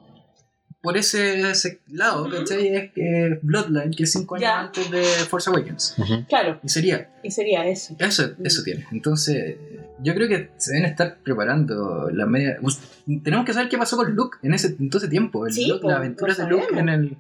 Speaker 2: por ese, ese lado,
Speaker 1: Ujú.
Speaker 2: ¿cachai? Es que Bloodline, que es cinco años
Speaker 1: Ya.
Speaker 2: antes de Force Awakens.
Speaker 3: Ujú.
Speaker 1: Claro,
Speaker 2: Y sería,
Speaker 1: y sería eso.
Speaker 2: eso, eso tiene. Entonces, yo creo que se deben estar preparando la media. Us- Tenemos que saber qué pasó con Luke en ese en todo ese tiempo. El
Speaker 1: Sí,
Speaker 2: Luke,
Speaker 1: pues,
Speaker 2: las aventuras
Speaker 1: lo
Speaker 2: de Luke en
Speaker 1: sabemos.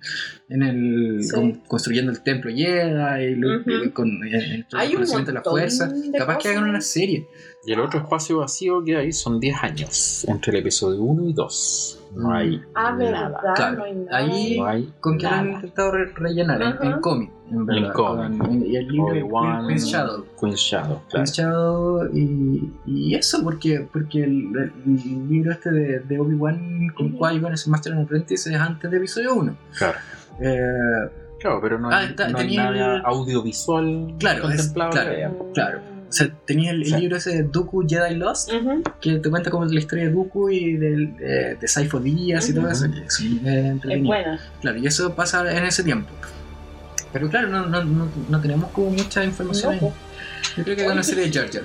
Speaker 2: el. En el
Speaker 1: Sí.
Speaker 2: con- construyendo el templo Jedi, y Luke
Speaker 1: Ujú.
Speaker 2: eh, con en- en todo
Speaker 1: Hay
Speaker 2: el
Speaker 1: un
Speaker 2: conocimiento de la
Speaker 1: montón
Speaker 2: fuerza.
Speaker 1: de
Speaker 2: Capaz que
Speaker 1: cosas.
Speaker 2: hagan una serie.
Speaker 3: Y el otro espacio vacío que hay son 10 años entre el episodio 1 y 2. No hay
Speaker 1: Ah,
Speaker 3: nada.
Speaker 1: verdad,
Speaker 2: Claro,
Speaker 1: no hay nada.
Speaker 2: ahí-
Speaker 3: No hay
Speaker 2: con que lo han
Speaker 3: nada.
Speaker 2: intentado re- rellenar en- en,
Speaker 1: Ajá.
Speaker 2: cómic, en verdad.
Speaker 3: cómic.
Speaker 2: con- y el libro de
Speaker 3: Obi-Wan.
Speaker 2: Queen- Queen's Shadow.
Speaker 3: Queen Shadow. claro.
Speaker 2: Queen's Shadow y, y eso, porque, porque el, el libro este de, de Obi-Wan con
Speaker 1: Ujú.
Speaker 2: Qui-Gon es Master and Apprentice es antes de episodio 1.
Speaker 3: Claro.
Speaker 1: Mm.
Speaker 3: Claro, pero no hay,
Speaker 2: Ah, está-
Speaker 3: no hay
Speaker 2: tenía
Speaker 3: nada
Speaker 2: el-
Speaker 3: audiovisual
Speaker 2: Claro, es-
Speaker 3: contemplado.
Speaker 2: claro.
Speaker 3: todavía.
Speaker 1: Mm.
Speaker 2: claro. o sea, tenías el, el
Speaker 3: Sí.
Speaker 2: libro ese de Dooku Jedi Lost,
Speaker 1: Ujú.
Speaker 2: que te cuenta como la historia de Dooku y del, eh, de Saifo Díaz y todo
Speaker 3: Ujú.
Speaker 2: eso. y es, eh,
Speaker 1: Es
Speaker 2: entretenido.
Speaker 1: buena.
Speaker 2: Claro, y eso pasa en ese tiempo. Pero claro, no, no, no, no tenemos como mucha información.
Speaker 1: No, pues.
Speaker 2: Yo creo que con una serie de Jar Jar.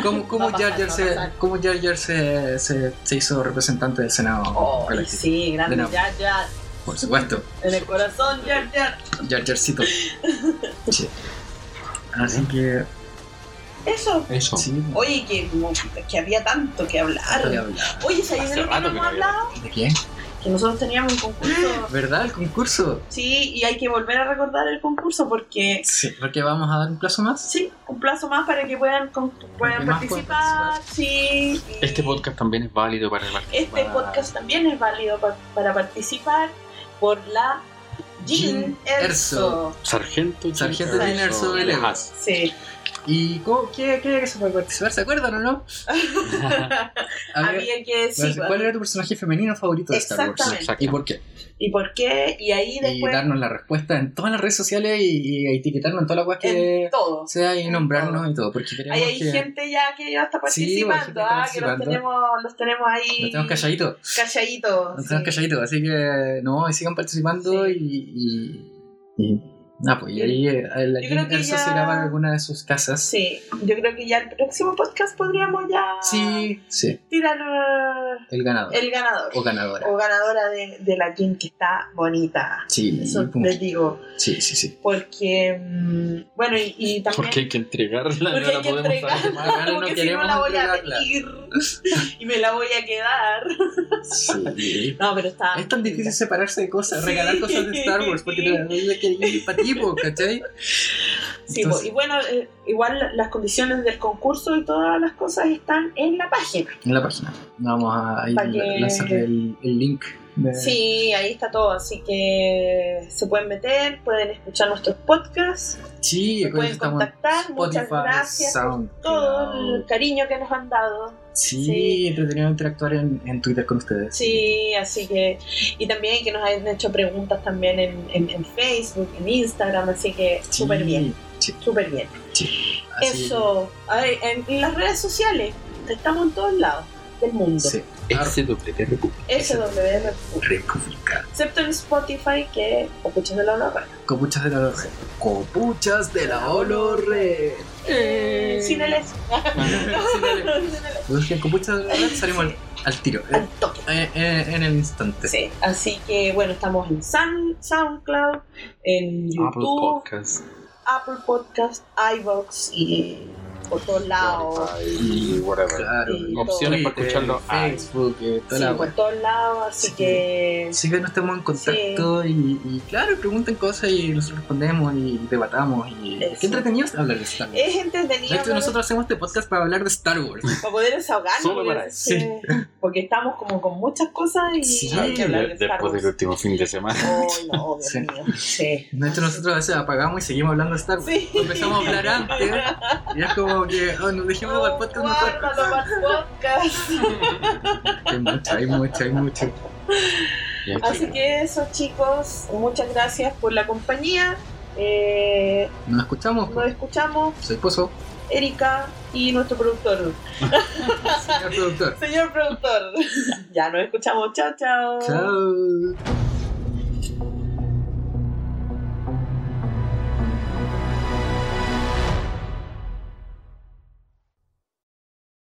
Speaker 2: ¿Cómo, cómo
Speaker 1: Va a pasar,
Speaker 2: Jar Jar,
Speaker 1: va a
Speaker 2: se,
Speaker 1: pasar.
Speaker 2: cómo Jar Jar se, se, se hizo representante del Senado?
Speaker 1: Oh,
Speaker 2: Galáctico?
Speaker 1: sí, grande
Speaker 2: De nuevo.
Speaker 1: Jar Jar.
Speaker 2: Por supuesto,
Speaker 1: En el corazón, Jar Jar.
Speaker 2: Jar Jarcito. Sí. Así que.
Speaker 1: Eso.
Speaker 3: Eso.
Speaker 2: Sí,
Speaker 1: Oye, que, que había tanto que
Speaker 2: voy a
Speaker 1: hablar.
Speaker 2: hablar.
Speaker 1: Oye, ¿sabes de
Speaker 3: Hace
Speaker 1: lo que
Speaker 3: rato
Speaker 1: no
Speaker 3: que
Speaker 1: hemos
Speaker 3: no había-
Speaker 1: hablado?
Speaker 2: ¿De qué?
Speaker 1: Que nosotros teníamos un concurso.
Speaker 2: ¿Verdad? ¿El concurso?
Speaker 1: Sí, y hay que volver a recordar el concurso porque
Speaker 2: Sí. Porque vamos a dar un plazo más.
Speaker 1: sí, un plazo más para que puedan, con- puedan
Speaker 2: que más puedan
Speaker 1: participar. Sí. y
Speaker 3: Este podcast también es válido para el
Speaker 1: este
Speaker 3: para-
Speaker 1: podcast también es válido pa- para participar por la Jean
Speaker 2: Jean
Speaker 1: Erso.
Speaker 3: Sargento
Speaker 2: Sargento
Speaker 1: Jean
Speaker 3: Erso
Speaker 2: Erso
Speaker 3: de
Speaker 2: Velez.
Speaker 3: Haas.
Speaker 1: Sí.
Speaker 2: ¿Y cómo- qué, qué se puede participar? ¿Se acuerdan o no? A ver,
Speaker 1: Había que sí,
Speaker 2: ¿Cuál era tu personaje femenino favorito de Star Wars?
Speaker 1: Exactamente.
Speaker 3: Exacto.
Speaker 2: ¿Y por qué?
Speaker 1: ¿Y por qué? Y ahí
Speaker 2: Y
Speaker 1: después
Speaker 2: darnos la respuesta en todas las redes sociales y, y etiquetarnos en todas las weas que
Speaker 1: en todo.
Speaker 2: sea y
Speaker 1: en
Speaker 2: nombrarnos y todo. Porque queremos
Speaker 1: Ahí hay
Speaker 2: que.
Speaker 1: gente ya que ya está
Speaker 2: Sí, bueno, hay gente
Speaker 1: participando,
Speaker 2: que está
Speaker 1: ah, que los
Speaker 2: participando.
Speaker 1: tenemos, los tenemos ahí
Speaker 2: Nos tenemos calladitos.
Speaker 1: calladitos,
Speaker 2: Nos
Speaker 1: sí.
Speaker 2: tenemos calladitos. Así que, no, y sigan participando
Speaker 1: Sí.
Speaker 2: y. y, y nada, pues, y ahí eh, la
Speaker 1: Yo
Speaker 2: Jean
Speaker 1: creo que
Speaker 2: Erso
Speaker 1: ya-
Speaker 2: se graba en alguna de sus casas.
Speaker 1: Sí, yo creo que ya el próximo podcast podríamos ya
Speaker 2: Sí, sí,
Speaker 1: tirar eh,
Speaker 2: el ganador.
Speaker 1: el ganador
Speaker 2: O ganadora.
Speaker 1: o ganadora de, de la quien que está bonita.
Speaker 2: Sí,
Speaker 1: Eso
Speaker 2: pum.
Speaker 1: les digo,
Speaker 2: sí, sí, sí.
Speaker 1: porque mm, bueno, y, y también
Speaker 3: Porque hay que entregarla,
Speaker 1: Porque
Speaker 3: no
Speaker 1: hay
Speaker 3: la
Speaker 1: que
Speaker 3: podemos
Speaker 1: entregarla.
Speaker 3: saber.
Speaker 2: Ah, no
Speaker 1: porque si
Speaker 2: queremos
Speaker 1: no la voy a
Speaker 2: entregarla.
Speaker 1: pedir y me la voy a quedar.
Speaker 2: Sí.
Speaker 1: No, pero está
Speaker 2: Es tan difícil separarse de cosas,
Speaker 1: Sí.
Speaker 2: regalar cosas de Star Wars, porque te la quería para ti, po, ¿cachai?
Speaker 1: Sí,
Speaker 2: Entonces-
Speaker 1: po, y bueno, eh, igual las condiciones del concurso y todas las cosas están en la página.
Speaker 2: En la página. Vamos a ahí
Speaker 1: Pa' que-
Speaker 2: lanzar el, el link. de-
Speaker 1: Sí, ahí está todo, así que se pueden meter, pueden escuchar nuestros podcasts,
Speaker 2: sí,
Speaker 1: se
Speaker 2: con eso
Speaker 1: pueden
Speaker 2: estamos en
Speaker 1: contactar. Muchas
Speaker 2: Spotify,
Speaker 1: gracias por todo el
Speaker 2: SoundCloud.
Speaker 1: cariño que nos han dado.
Speaker 2: Sí,
Speaker 1: Sí.
Speaker 2: entretenido interactuar en, en Twitter con ustedes.
Speaker 1: Sí, así que, y también que nos han hecho preguntas también en, en- en Facebook, en Instagram, así que
Speaker 2: Sí,
Speaker 1: súper bien, súper bien.
Speaker 2: así-
Speaker 1: Eso, a ver, en, en las redes sociales, estamos en todos lados del mundo.
Speaker 2: Sí.
Speaker 3: SWR
Speaker 1: SWR
Speaker 2: República.
Speaker 1: excepto en Spotify que escuchas de la loca.
Speaker 2: Copuchas de la Olorre. Copuchas de la Olorre.
Speaker 1: Sin el S.
Speaker 2: Mm. Sin el S.
Speaker 1: Sin el S.
Speaker 2: Busquen Copuchas de la Olorre, salimos al, al tiro.
Speaker 1: Al toque.
Speaker 2: Eh, eh, en el instante.
Speaker 1: Sí, así que bueno, estamos en Sound- SoundCloud, en
Speaker 3: Apple
Speaker 1: YouTube,
Speaker 3: Podcast,
Speaker 1: Apple Podcast, iVoox y por todos lados.
Speaker 3: Spotify y whatever.
Speaker 2: Claro.
Speaker 1: Sí.
Speaker 3: Opciones para
Speaker 2: Twitter,
Speaker 3: escucharlo. Ah,
Speaker 2: Facebook, eh, toda
Speaker 1: Sí,
Speaker 2: la
Speaker 1: por
Speaker 2: web.
Speaker 1: todos lados, así
Speaker 2: Sí.
Speaker 1: que.
Speaker 2: Así que no estamos en contacto y, y, claro, pregunten cosas y nosotros respondemos y debatamos y
Speaker 1: Eso.
Speaker 2: qué entretenido es hablar de Star Wars.
Speaker 1: Es
Speaker 2: De
Speaker 1: entretenido
Speaker 2: hecho,
Speaker 1: hablar-
Speaker 2: nosotros hacemos este podcast para hablar de Star Wars.
Speaker 1: para poder desahogarnos.
Speaker 3: Solo para
Speaker 1: porque-
Speaker 3: eso.
Speaker 1: sí, Porque estamos como con muchas cosas y
Speaker 2: Sí,
Speaker 1: hay que hablar de Star
Speaker 3: después
Speaker 1: Wars.
Speaker 3: del último fin de semana.
Speaker 1: Oh, no, Dios
Speaker 2: Sí.
Speaker 1: mío. Sí.
Speaker 2: De hecho, nosotros a veces apagamos y seguimos hablando de Star Wars.
Speaker 1: Sí.
Speaker 2: Empezamos a hablar antes y es como que oh, nos dejemos para el podcast mejor.
Speaker 1: Guárdalo para el podcast.
Speaker 2: Hay mucho, hay mucho, hay mucho.
Speaker 3: Y en
Speaker 1: Así
Speaker 3: fin,
Speaker 1: que eso, chicos. Muchas gracias por la compañía. Eh,
Speaker 2: Nos escuchamos.
Speaker 1: nos escuchamos,
Speaker 2: Soy Pozo,
Speaker 1: Erika y nuestro productor.
Speaker 2: señor productor.
Speaker 1: Señor productor. ya nos escuchamos. Chao, chao.
Speaker 2: Chao.